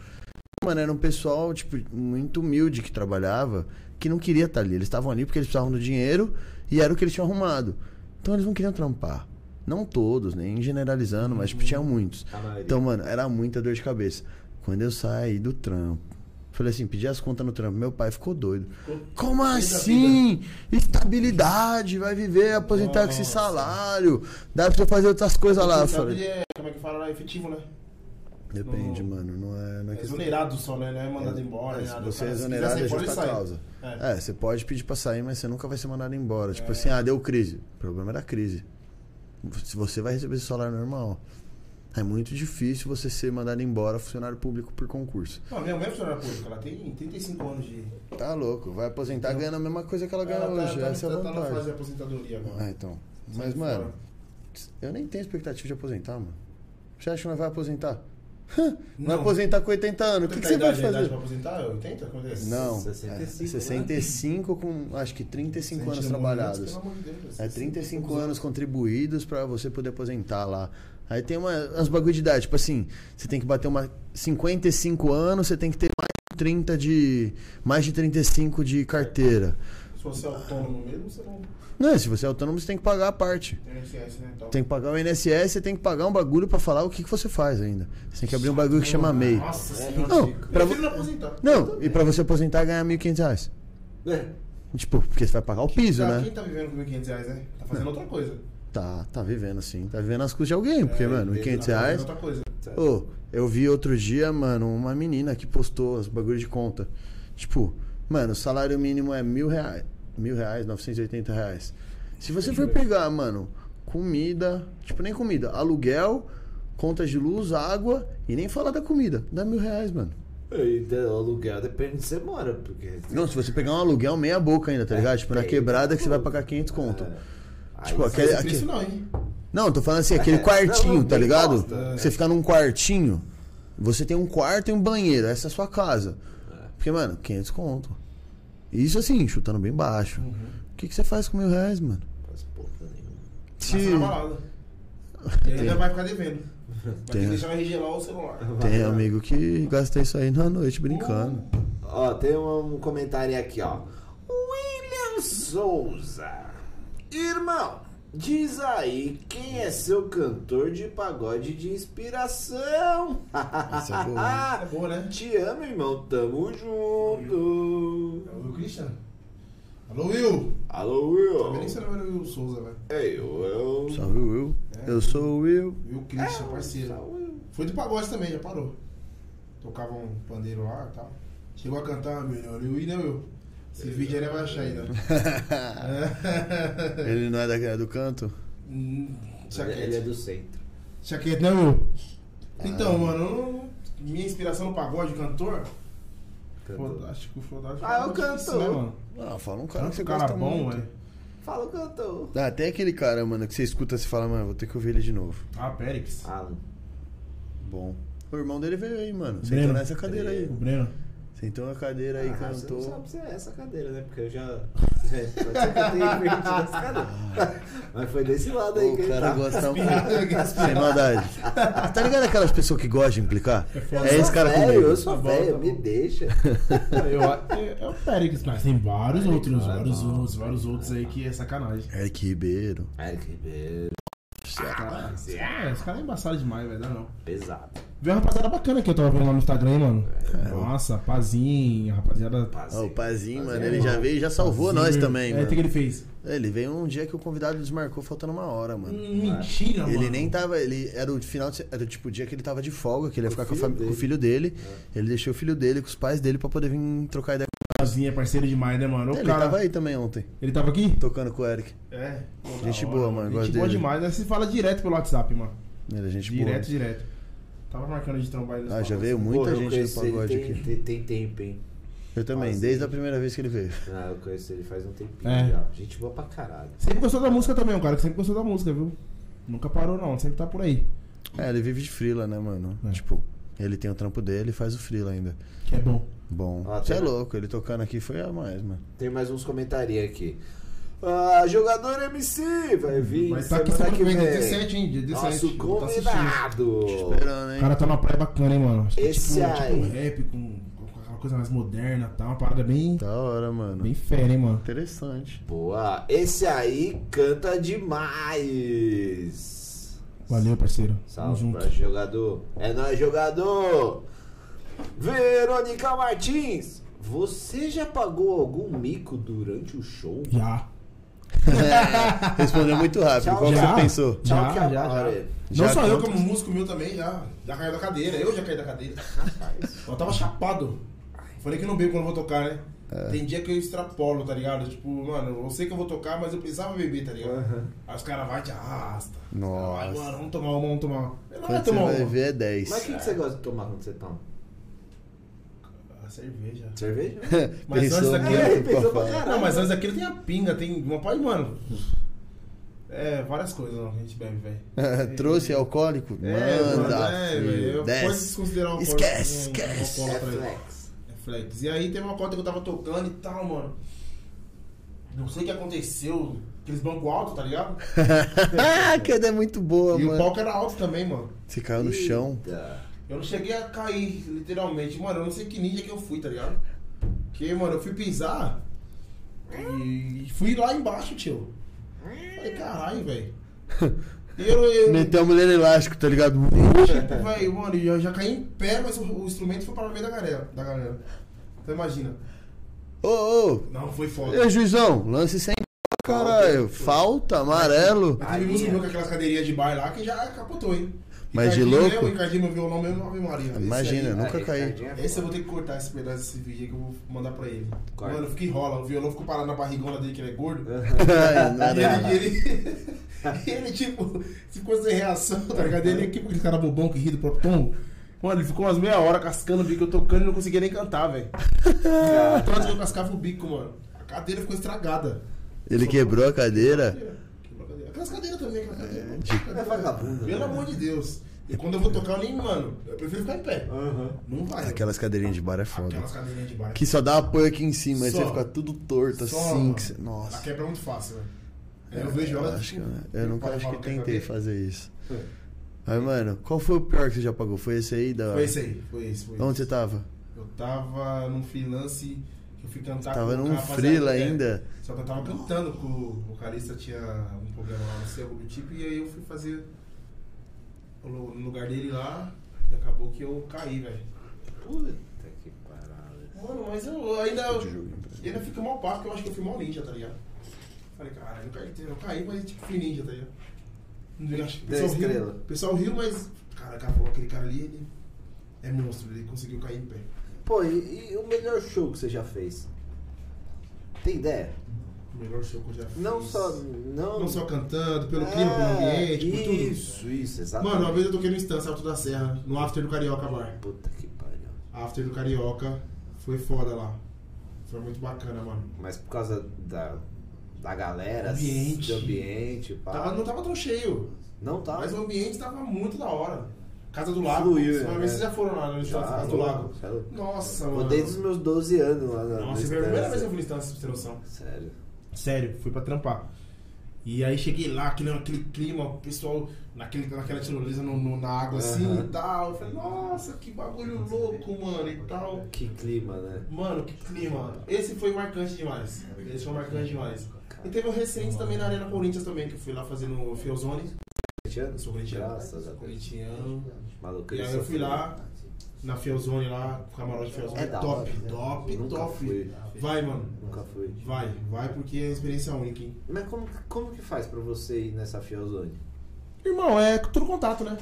Mano, era um pessoal, tipo, muito humilde que trabalhava, que não queria estar ali. Eles estavam ali porque eles precisavam do dinheiro e era o que eles tinham arrumado. Então eles não queriam trampar. Não todos, nem generalizando, mas tipo, tinha muitos.
A maioria.
Então, mano, era muita dor de cabeça. Quando eu saí do trampo, falei assim, pedi as contas no trampo. Meu pai ficou doido. Como assim? Estabilidade, vai viver, aposentar com esse
Nossa.
salário. Dá pra você fazer outras coisas Tá lá. Eu
Sabe, ele
falei,
é, como é que fala lá, efetivo, né?
Depende,
Não-
mano. Não é, não é
É
questão-
exonerado só, né? Não é mandado embora,
É,
nem
se
nada.
você é
Cara, se quiser
exonerado,
sair
é
fora,
justa
ele sai.
causa.
É.
É. você pode pedir pra sair, mas você nunca vai ser mandado embora. Tipo assim, ah, deu crise. O problema era a crise. Se Você vai receber seu salário normal. É muito difícil você ser mandado embora funcionário público por concurso.
Não, minha mãe é funcionária pública, ela tem 35 anos de.
Tá louco, vai aposentar ganhando a mesma coisa que ela ganha
Ela Então, tá,
hoje.
tá,
essa é a
tá, tá na fase
vantagem.
de aposentadoria agora.
Ah, então.
Sai
Mas,
fora.
mano, eu nem tenho expectativa de aposentar, mano. Você acha que nós vai aposentar? Não, vai aposentar com 80 anos. O que, que você vai
idade, tá a
fazer?
idade pra aposentar? 80? Quanto é?
Não.
65, né?
65 com acho que 35 anos
Gente, não,
trabalhados.
Pelo amor de Deus.
É 35 anos contribuídos pra você poder aposentar lá. Aí tem uma, umas bagulho de idade, tipo assim, você tem que bater uma 55 anos, você tem que ter mais de 30 de mais de 35 de carteira.
Se você é autônomo mesmo, você não
Não, se você é autônomo, você tem que pagar a parte.
tem INSS, né? Então,
Tem que pagar o INSS, você tem que pagar um bagulho pra falar o que, que você faz ainda. Você tem que abrir um bagulho que chama MEI.
Nossa senhora.
Não, pra vo-
Prefiro não aposentar.
não, e pra você aposentar ganhar 1.500 reais.
É.
Tipo, porque você vai pagar o piso,
Tá,
né?
Quem tá vivendo com 1.500 reais, né? Tá fazendo outra coisa.
Tá, tá vivendo assim. Tá vivendo as custas de alguém, porque, mano,
beleza,
1.500
Tá fazendo
reais.
outra coisa.
Ô, eu vi outro dia, mano, uma menina que postou os bagulhos de conta. Tipo, mano, o salário mínimo é mil reais. Mil reais, 980 reais. Se você for pegar, mano, comida, tipo, nem comida, aluguel, contas de luz, água e nem falar da comida, dá mil reais, mano.
E de- aluguel depende de onde você mora, porque.
Não, se você pegar um aluguel meia boca ainda, tá ligado? Tipo, na
é,
quebrada que você vai
pô.
pagar 500 conto.
É. Aí
Tipo,
você-
aquele,
Não é
aquele-
isso não, hein?
Não, tô falando assim, aquele
É,
quartinho,
não,
tá
bem
ligado?
bosta.
Você fica num quartinho, você tem um quarto e um banheiro, essa é a sua casa. Porque, mano, 500 conto. Isso assim, chutando bem baixo. O que, que você faz com mil reais, mano?
Faz porra nenhuma.
Se...
Passa na balada. E ainda vai ficar devendo. Vai ter
Tem.
que deixar regelar o celular.
Tem amigo que gasta isso aí na noite brincando.
Ó, tem um um comentário aqui, ó. William Souza. Irmão, diz aí quem é seu cantor de pagode de inspiração? Ah,
é boa,
É boa, né?
Te amo, irmão. Tamo junto.
É o Will Christian. Alô, Will!
Alô,
Também nem
Will.
sei o nome do Will Souza, né? velho.
É eu, eu.
Salve o Will. Eu sou o Will.
Will Christian, parceiro. Foi do pagode também, já parou. Tocava um pandeiro lá e tal. Chegou a cantar, melhor Will, né, Will? Esse vídeo ele vai achar ainda. É.
Ele não é da, do canto?
Hum,
Ele é
Chaquete.
do centro.
Chaquete, né, Will?
Ah.
Então, mano, eu não- minha inspiração no pagode, cantor,
Cantor.
Fodástico, fodástico.
Ah, eu canto.
Isso, né, mano?
Não, fala um cara é.
Tanto
que você
cara
gosta
bom,
muito.
velho.
Fala o cantor.
Ah, tem aquele cara, mano, que você escuta e você fala, mano, vou ter que ouvir ele de novo.
Ah, Périx.
Alan.
Bom. O irmão dele veio aí, mano. Sentou
Breno.
nessa cadeira aí.
O Breno.
Sentou na cadeira aí,
Ah, Você não
cantou.
sabe se é essa cadeira, né? Porque eu já. É, pode ser que eu tenha invertido essa cadeira. Mas foi desse lado aí
Pô,
que
o
ele
cara
tá.
gosta Sem maldade. Tá ligado aquelas pessoas que gostam de implicar? É esse cara
velho,
comigo.
Eu sou
Tá bom,
velho,
tá
me
bom.
deixa.
Eu, é, é o Périx, mas tem vários
Périx,
outros,
ah,
vários
não.
outros, vários outros aí que é sacanagem.
Eric Ribeiro.
Eric Ribeiro,
é
Caralho, esse cara- esse cara é embaçado demais, velho. Dá não.
pesado.
Veio uma rapaziada bacana que eu tava vendo lá no Instagram, hein, mano.
É.
Nossa, Pazinho, a rapaziada.
Ó, o Pazinho, mano,
é
ele já veio e já salvou
Pazinho,
nós
velho.
também,
É,
mano.
tem que ele fez.
Ele veio um dia que o convidado desmarcou faltando uma hora,
Hum,
mano.
Mentira, mano.
Ele nem tava, ele era o final, de se- era tipo o dia que ele tava de folga, que ele ia ficar com, a
filho
fami- com o
dele.
filho dele. Ele deixou o filho dele com os pais dele pra poder vir trocar ideia.
Pazinho é parceiro demais, né, mano? O
Ele
cara.
tava aí também ontem,
Ele tava aqui?
tocando com o Eric.
É.
Gente boa, mano, gosto
Gente boa
dele.
demais. Aí se fala direto pelo WhatsApp, mano.
Ele é gente
direto,
boa.
direto. Tava marcando de trabalho.
Ah, já
palavras.
veio muita
Porra, eu
gente do
conheci
pagode
ele tem,
aqui.
Tem, tem tempo, né? hein?
Eu também,
Pazinho.
desde a primeira vez que ele veio.
Ah, eu conheço ele faz um tempinho
É.
já. Gente boa pra caralho.
Sempre gostou da música também, um cara que sempre gostou da música, viu? Nunca parou, não. Sempre tá por aí.
É, ele vive de frila, né, mano?
É.
Tipo, ele tem o trampo dele e faz o frila ainda.
Que é bom.
Bom,
Ah,
você é
tá.
louco, ele tocando aqui foi a mais, mano.
Tem mais uns comentários aqui. Ah, jogador MC, vai vir
Mas tá
semana,
aqui semana
é
que vem.
dia 17, hein? Dia 17.
Nosso
tá assistindo.
convidado.
Esperando,
O
hein?
cara tá numa praia bacana, hein, mano? Acho que é
Esse
tipo,
aí.
tipo rap com, com aquela coisa mais moderna, tá? Uma parada bem,
Da hora, mano.
bem fera, hein, mano?
Interessante.
Boa, esse aí canta demais.
Valeu, parceiro. Tamo
Salve
junto.
pra jogador. É nóis, jogador! Verônica Martins, você já pagou algum mico durante o show?
Já.
Respondeu muito rápido.
Tchau,
Qual que
já.
você pensou?
Já,
que
já, já.
agora- é.
Já
Não só eu,
conta.
como
Como músico meu também, já, já caiu da cadeira. Eu já caí da cadeira. Eu tava chapado. Falei que não bebo quando vou tocar, né?
É.
Tem dia que eu extrapolo, tá ligado? Tipo, mano, eu sei que eu vou tocar, mas eu precisava beber, tá ligado? Aí os caras vão e te arrasta. Os caras vão,
Nossa.
Mano, vamos tomar uma, vamos tomar uma. Eu não
Quando
ia
você
tomar
vai
um
uma.
ver é 10.
Mas o que, que você gosta de tomar quando você toma?
Ah, cerveja.
Cerveja?
Mas antes
Pensou
daquilo-
muito,
pensou pra
papai.
caralho.
Não, mas antes daquilo tem a pinga, tem uma pai, mano. É, várias coisas não, que a gente bebe, velho.
Trouxe alcoólico? Manda.
é,
filho,
velho. Eu posso
desce.
desconsiderar um
Esquece, esquece.
Um, um alcoólatra aí.
Reflex.
É flex. E aí teve uma cota que eu tava tocando e tal, mano. Não sei o que aconteceu. Aqueles bancos altos, tá ligado?
Ah, que é muito boa,
e o
mano.
palco era alto também, mano.
Você caiu Tá no chão.
Eu não cheguei a cair, literalmente. Mano, eu não sei que ninja que eu fui, tá ligado? Porque, mano, eu fui pisar e fui lá embaixo, tio. Falei, caralho, velho. E eu, eu,
Meteu a mulher elástico, tá ligado?
tipo, velho, mano, e eu já caí em pé, mas o, o instrumento foi pra ver da galera. Da galera. Então imagina.
Ô, ô.
Não, foi foda.
Ei, juizão, lance sem caralho. Falta, amarelo.
Mas teve música um meu com aquelas cadeirinhas de bar lá que já capotou, hein?
Mas de
Ricardinho,
louco?
Eu, Ricardinho, meu violão mesmo, Ave Maria. Esse
Imagina, nunca caí.
Ricardinho é
aí- tá, Esse eu vou ter que cortar esse pedaço desse vídeo aí que eu vou mandar pra ele.
Corta.
Mano, fica enrola. O violão ficou parado na barrigona dele, que ele é gordo.
Ai,
E
nada.
ele, e ele, e ele, tipo, ficou sem reação, tá ligado? Ele aqui, aquele cara bobão que ri do próprio tom. Mano, ele ficou umas meia hora cascando o bico, eu tocando e não conseguia nem cantar, velho. Tanto que eu cascava o bico, mano. A cadeira ficou estragada.
Ele quebrou a cadeira.
Quebrou a cadeira. Aquelas cadeiras também, aquelas cadeiras.
É vagabundo.
né?
Pelo amor de Deus. E quando eu vou tocar, eu nem, mano, eu prefiro ficar em pé.
Aham.
Não vai.
Aquelas cadeirinhas de bar é foda.
Aquelas cadeirinhas de bar.
Que só dá apoio aqui em cima, aí
Só.
você fica tudo torto
Só,
assim.
mano.
que você-
A
Nossa.
quebra é muito fácil, velho. Aí eu vejo
É, eu
ela.
acho que, é.
tipo,
eu nunca
falo,
acho que
falo, quer
tentei
saber?
fazer isso.
É.
Mas, mano, qual foi o pior que você já pagou? Foi esse aí da.
Foi esse aí, foi esse. Foi esse.
Onde você tava?
Eu tava num freelance que eu fui cantar
Tava
com o
num
rapaziada,
frila
Ah, é.
ainda.
Só que eu tava cantando com o vocalista, tinha um problema lá, não sei, algum tipo, e aí eu fui fazer o lu- no lugar dele lá e acabou que eu caí, velho.
Puta que parada.
Mano, mas eu ainda.
tipo
Eu, ainda fico mal papo, porque eu acho que eu fui mal ninja, tá ligado? Falei, cara, eu caí, eu caí, mas tipo, fui ninja, tá ligado? Eu acho que o
Deu
pessoal riu-
estrela.
O pessoal riu, mas. Cara, o cara falou aquele cara ali, ele é monstro, ele conseguiu cair em pé.
Pô, e, e o melhor show que você já fez? Tem ideia?
O melhor show que eu já fiz.
Não só. Não, É,
Não só cantando, pelo clima, pelo ambiente, por tudo.
Isso, isso, exatamente.
Mano, uma vez eu toquei no Instância Alto da Serra, no After do Carioca Bar.
Puta que pariu.
After do Carioca foi foda lá. Foi muito bacana, mano.
Mas por causa da, da galera,
Ambiente.
do ambiente, pá.
Tava, não tava tão cheio,
Não tá.
mas o ambiente tava muito da hora. Casa do Lago.
Fluiu,
Vocês-
né?
mas Vocês já foram lá no Instância,
Tá,
Casa do Lago.
é
Nossa,
Pô,
mano.
desde os meus 12 anos lá na.
Nossa,
na
foi a primeira
estância.
vez que eu fui no Instância, pra você ter noção.
Sério.
né? Sério, fui pra trampar. E aí cheguei lá, aquele, aquele clima, o pessoal naquele, naquela tirolesa no- no- na água assim
Aham.
e tal. Eu falei, nossa, que bagulho louco, mano, e tal.
Que clima, né?
Mano, que clima. Esse foi marcante demais. Esse foi marcante demais. E teve o recente também na Arena Corinthians também, que eu fui lá fazendo o Fiozone. Eu
Corintiano?
sou corintiano.
Graças a Deus.
Corintiano.
Maluco,
E
ele
aí eu
só
fui lá, na Fiozone lá, com o camarote Fiozone.
É da
top,
hora.
top,
Nunca
top.
fui.
Vai, mano.
Nunca fui.
Vai, vai porque é experiência única, hein?
Mas como, como que faz pra você ir nessa Fielzone?
Irmão, é tudo contato, né?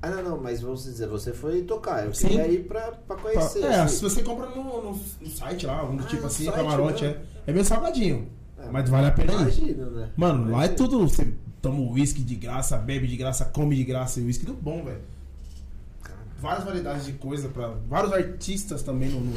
Ah, não, não, mas vamos dizer, você foi tocar. Eu
Sim.
queria ir pra, pra conhecer.
É, se
assim.
você compra no, no- no site lá, um
Ah,
tipo
no
assim,
site,
camarote,
né?
é. É meio salgadinho.
É,
Mas vale a pena ir.
Imagina, né?
Mano, lá é
Mas-
tudo. Você toma
um
uísque de graça, bebe de graça, come de graça. E uísque do bom, velho.
Várias variedades de coisa pra. Vários artistas também no, no,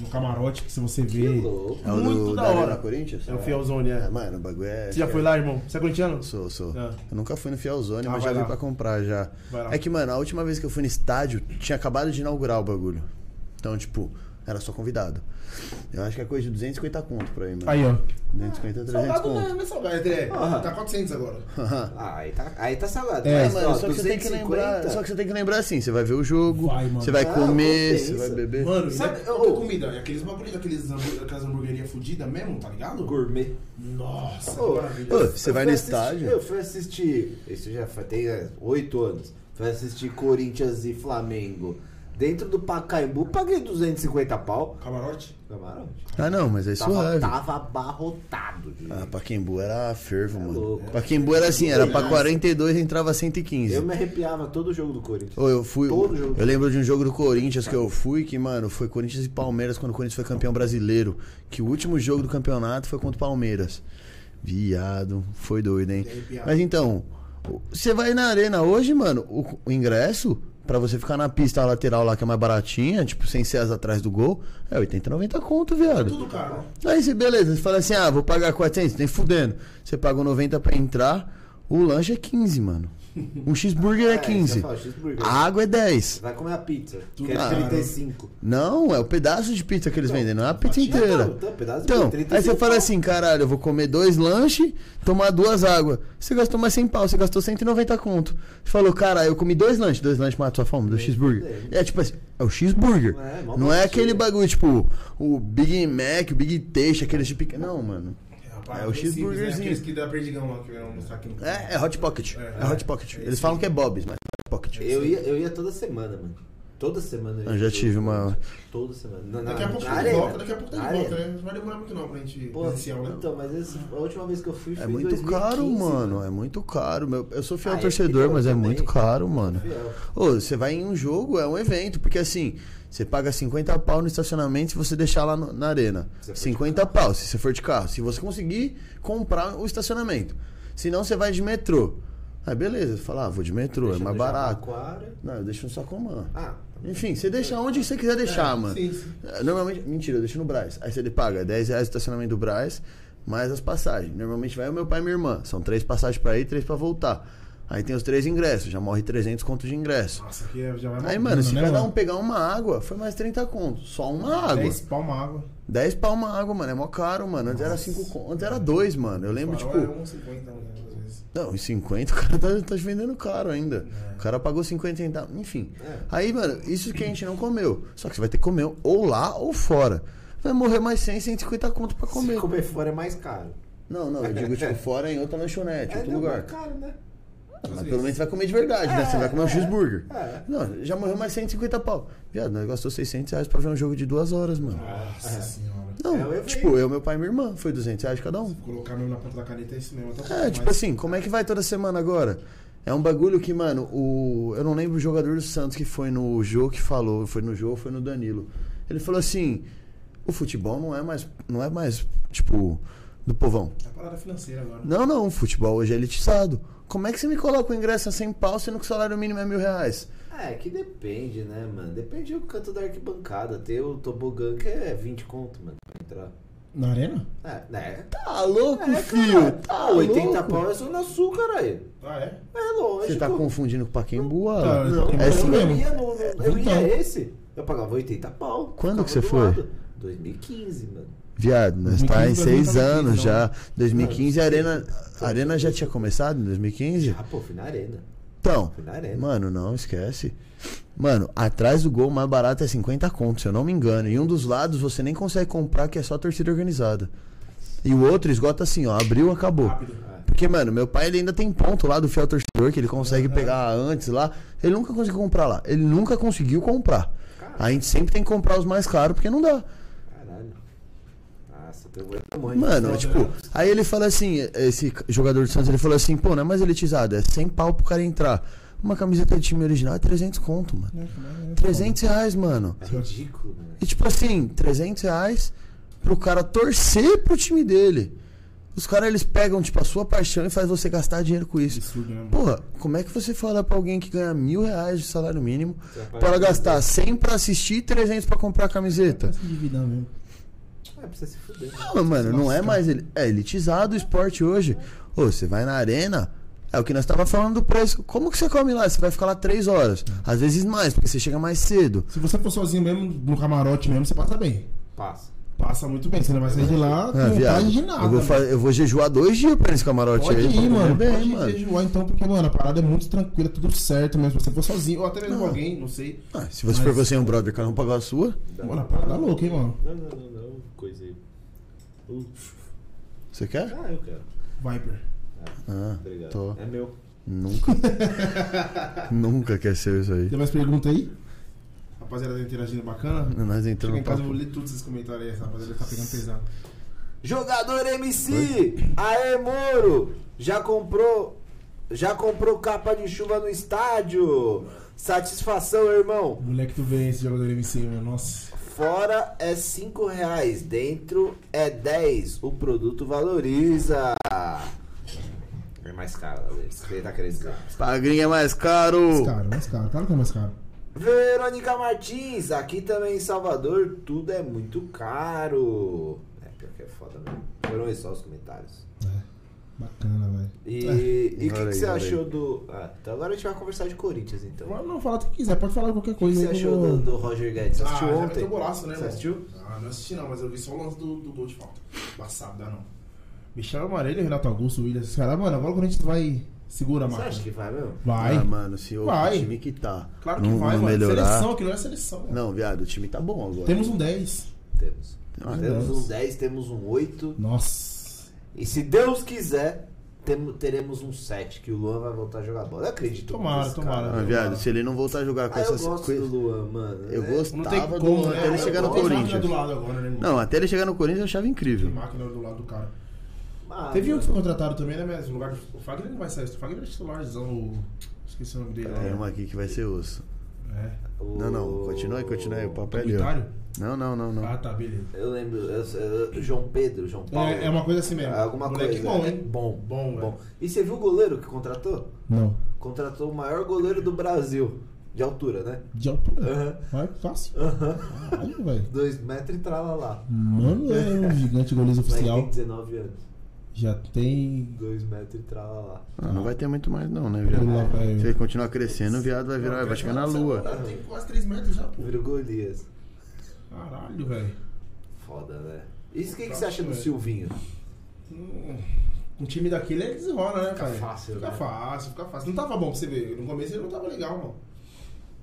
no camarote que se você
Que
vê.
louco.
É o
Muito
do,
da
Arena
hora.
Corinthians?
É o Fielzone,
É,
é.
mano, o bagulho é.
Você já foi lá, irmão? Você é corintiano?
Sou, sou.
Ah.
Eu nunca fui no Fielzone,
Ah,
mas já
vai
vi
lá.
pra comprar já.
Vai lá.
É que, mano, a última vez que eu fui no estádio, tinha acabado de inaugurar o bagulho. Então, tipo, era só convidado. Eu acho que é coisa de 250 conto pra mim, mano.
Aí, ó.
250, 300
Salgado não é,
conto.
não é salgado, André.
Ah.
Tá 400 agora.
Ah, aí tá, aí tá salgado.
É,
É,
Mas, ó,
mano, só que, você tem que
250?
lembrar, só que você tem que lembrar assim, você vai ver o jogo,
Vai, mano.
você vai
Ah,
comer,
compensa.
você vai beber.
Mano,
Sabe-
sabe, eu,
ô.
comida, é aqueles bagulho daqueles hambú- aquelas hamburguerias fodidas mesmo, tá ligado?
Gourmet.
Nossa, que
Ô,
maravilha.
Ô, você
é assim. Eu
vai
fui
no
assistir-
estádio.
Eu fui assistir, isso já fa- tem é, oito anos, fui assistir Corinthians e Flamengo. Dentro do Pacaembu, paguei 250 pau.
Camarote?
Camarote.
Ah, não, mas é
Tava,
suave.
tava abarrotado. gente.
Ah, Paquembu era fervo,
É
mano.
louco.
Paquembu era assim, era pra
Nossa.
42 e entrava 115.
Eu me arrepiava todo jogo do Corinthians.
Ou eu fui.
Todo jogo.
Eu lembro de um jogo do Corinthians que eu fui, que, mano, foi Corinthians e Palmeiras quando o Corinthians foi campeão brasileiro. Que o último jogo do campeonato foi contra o Palmeiras. Viado, foi doido, hein?
Arrepiado.
Mas então, o- você vai na arena hoje, mano, o, o ingresso Pra você ficar na pista lateral lá, que é mais baratinha, tipo, sem ser as atrás do gol, é 80, 90 conto, viado.
Tudo caro. né?
Aí você, beleza, você fala assim, ah, vou pagar 400, nem fudendo. Você pagou 90 pra entrar, o lanche é 15, mano. Um cheeseburger é
isso que eu ia
15.
falar, cheeseburguer.
A água é 10.
Vai comer a pizza, que é
caro.
35.
Não, é o pedaço de pizza que eles vendem, não é a pizza
Então,
inteira.
então, pedaço de
Então,
pizza, 35
aí você fala
pau.
assim, caralho, eu vou comer dois lanches, tomar duas águas. Você gastou mais 100 pau, você gastou 190 conto. Você falou, cara, eu comi dois lanches, dois lanches mata sua fome, dois cheeseburger. É tipo assim, é o cheeseburger.
Não é, mó
Não é
baratinho.
aquele bagulho, tipo, o Big Mac, o Big Taste, aqueles de pica. Não, mano.
rapaz,
É, o
simples, né?
cheeseburgerzinho.
Aqueles que dá perdigão lá que vieram mostrar aqui no
É, é Hot Pocket. É,
é.
Hot Pocket.
É isso
Eles falam que é Bob's, mas é Hot Pocket.
Eu ia, eu ia toda semana, mano. Toda semana.
Eu já tive uma.
Toda semana. Na- na-
Daqui a pouco
na
tá de
arena.
volta, daqui a pouco tá
Na
de volta,
arena.
né? Não vai demorar muito não pra gente
Pô,
iniciar, né?
então, mas esse- a última vez que eu fui foi
É
em
muito
2015,
caro, mano. É muito caro. Meu, eu sou fiel
né? Ah, é,
torcedor,
eu
mas é
também.
muito caro, mano.
Fiel.
Ô, você vai em um jogo, é um evento, porque assim, você paga 50 pau no estacionamento se você deixar lá no- na arena.
Se você for de
50 pau se você for de carro. Se você conseguir comprar o estacionamento. Senão você vai de metrô. Aí beleza, você fala, ah, vou de metrô, é
Deixa
mais
de
barato.
Jabaquara.
Não, eu deixo no Sacomã.
Ah,
Enfim, você deixa onde você quiser deixar, mano.
É, sim, sim.
Eh, Normalmente, mentira, eu deixo no Braz. Aí você paga 10 reais o estacionamento do Braz, mais as passagens. Normalmente vai o meu pai e minha irmã. São três passagens pra ir e três pra voltar. Aí tem os três ingressos, já morre 300 conto de ingresso.
Nossa, aqui é- já vai
Aí,
mal.
mano, se
né,
cada
mano?
um pegar uma água, foi mais 30 conto. Só uma água.
10
10,
palma água.
pau uma água, mano. É mó caro, mano. Antes era 5 conto. Antes era 2, mano. Eu lembro,
Farol
tipo.
é 1,50, né, às vezes.
Não, e 50 o cara tá, tá te vendendo caro ainda.
É.
O cara pagou 50 centavos. Enfim. Aí, mano, isso que a gente não comeu. Só que você vai ter que comer ou lá ou fora. Vai morrer mais 100, 150 conto pra
se
comer.
comer fora é mais caro. É,
Não, não, eu digo, tipo, fora em outra lanchonete, outro
não,
lugar.
mas caro, né?
Não, mas pelo menos você vai comer de verdade, né? Você vai comer um cheeseburger.
é.
Não, já morreu mais 150 pau. Viado, nós gastou 600 reais pra ver um jogo de duas horas, mano.
Nossa senhora.
Não,
É, eu errei.
tipo, eu, meu pai e minha irmã. Foi 200 reais cada um.
Colocar mesmo na ponta da caneta é isso mesmo. Tá
É, tipo assim, como é que vai toda semana agora? É um bagulho que, mano, o. Eu não lembro o jogador do Santos que foi no Jô que falou, foi no Jô, foi no Danilo. Ele falou assim: o futebol não é mais. não é mais, tipo, do povão.
É a parada financeira agora.
Não, não, o futebol hoje é elitizado. Como é que você me coloca o ingresso a 100 pau, sendo que o salário mínimo é mil reais?
É, que depende, né, mano? Depende do canto da arquibancada. Tem o tobogã que é 20 conto, mano, pra entrar.
Na arena?
É, né?
Tá louco,
É,
fio?
cara.
Tá
80
louco?
pau é só no açúcar aí.
Ah, é?
É lógico.
Você tá confundindo com o Paquembu, Alan? assim,
Não,
Não,
É
eu
isso
não
mesmo.
ia no. no- Eu
Então.
ia esse. Eu pagava 80 pau.
Quando que você
Ficava do
foi?
lado. 2015, mano.
Viado, nós tá em
2015,
seis
2015,
anos
não.
já.
É,
2015 a Arena. A Arena já tinha começado em 2015?
Ah, pô, fui na arena.
Então,
Fui na arena.
mano, não esquece. Mano, atrás do gol o mais barato é 50 conto, se eu não me engano. E um dos lados você nem consegue comprar, que é só torcida organizada. E o outro esgota assim, ó, abriu, acabou.
Ah,
Porque, mano, meu pai ele ainda tem ponto lá do fiel torcedor, que ele consegue pegar antes lá. Ele nunca conseguiu comprar lá. Ele nunca conseguiu comprar. A gente sempre tem que comprar os mais caros, porque não dá.
Caralho. Nossa, um pegou o tamanho.
Mano, tipo,
né?
aí ele fala assim, esse jogador do Santos, ele falou assim, pô, não é mais elitizado, é 100 pau pro cara entrar. Uma camiseta de time original é 300 conto, mano. 300 reais, mano.
É ridículo, mano.
E tipo assim, 300 reais pro cara torcer pro time dele. Os caras, eles pegam, tipo, a sua paixão e faz você gastar dinheiro com isso.
Absurdo, né? mano?
Porra, como é que você fala pra alguém que ganha mil reais de salário mínimo
vai pagar
para
tudo.
gastar 100 pra assistir e 300 pra comprar a camiseta?
Tá se endividando mesmo.
É, precisa se fuder.
Não, mano, não é mais ele, é elitizado o esporte hoje. Ô, você vai na arena, é o que nós tava falando do preço. Como que você come lá? Você vai ficar lá três horas. Às vezes mais, porque você chega mais cedo.
Se você for sozinho mesmo, no camarote mesmo, você passa bem.
Passa.
Passa muito bem. Você não vai sair de lá com
Ah, viado,
vontade de nada.
eu, vou
mano.
fa- eu vou jejuar dois dias pra esse camarote
Pode
aí. pra
ir,
comer
mano.
Bem,
pode ir
mano.
jejuar então, porque, mano, a parada é muito tranquila, tudo certo mesmo. Se você for sozinho, ou até mesmo com alguém, não sei.
Ah, se você for você e um brother que não pagou a sua,
Mano, a parada é louca, hein, mano.
Não, não, não, não. Coisa aí. Uh,
você quer?
Ah, eu quero.
Viper.
Ah,
Obrigado.
tô.
É meu.
Nunca. Nunca quer ser isso aí.
Tem mais pergunta aí?
Rapaziada, tá interagindo bacana?
Nós
Chega
entramos
em
no
casa, eu vou
papo.
ler todos esses comentários aí, essa rapaziada tá pegando pesado.
Jogador MC! Aê, Moro! Já comprou. Já comprou capa de chuva no estádio! Satisfação, irmão!
Moleque, tu vem esse jogador MC,
né?
meu. Nossa.
Fora é 5 reais, dentro é 10. O produto valoriza. É mais caro, Alex. O que ele tá querendo dizer?
Pagrinho é mais caro.
Mais caro, mais caro. Claro que é mais caro.
Verônica Martins, aqui também em Salvador, tudo é muito caro. É, pior que é foda mesmo. Foram esses só os comentários.
Bacana, velho.
E e
olha
o que, que
É, aí,
você
olha aí.
achou do. Ah, então agora a gente vai conversar de Corinthians, então.
Mas não, fala o que quiser, pode falar qualquer
O que
coisa. Ah,
você
aí que
achou
eu vou-
do, do Roger Guedes? Você assistiu
já
ontem?
meteu
um
golaço, né,
Você
mano?
Tá
assistiu?
Ah, não assisti não, mas eu vi só o lance do, do gol de falta. Passado, dá não.
Michel Amarelo, Renato Augusto, William. Esses caras, mano, agora o Corinthians vai. Segura a
Você
marca.
acha que vai mesmo?
Vai.
Ah, mano, se o
Vai.
time que tá.
claro que
não,
vai,
não
mano.
melhorar.
Seleção, aquilo é seleção. velho.
Não, viado, o time tá bom agora.
Temos um 10.
Temos.
Ah,
temos
Deus.
um 10, temos um 8.
Nossa.
E se Deus quiser, temo- teremos um 7, que o Luan vai voltar a jogar bola. Eu acredito.
Tomara,
nesse
tomara.
Ah, viado, se ele não voltar a jogar com
Ah, eu
essas
gosto do
coisas.
Luan, mano.
Eu
É-
gostava
Não tem
do
como,
Luan
né?
até ele
Eu
chegar no
gosto do
Corinthians.
do lado agora, né, mano?
Não, até ele chegar no Corinthians eu achava
Tem
incrível.
máquina do lado do cara.
Ah,
Teve um
mano.
que contrataram também, né, mas no lugar de- O Fagner não vai sair. O Fagner é titularzão. o- Esqueci o nome
É.
dele.
Tem
né?
uma aqui que vai ser osso.
É.
O-
Não, não, continua aí, continua aí. O papo é ali, ó.
Itália?
Não, não, não, não.
Ah, tá, beleza.
Eu lembro, eu- eu- João Pedro, João Paulo.
É, é uma coisa assim mesmo.
Alguma
Moleque
coisa.
bom,
é
hein?
Bom,
Bom,
bom.
velho.
E você viu o goleiro que contratou?
Não.
Contratou o maior goleiro do Brasil. De altura, né?
De altura.
Aham.
Vai, fácil.
Aham.
Caralho, velho.
Dois metros e trala lá.
Mano, é um gigante goleiro
Mas
oficial.
tem 19 anos.
Já tem.
Dois metros e trala lá.
Ah, não vai ter muito mais, não, né,
Ele
viado?
tá. lá vai-
Se ele continuar crescendo, o viado vai virar, vai chegar na lua.
Ela Tem quase 3 metros já, pô.
Virou Golias.
Caralho, velho.
Foda, né? Isso o que, que você
É.
acha do Silvinho?
Hum, Um time daquele ele desenrola, né,
Fica
cara?
fácil,
Fica
né?
fácil, fica fácil. Não tava bom pra você ver. No começo ele não tava legal, mano.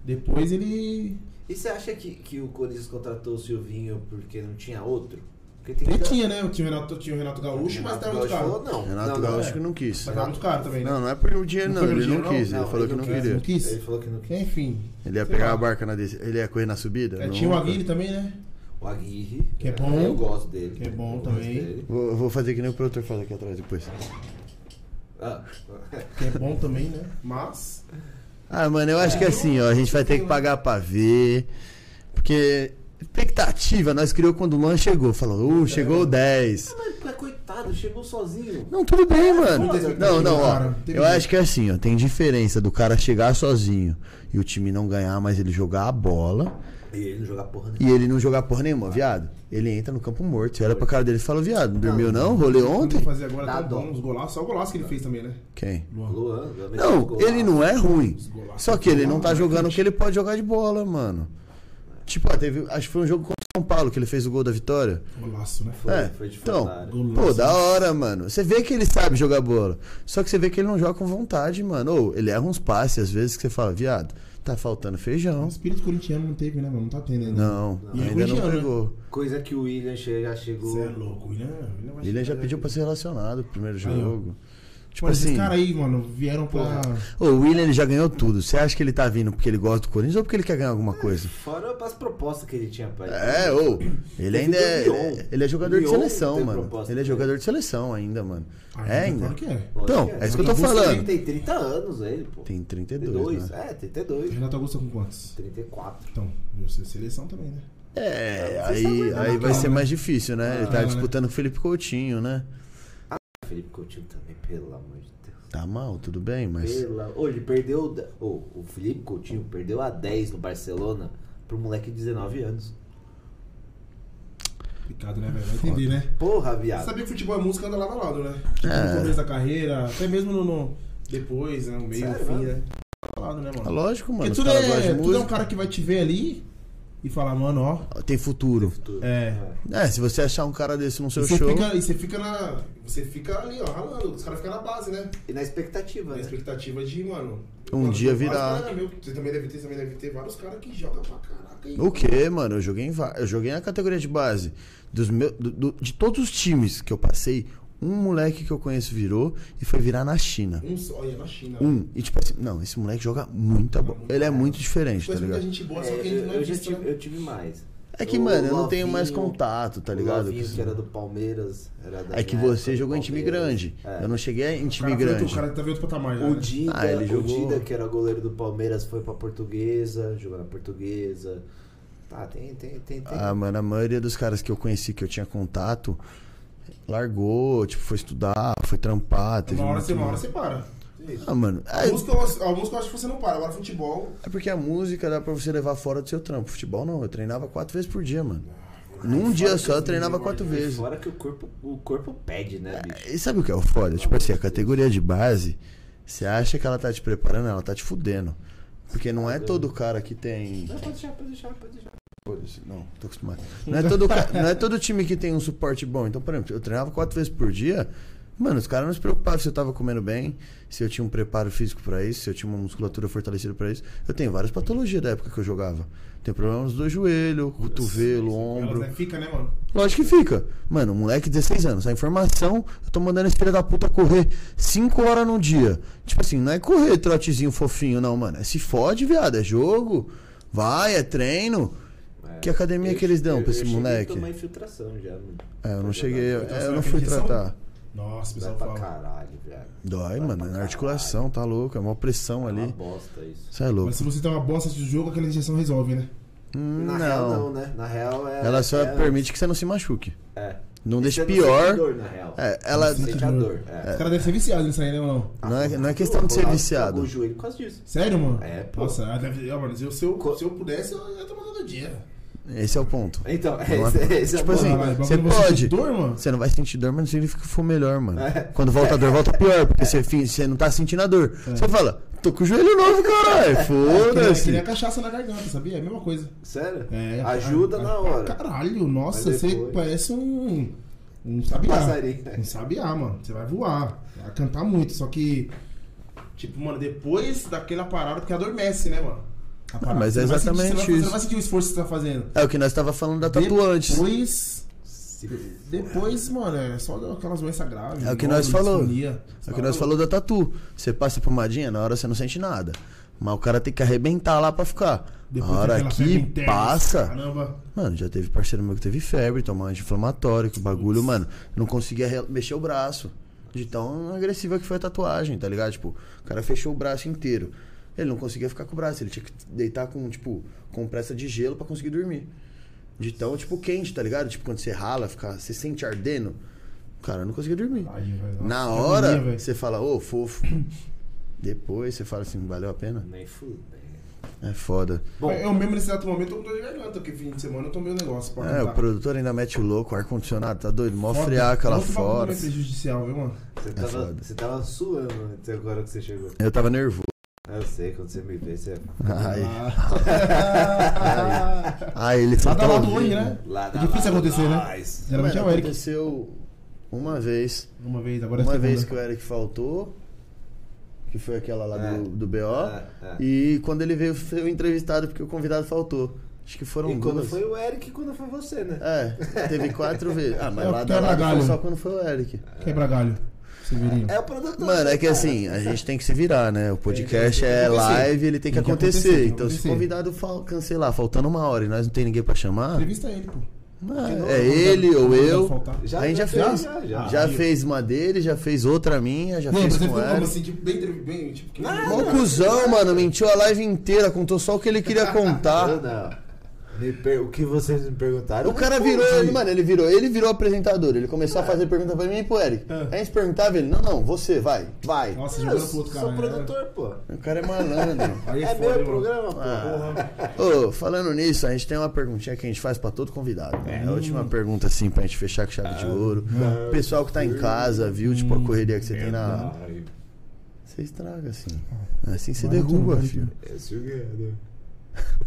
Depois ele.
E você acha que, que o Corinthians contratou o Silvinho porque não tinha outro? Porque tem
Ele
que-
tinha, né? Tinha o Renato, tinha o Renato Gaúcho, mas
Renato
tava muito
Gaúcho falou
caro.
não.
Renato
não, não,
Gaúcho
é.
que não quis.
Mas tava muito caro também, né?
Não, não é por dinheiro,
Não
não.
foi
Ele
pelo
não
dinheiro,
quis.
não.
Ele
Não,
falou
ele
que não
não quis.
queria.
Não quis.
Ele falou que não quis.
Enfim.
Ele ia
Sei
pegar
lá.
a barca na descida. Ele ia correr na subida?
É,
Não.
tinha o Aguirre também, né?
O Aguirre.
Que é
né?
bom.
Eu gosto dele.
Que é bom
Eu gosto
também.
dele.
Vou, vou fazer que nem o produtor faz aqui atrás depois.
Ah,
Que é bom também, né? Mas.
Ah, mano, eu acho que assim, ó, a gente vai ter que pagar pra ver. Porque expectativa, nós criou quando o Luan chegou. Falou, uh, chegou o 10.
mas, mas coitado, chegou sozinho.
Não, tudo bem, mano.
Não tem
Não, não, ó.
cara, tem
Eu
jeito.
acho que é assim, ó. Tem diferença do cara chegar sozinho e o time não ganhar, mas ele jogar a bola
E ele não joga porra nenhuma.
e ele não jogar porra nenhuma, viado. Ele entra no campo morto. Você olha pra cara dele e fala, viado, não dormiu não? Rolê ontem?
Vamos fazer agora
Dá
tá
dó.
bom, uns golaços. Só o golaço que ele fez também, né?
Quem?
Luan, também
Não,
jogou
ele
lá.
não é ruim. Só que ele não tá jogando o que ele pode jogar de bola, mano. Tipo, ó, teve, acho que foi um jogo contra o São Paulo que ele fez o gol da vitória.
Golaço, né?
Foi,
é,
foi de
então,
frontário.
pô, da hora, mano. Você vê que ele sabe jogar bola. Só que você vê que ele não joga com vontade, mano. Ou ele erra uns passes às vezes que você fala, viado, tá faltando
Então, O
feijão.
espírito corintiano não teve, né, mano? Não tá tendo ainda.
Não,
E
ainda não
corintiano, né?
pegou.
Coisa que o William che- já chegou.
Você é louco, William. William vai
Ele já
chegar
pediu pra ser relacionado no primeiro jogo. Tipo
Mano, esses
assim, é
caras aí, mano, vieram pra.
ô, o William ele já ganhou tudo. Você acha que ele tá vindo porque ele gosta do Corinthians ou porque ele quer ganhar alguma coisa?
Fora as propostas que ele tinha pra ele.
É, ô. Ele ainda é.
Lyon.
Ele é, ele é jogador de
Lyon
seleção,
tem
mano.
proposta
Ele é
pra
jogador de seleção ainda, mano.
Ah,
É
então,
ainda.
Claro que é.
Lógico
Então,
que
é isso que eu tô
Augusto
falando.
Tem 30 anos ele, pô.
Tem 32,
32,
né?
é, 32.
Renato Augusto tá com quantos?
34.
Então, você seleção também, né?
É,
Vocês estão
aí,
aguentando
aí
a
vai
calma,
ser mais difícil, né? Ele
Ah,
tá
né?
disputando com o Felipe Coutinho, né?
Felipe Coutinho também, pelo amor de Deus.
Tá mal, tudo bem, mas.
Pela... Ô, ele perdeu. o de- Ô, o Felipe Coutinho perdeu a 10 no Barcelona pro moleque de 19 anos.
Complicado, né, velho? Vai entender, né?
Porra,
Você
viado.
sabia que futebol é música anda lado a lado, né? Tipo,
É.
No começo da carreira, até mesmo no, no- depois, né? No meio,
Sério,
no fim,
né?
né? Lado a lado, né,
Ah,
mano?
Lógico, mano.
Porque
Os
tudo
caras gostam
é,
de
tudo é um
música.
cara que vai te ver ali e falar, mano, ó.
Tem futuro.
É.
É, se você achar um cara desse no
E
seu
você,
show.
fica, e você fica na. Você fica ali, ó, ralando. Os caras ficam na base, né?
E na expectativa,
Na
né?
expectativa de, mano.
É. Um
mano,
dia
vários
virar.
colegas meus, Você também deve ter, você também deve ter vários caras que jogam pra caraca. e-
O que, mano? Eu joguei, em va- eu joguei na categoria de base. Dos meu, do- do- de todos os times que eu passei, um moleque que eu conheço virou e foi virar na China.
Um só, olha, na China.
Um. E tipo assim, não, esse moleque joga muita bola. Ele é muito diferente, tá
Conheço muita
ligado?
gente boa, só
É,
que ele
eu,
não é
eu já
visto,
tive,
né?
eu tive mais.
É que,
O
mano, eu não tenho mais
Lovinho-
contato, tá
O
ligado?
Lovinho, que era do Palmeiras. Era da
É que
minha
você
época, do
jogou em time
Palmeiras.
grande.
É.
Eu não cheguei em time
Cara, foi outro-
grande.
O cara tá vendo outro patamar, já,
O
né?
Dida,
Ah, ele
o
jogou-
Dida, que era goleiro do Palmeiras, foi pra Portuguesa, jogou na Portuguesa. Tá, tem, tem, tem, tem.
Ah, mano, a maioria dos caras que eu conheci que eu tinha contato largou, tipo, foi estudar, foi trampar, teve
Uma hora,
muito-
você, uma hora você para. É isso.
Ah, mano,
A
é,
música, eu- a música eu acho que você não para. Agora futebol.
é porque a música dá pra você levar fora do seu trampo. Futebol não, eu treinava quatro vezes por dia, mano. Num um dia só eu treinava quatro vezes.
Fora que o corpo, o corpo pede, né, bicho?
E sabe o que é o foda? Tipo assim, a categoria de base, você acha que ela tá te preparando, ela tá te fudendo. Porque não é todo cara que tem.
Não, pode deixar, pode deixar, pode deixar.
Foda-se, Não, tô acostumado. Não é, todo, ca- não é todo time que tem um suporte bom. Então, por exemplo, eu treinava quatro vezes por dia. Mano, os caras não se preocupavam se eu tava comendo bem, se eu tinha um preparo físico pra isso, se eu tinha uma musculatura fortalecida pra isso. Eu tenho várias patologias da época que eu jogava. Tenho problemas do joelho, cotovelo, ombro.
Ela fica, né, mano?
Lógico que fica. Mano, moleque, 16 anos. A informação, eu tô mandando esse filho da puta correr 5 horas no dia. Tipo assim, não é correr trotezinho fofinho, não, mano. É se fode, viado. É jogo. Vai, é treino. Que academia que eles dão pra esse moleque?
Eu tomar infiltração já, mano.
É, eu não cheguei. Eu,
Então,
eu
será
não
que é
fui
injeção?
tratar.
Nossa, o
Dá
pessoal
pra
fala.
caralho, velho.
Dói,
Dá
mano.
pra
Na articulação, tá louco. É uma pressão
caralho. É
ali.
Uma bosta isso.
Você é louco.
Mas se você tem uma bosta de jogo, aquela injeção resolve, né?
Hum,
Na real, não,
Não.
né? Na real é.
Ela só
é,
permite que você não se machuque.
É.
Não deixe
Você não sente
pior.
dor, na real.
É, ela.
Sente a dor. É.
Os caras devem ser viciados nisso aí, né, mano?
Não é, não é questão de ser
Ronaldo
viciado.
cagou o joelho por causa disso.
Sério, mano?
É, pô.
Nossa, ela deve, ah, mano, se eu, se eu,
Co-
se eu pudesse, eu ia tomar todo dia.
Esse é o ponto.
Então, é,
Não é-
esse, esse é
tipo
o
assim,
problema.
Caralho,
você
bagulho, você
pode.
sente dor, mano?
Você não vai sentir dor, mas não significa que for melhor, mano.
É.
Quando volta a dor, volta pior, porque você, fi- você não tá sentindo a dor.
É.
Você fala, tô com o joelho novo, caralho.
Queria, queria
Foda-se.
cachaça na garganta, sabia? É a mesma coisa.
Sério?
É,
Ajuda
a-
na
a-
hora.
Caralho, nossa,
Mas
você
depois- Tá
parece um. Um sabiá.
Passarinho.
Um sabiá, mano. Você vai voar. Vai cantar muito. Só que. Tipo, mano, depois daquela parada, porque adormece, né, mano? A parada.
mas
Você
é
não vai sentir-
exatamente
você não vai- Você
isso.
não vai sentir o esforço que você tá fazendo.
É o que nós tava falando da tatuante.
Depois.
Se-
Depois, mano, é só aquelas doenças graves.
É o que
nódulo,
nós falou.
disfonia.
É o que nós falamos da tatu. Você passa pomadinha, na hora você não sente nada. Mas o cara tem que arrebentar lá pra ficar. Na
Depois
hora
daquela febre
que
interna,
passa.
Caramba.
Mano, já teve parceiro meu que teve febre, tomou anti-inflamatório, que o bagulho, mano, não conseguia re- mexer o braço. De tão agressiva que foi a tatuagem, tá ligado? Tipo, o cara fechou o braço inteiro. Ele não conseguia ficar com o braço, ele tinha que deitar com, tipo, compressa de gelo pra conseguir dormir. De tão, tipo, quente, tá ligado? Tipo, quando você rala, fica, você sente ardendo. O cara não conseguia dormir.
Aí, velho,
Na
nossa, que
hora,
agonia, velho.
você fala, ô, fofo. Depois você fala assim, valeu a pena?
Nem fudeu.
É foda.
Bom.
eu mesmo nesse exato momento eu tô de garganta, porque fim de semana eu tomei um negócio pra
É, o
cantar.
produtor ainda mete o louco, ar-condicionado, tá doido? Mó
Foda.
friaca lá
Outro um bagulho
fora.
também prejudicial, viu, mano?
Você tava,
foda.
você tava suando até agora que você chegou.
Eu tava nervoso.
Eu sei, quando você me vê, você
Ai,
Ah.
ai ele só
Lá da
tá
lado do
ouvindo.
olho, né?
Lá
É difícil acontecer, né?
Nós.
Geralmente é
Mano,
o Eric.
aconteceu uma vez.
Uma vez, agora é
uma
segunda.
vez que o Eric faltou. Que foi aquela lá
É.
do, do BO.
É, é.
E quando ele veio, foi o entrevistado, porque o convidado faltou. Acho que foram
E quando
duas.
foi o Eric e quando foi você, né?
É, teve quatro vezes. Ah, mas
É o
lá da lado
quebra-galho.
foi só quando foi o Eric.
Quebra galho. Severino.
É o produtor.
Mano, é que
né, cara?
assim, a gente tem que se virar, né? O podcast
Tem que
é
acontecer.
live, ele tem que
Tem que acontecer,
acontecer.
tem que
Então, se
acontecer.
o convidado fal- cancelar, faltando uma hora e nós não tem ninguém pra chamar,
Entrevista ele, pô.
ah,
Porque não,
é
não
ele
dá-
ou
não dá
eu.
faltar.
Já,
a gente já
tem,
fez.
Já, já.
Já fez uma dele, já fez outra minha, já
Não,
fez
mas ele
com
ficou
ela.
como assim, tipo, bem, entrev- bem, tipo...
Ah,
que-
Mó cuzão, mano, mentiu a live inteira, contou só o que ele queria
Eu
contar.
não. Me per- O que vocês me perguntaram?
O cara virou,
assim?
ele, mano, ele virou, ele virou apresentador. Ele começou a fazer pergunta pra mim e pro Eric. Aí a gente perguntava ele, não, não, você, vai, vai.
Ah. Nossa,
Ah, Eu
jogando pro outro
sou
cara. né?
produtor, pô.
O cara é malandro.
Aí
É
foda,
meu
hein, mano?
programa, pô.
Ô, falando nisso, a gente tem uma perguntinha que a gente faz pra todo convidado. né? A última pergunta, assim, pra gente fechar com chave de ouro. O pessoal que tá em casa, viu, tipo, a correria que você tem na. Você estraga, assim. Assim você
Vai,
derruba,
vai,
filho.
É sugado.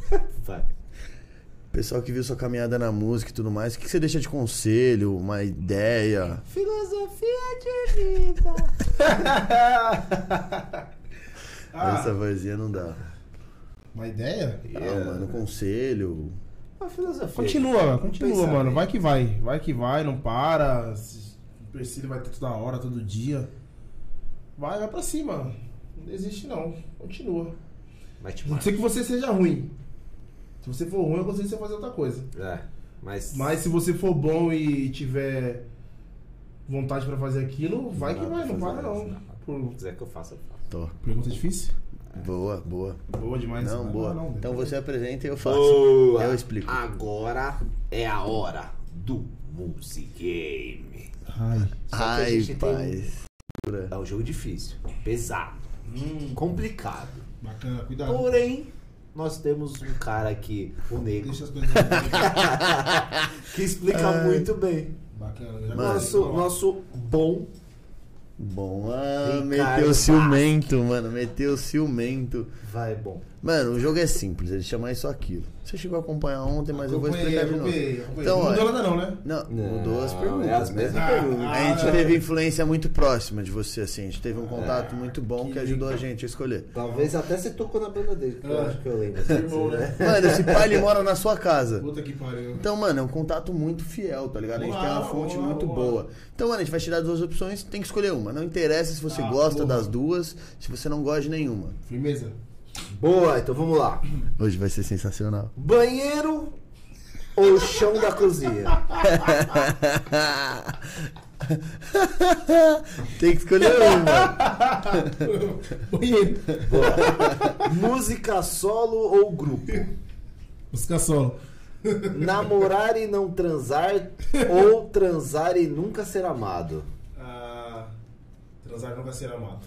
Vai.
O pessoal que viu sua caminhada na música e tudo mais, o que que você deixa de conselho, uma ideia?
Filosofia de vida.
Ah.
Essa vozinha não dá.
Uma ideia?
É.
Ah, mano, conselho.
Uma filosofia.
Continua, continua,
Pensar,
mano.
né?
Vai que vai. Vai que vai, não para. Se- Persílio vai ter toda hora, todo dia. Vai, vai pra cima. Não desiste, não. Continua.
Vai te
A não
matar.
ser que você seja ruim. Se você for ruim, eu consigo você fazer outra coisa.
É, mas.
Mas se você for bom e tiver vontade pra fazer aquilo, vai que
dá
vai,
pra
não para
fazer isso,
não.
não.
Por-
Se quiser que eu faça, eu faço.
Tô.
Pergunta difícil?
Boa, boa.
Boa demais.
Não,
Vai
boa.
lá, não,
Então
Deus.
você apresenta e eu faço.
Boa.
Eu explico.
Agora é a hora do Music Game.
Ai.
Só que a
Ai,
gente tem
pai.
É um jogo difícil, pesado, complicado.
Bacana, cuidado.
Porém, nós temos um cara aqui, o negro,
Deixa as coisas.
que explica muito bem.
Bacana. Já
Nosso,
Ó,
nosso bom
Bom, ah,
Ricardo
meteu
Barros.
ciumento, mano. Meteu ciumento.
vai bom.
Mano, o jogo é simples, ele chama isso aquilo. Você chegou a acompanhar ontem, mas eu vou
acompanhei,
explicar de novo.
acompanhei, acompanhei.
Então,
não
olha.
mudou nada, não, né?
Não, mudou as
Não,
perguntas.
é as
né?
mesmas
perguntas.
A gente
Ah.
teve influência muito próxima de você, assim. A gente teve um contato muito bom que ajudou a gente a escolher.
ah. Talvez até você tocou na banda dele, que eu acho que eu lembro.
Firmou, né?
Mano, esse pai ele mora na sua casa.
Puta que pariu.
Então, mano, é um contato muito fiel, tá ligado? A gente
Boa,
tem uma fonte
boa,
muito
boa.
boa. Então, mano, a gente vai te dar duas opções, tem que escolher uma. Não interessa se
Ah,
você gosta das duas, se você não gosta de nenhuma.
Firmeza.
Boa, então vamos lá.
Hoje vai ser sensacional.
Banheiro ou chão da cozinha?
tem que escolher uma.
Banheiro.
Música solo ou grupo?
Música solo.
Namorar e não transar ou transar e nunca ser amado?
Ah, transar não vai ser amado.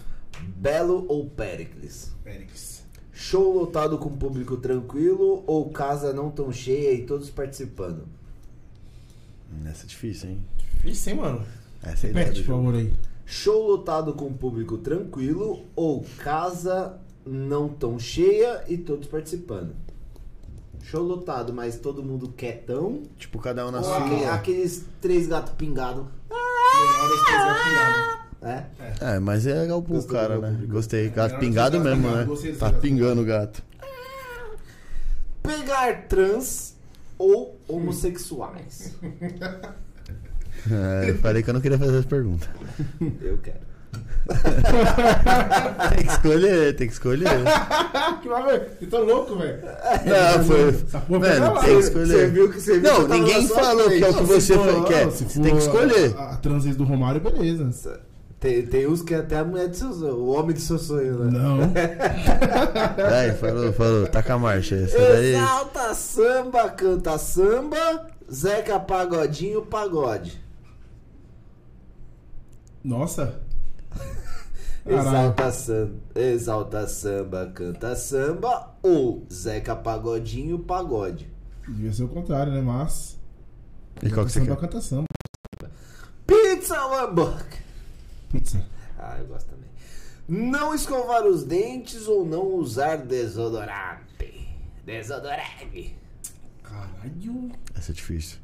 Belo ou Péricles?
Périx.
Show lotado com público tranquilo ou casa não tão cheia e todos participando?
Essa é difícil, hein?
Isso, hein, mano?
Essa é a ideia do
Repete, por
jogo.
favor, aí.
Show lotado com público tranquilo ou casa não tão cheia e todos participando? Show lotado, mas todo mundo quietão.
Tipo, cada um na
Ou
sua.
aque- aqueles três gatos pingados,
Melhor as coisas afiadas.
né?
É, mas é galpão o
Gostou
cara,
do
né?
gato pingado?
Gostei. Gato
Melhor
pingado
que gato
mesmo,
pingado,
né?
gostei desse
Tá
gato.
pingando o gato.
Pegar trans ou homossexuais?
É, eu falei que eu não queria fazer essa pergunta.
Eu quero.
Tem que escolher, tem que escolher.
Ah, que vai, velho. Você tá louco, velho.
Não,
Essa
Ah, foi.
porra foi
Mano,
da
tem que
hora.
Você
escolher.
viu que você viu que
Não,
eu tava
ninguém
na sua
falou que é o que
frente.
você
for-
foi- quer.
ah, se
Você tem que
for
escolher.
A, a transis do Romário, beleza.
Tem, tem uns que é até a mulher de seus o homem de seu sonho, né?
Não.
Vai, falou, falou. Taca a marcha. Essa daí.
Exalta samba, canta samba, Zeca Pagodinho, pagode.
Nossa. Caralho.
Exalta samba, exalta samba, canta samba ou Zeca Pagodinho, pagode.
Devia ser o contrário, né? Mas.
E qual que você
samba
quer?
canta samba.
Pizza ou hambúrguer?
Pizza.
Ah, eu gosto também. Não escovar os dentes ou não usar desodorante. Desodorante.
Caralho.
Essa é difícil.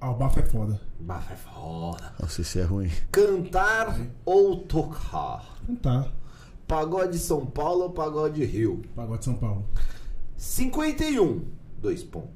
Ah, o bafo é foda.
Bafa é foda.
Não sei se é ruim.
Cantar ou tocar?
Não tá.
Pagode São Paulo ou Pagode Rio?
Pagode de São Paulo.
51, dois pontos.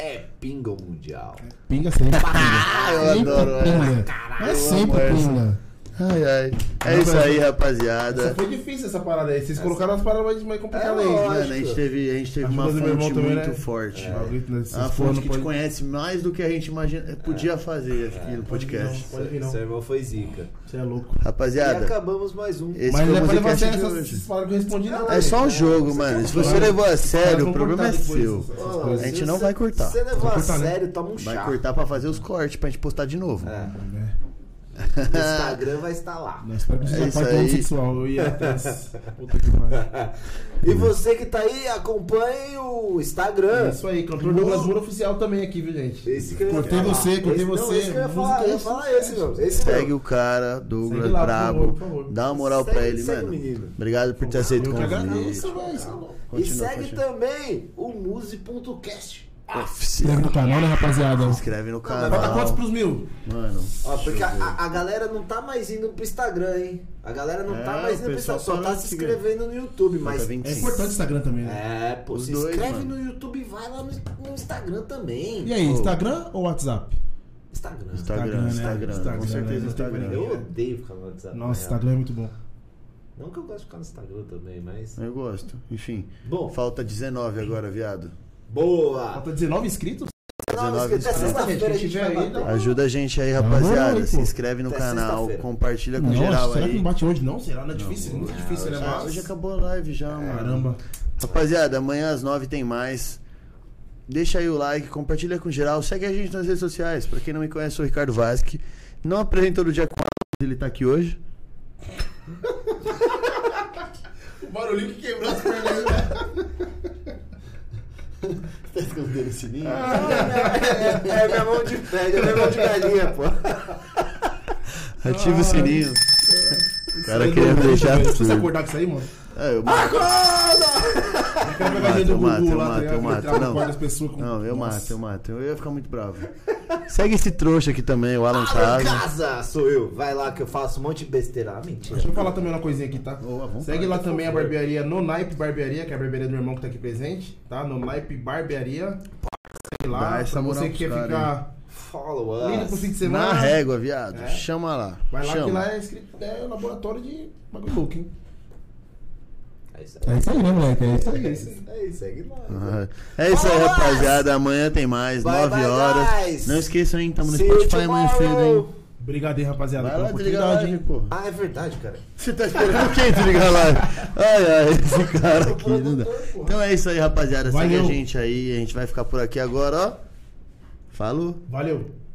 é pinga mundial.
Pinga sempre.
Ah, eu
Sempre
adoro essa.
pinga. É
amo
sempre
essa.
pinga.
Ai, ai. É isso aí, rapaziada.
Essa foi difícil essa parada aí. Vocês colocaram as paradas mais- mais complicadas
É
aí. né?
lógico.
Mano, a gente teve, a gente teve
Acho
uma
que o meu irmão
fonte
também,
muito
né?
forte.
É. Algoritmo, né? Vocês
Uma
foram,
fonte Ah, que te
pode-
conhece mais do que a gente imagina, podia fazer aqui no podcast.
É, Pode vir, não.
Ah, Seu irmão foi zica.
Você é louco.
E
Rapaziada,
acabamos mais um.
esse
Mas
foi
não
o
é pra levar a
Musicast
sério
de
essas
hoje.
essas né? paradas que eu respondi, não.
tipo É só um jogo, mano. Se você levou a sério, o
Vamos
problema é
cortar depois
seu. é
essas- essas
Ó,
coisas. assim,
A gente
se
não
você-
vai cortar.
Se você levar
Vai
a
cortar, né?
sério, toma um chá.
Vai cortar pra fazer os cortes, pra gente postar de novo.
É,
Né?
o Instagram vai estar lá.
Não, espero que
É
seja
isso
parte
aí.
homossexual. Eu ia atrás. Puta que pariu.
E você que tá aí, acompanhe o
É
Instagram.
Isso aí, cantor Douglas Moura oficial também aqui, viu, gente?
Esse que eu ia
Cortei
falar.
você, cortei
Esse- não,
você.
esse que eu ia
Música
falar, eu ia
é
falar
isso.
esse, meu. Esse
Segue
meu.
o cara, Douglas
Segue lá, por
Brabo.
favor, por favor.
Dá uma moral pra
Segue-
ele,
segue o
mano.
menino.
Obrigado por ter aceito o
Eu que
convite.
agradeço, velho. Isso é louco.
E
Continua,
segue
continua.
também o Muse.cast.
Se inscreve no canal, né, rapaziada?
Se inscreve no
Bota quantos
canal.
pros mil?
Mano,
Ó, porque a, a- a galera não tá mais indo pro Instagram, hein? A galera não
É,
tá mais
o
indo pro
pessoal tá
Instagram, só
parou
tá
de
se
seguir.
inscrevendo no YouTube, mas.
Nota 25.
É importante o Instagram também, né?
É, pô,
Os
se
dois,
inscreve
mano.
no YouTube e vai lá no, no Instagram também.
E aí, Instagram ou WhatsApp?
Instagram.
Instagram,
Instagram, né?
Instagram. Com
Instagram,
certeza
né?
Instagram.
Eu odeio ficar no WhatsApp. na
Nossa,
real.
Instagram é muito bom.
Não que eu gosto de ficar no Instagram também, mas.
Eu gosto. Enfim.
Bom,
Falta 19 agora, viado.
boa!
Falta 19 inscritos?
Não,
19
esquece, é sexta-feira a gente vai
Gente,
bater.
Ajuda a gente aí,
Não, não,
rapaziada.
não,
Se
pô.
inscreve no
Até
canal,
sexta-feira.
compartilha com
Tá Nossa,
geral
será que
aí.
não bate hoje? Não, será? Não é difícil? muito difícil, né?
Ah,
Mas...
Hoje acabou a live já, mano.
Caramba.
Rapaziada, amanhã às 9 tem mais. Deixa aí o like, compartilha com geral, segue a gente nas redes sociais. Pra quem não me conhece, eu sou o Ricardo Vaz, que não apresenta todo dia com a ele tá aqui hoje.
O barulhinho que quebrou as pernas. né?
Tá escondendo o sininho?
Ah,
É minha mão de pé, é minha mão de galinha, pô.
Ativa
Ah.
o sininho. O cara queria me deixar
Precisa
absurdo.
acordar com isso aí, mano.
É, eu mato,
Eu quero
eu
pegar a gente do
mato,
Gugu
eu
lá, tá
mato, eu mato, eu
entrar no quarto das
mato.
pessoas com...
Não, não eu
Ah. Nossa.
mato, eu mato. Eu ia ficar muito bravo. Segue esse trouxa aqui também, o Alan
Fala em
Casa.
casa, sou eu. Vai lá que eu faço um monte de besteira. Ah, mentira.
Deixa eu falar também uma coisinha aqui, tá?
Boa, vontade,
Segue lá
por
também a
favor.
barbearia No Naipe Barbearia, que é a barbearia do meu irmão que tá aqui presente, tá? No Naipe Barbearia. Segue
Dá
lá,
essa
pra
moral
você
pros
que quer
cara,
ficar
Follow
lindo pro fim
us.
de
Na
semana.
régua, viado.
É.
Chama lá.
Vai lá
Chama.
que lá é escrito, é laboratório de bagulho louco, hein?
É isso
É
aí. Uhum.
isso aí, né, moleque? É isso
É isso aí, segue lá.
Ah, É isso aí,
Vamos lá!
rapaziada. Amanhã tem mais,
Vai,
9
vai,
horas.
guys!
Não esqueçam, hein? Tamo no
See you
Spotify amanhã cedo, hein?
tomorrow.
Obrigado aí, rapaziada,
Vai
pela
lá, desliga a live,
oportunidade.
pô.
Ah, é verdade, cara.
Você tá esperando quem desligar a live? Ai, ai, esse cara aqui não dá. Então é isso aí, rapaziada. Segue
Valeu.
a gente aí. A gente vai ficar por aqui agora, ó. Falou.
Valeu.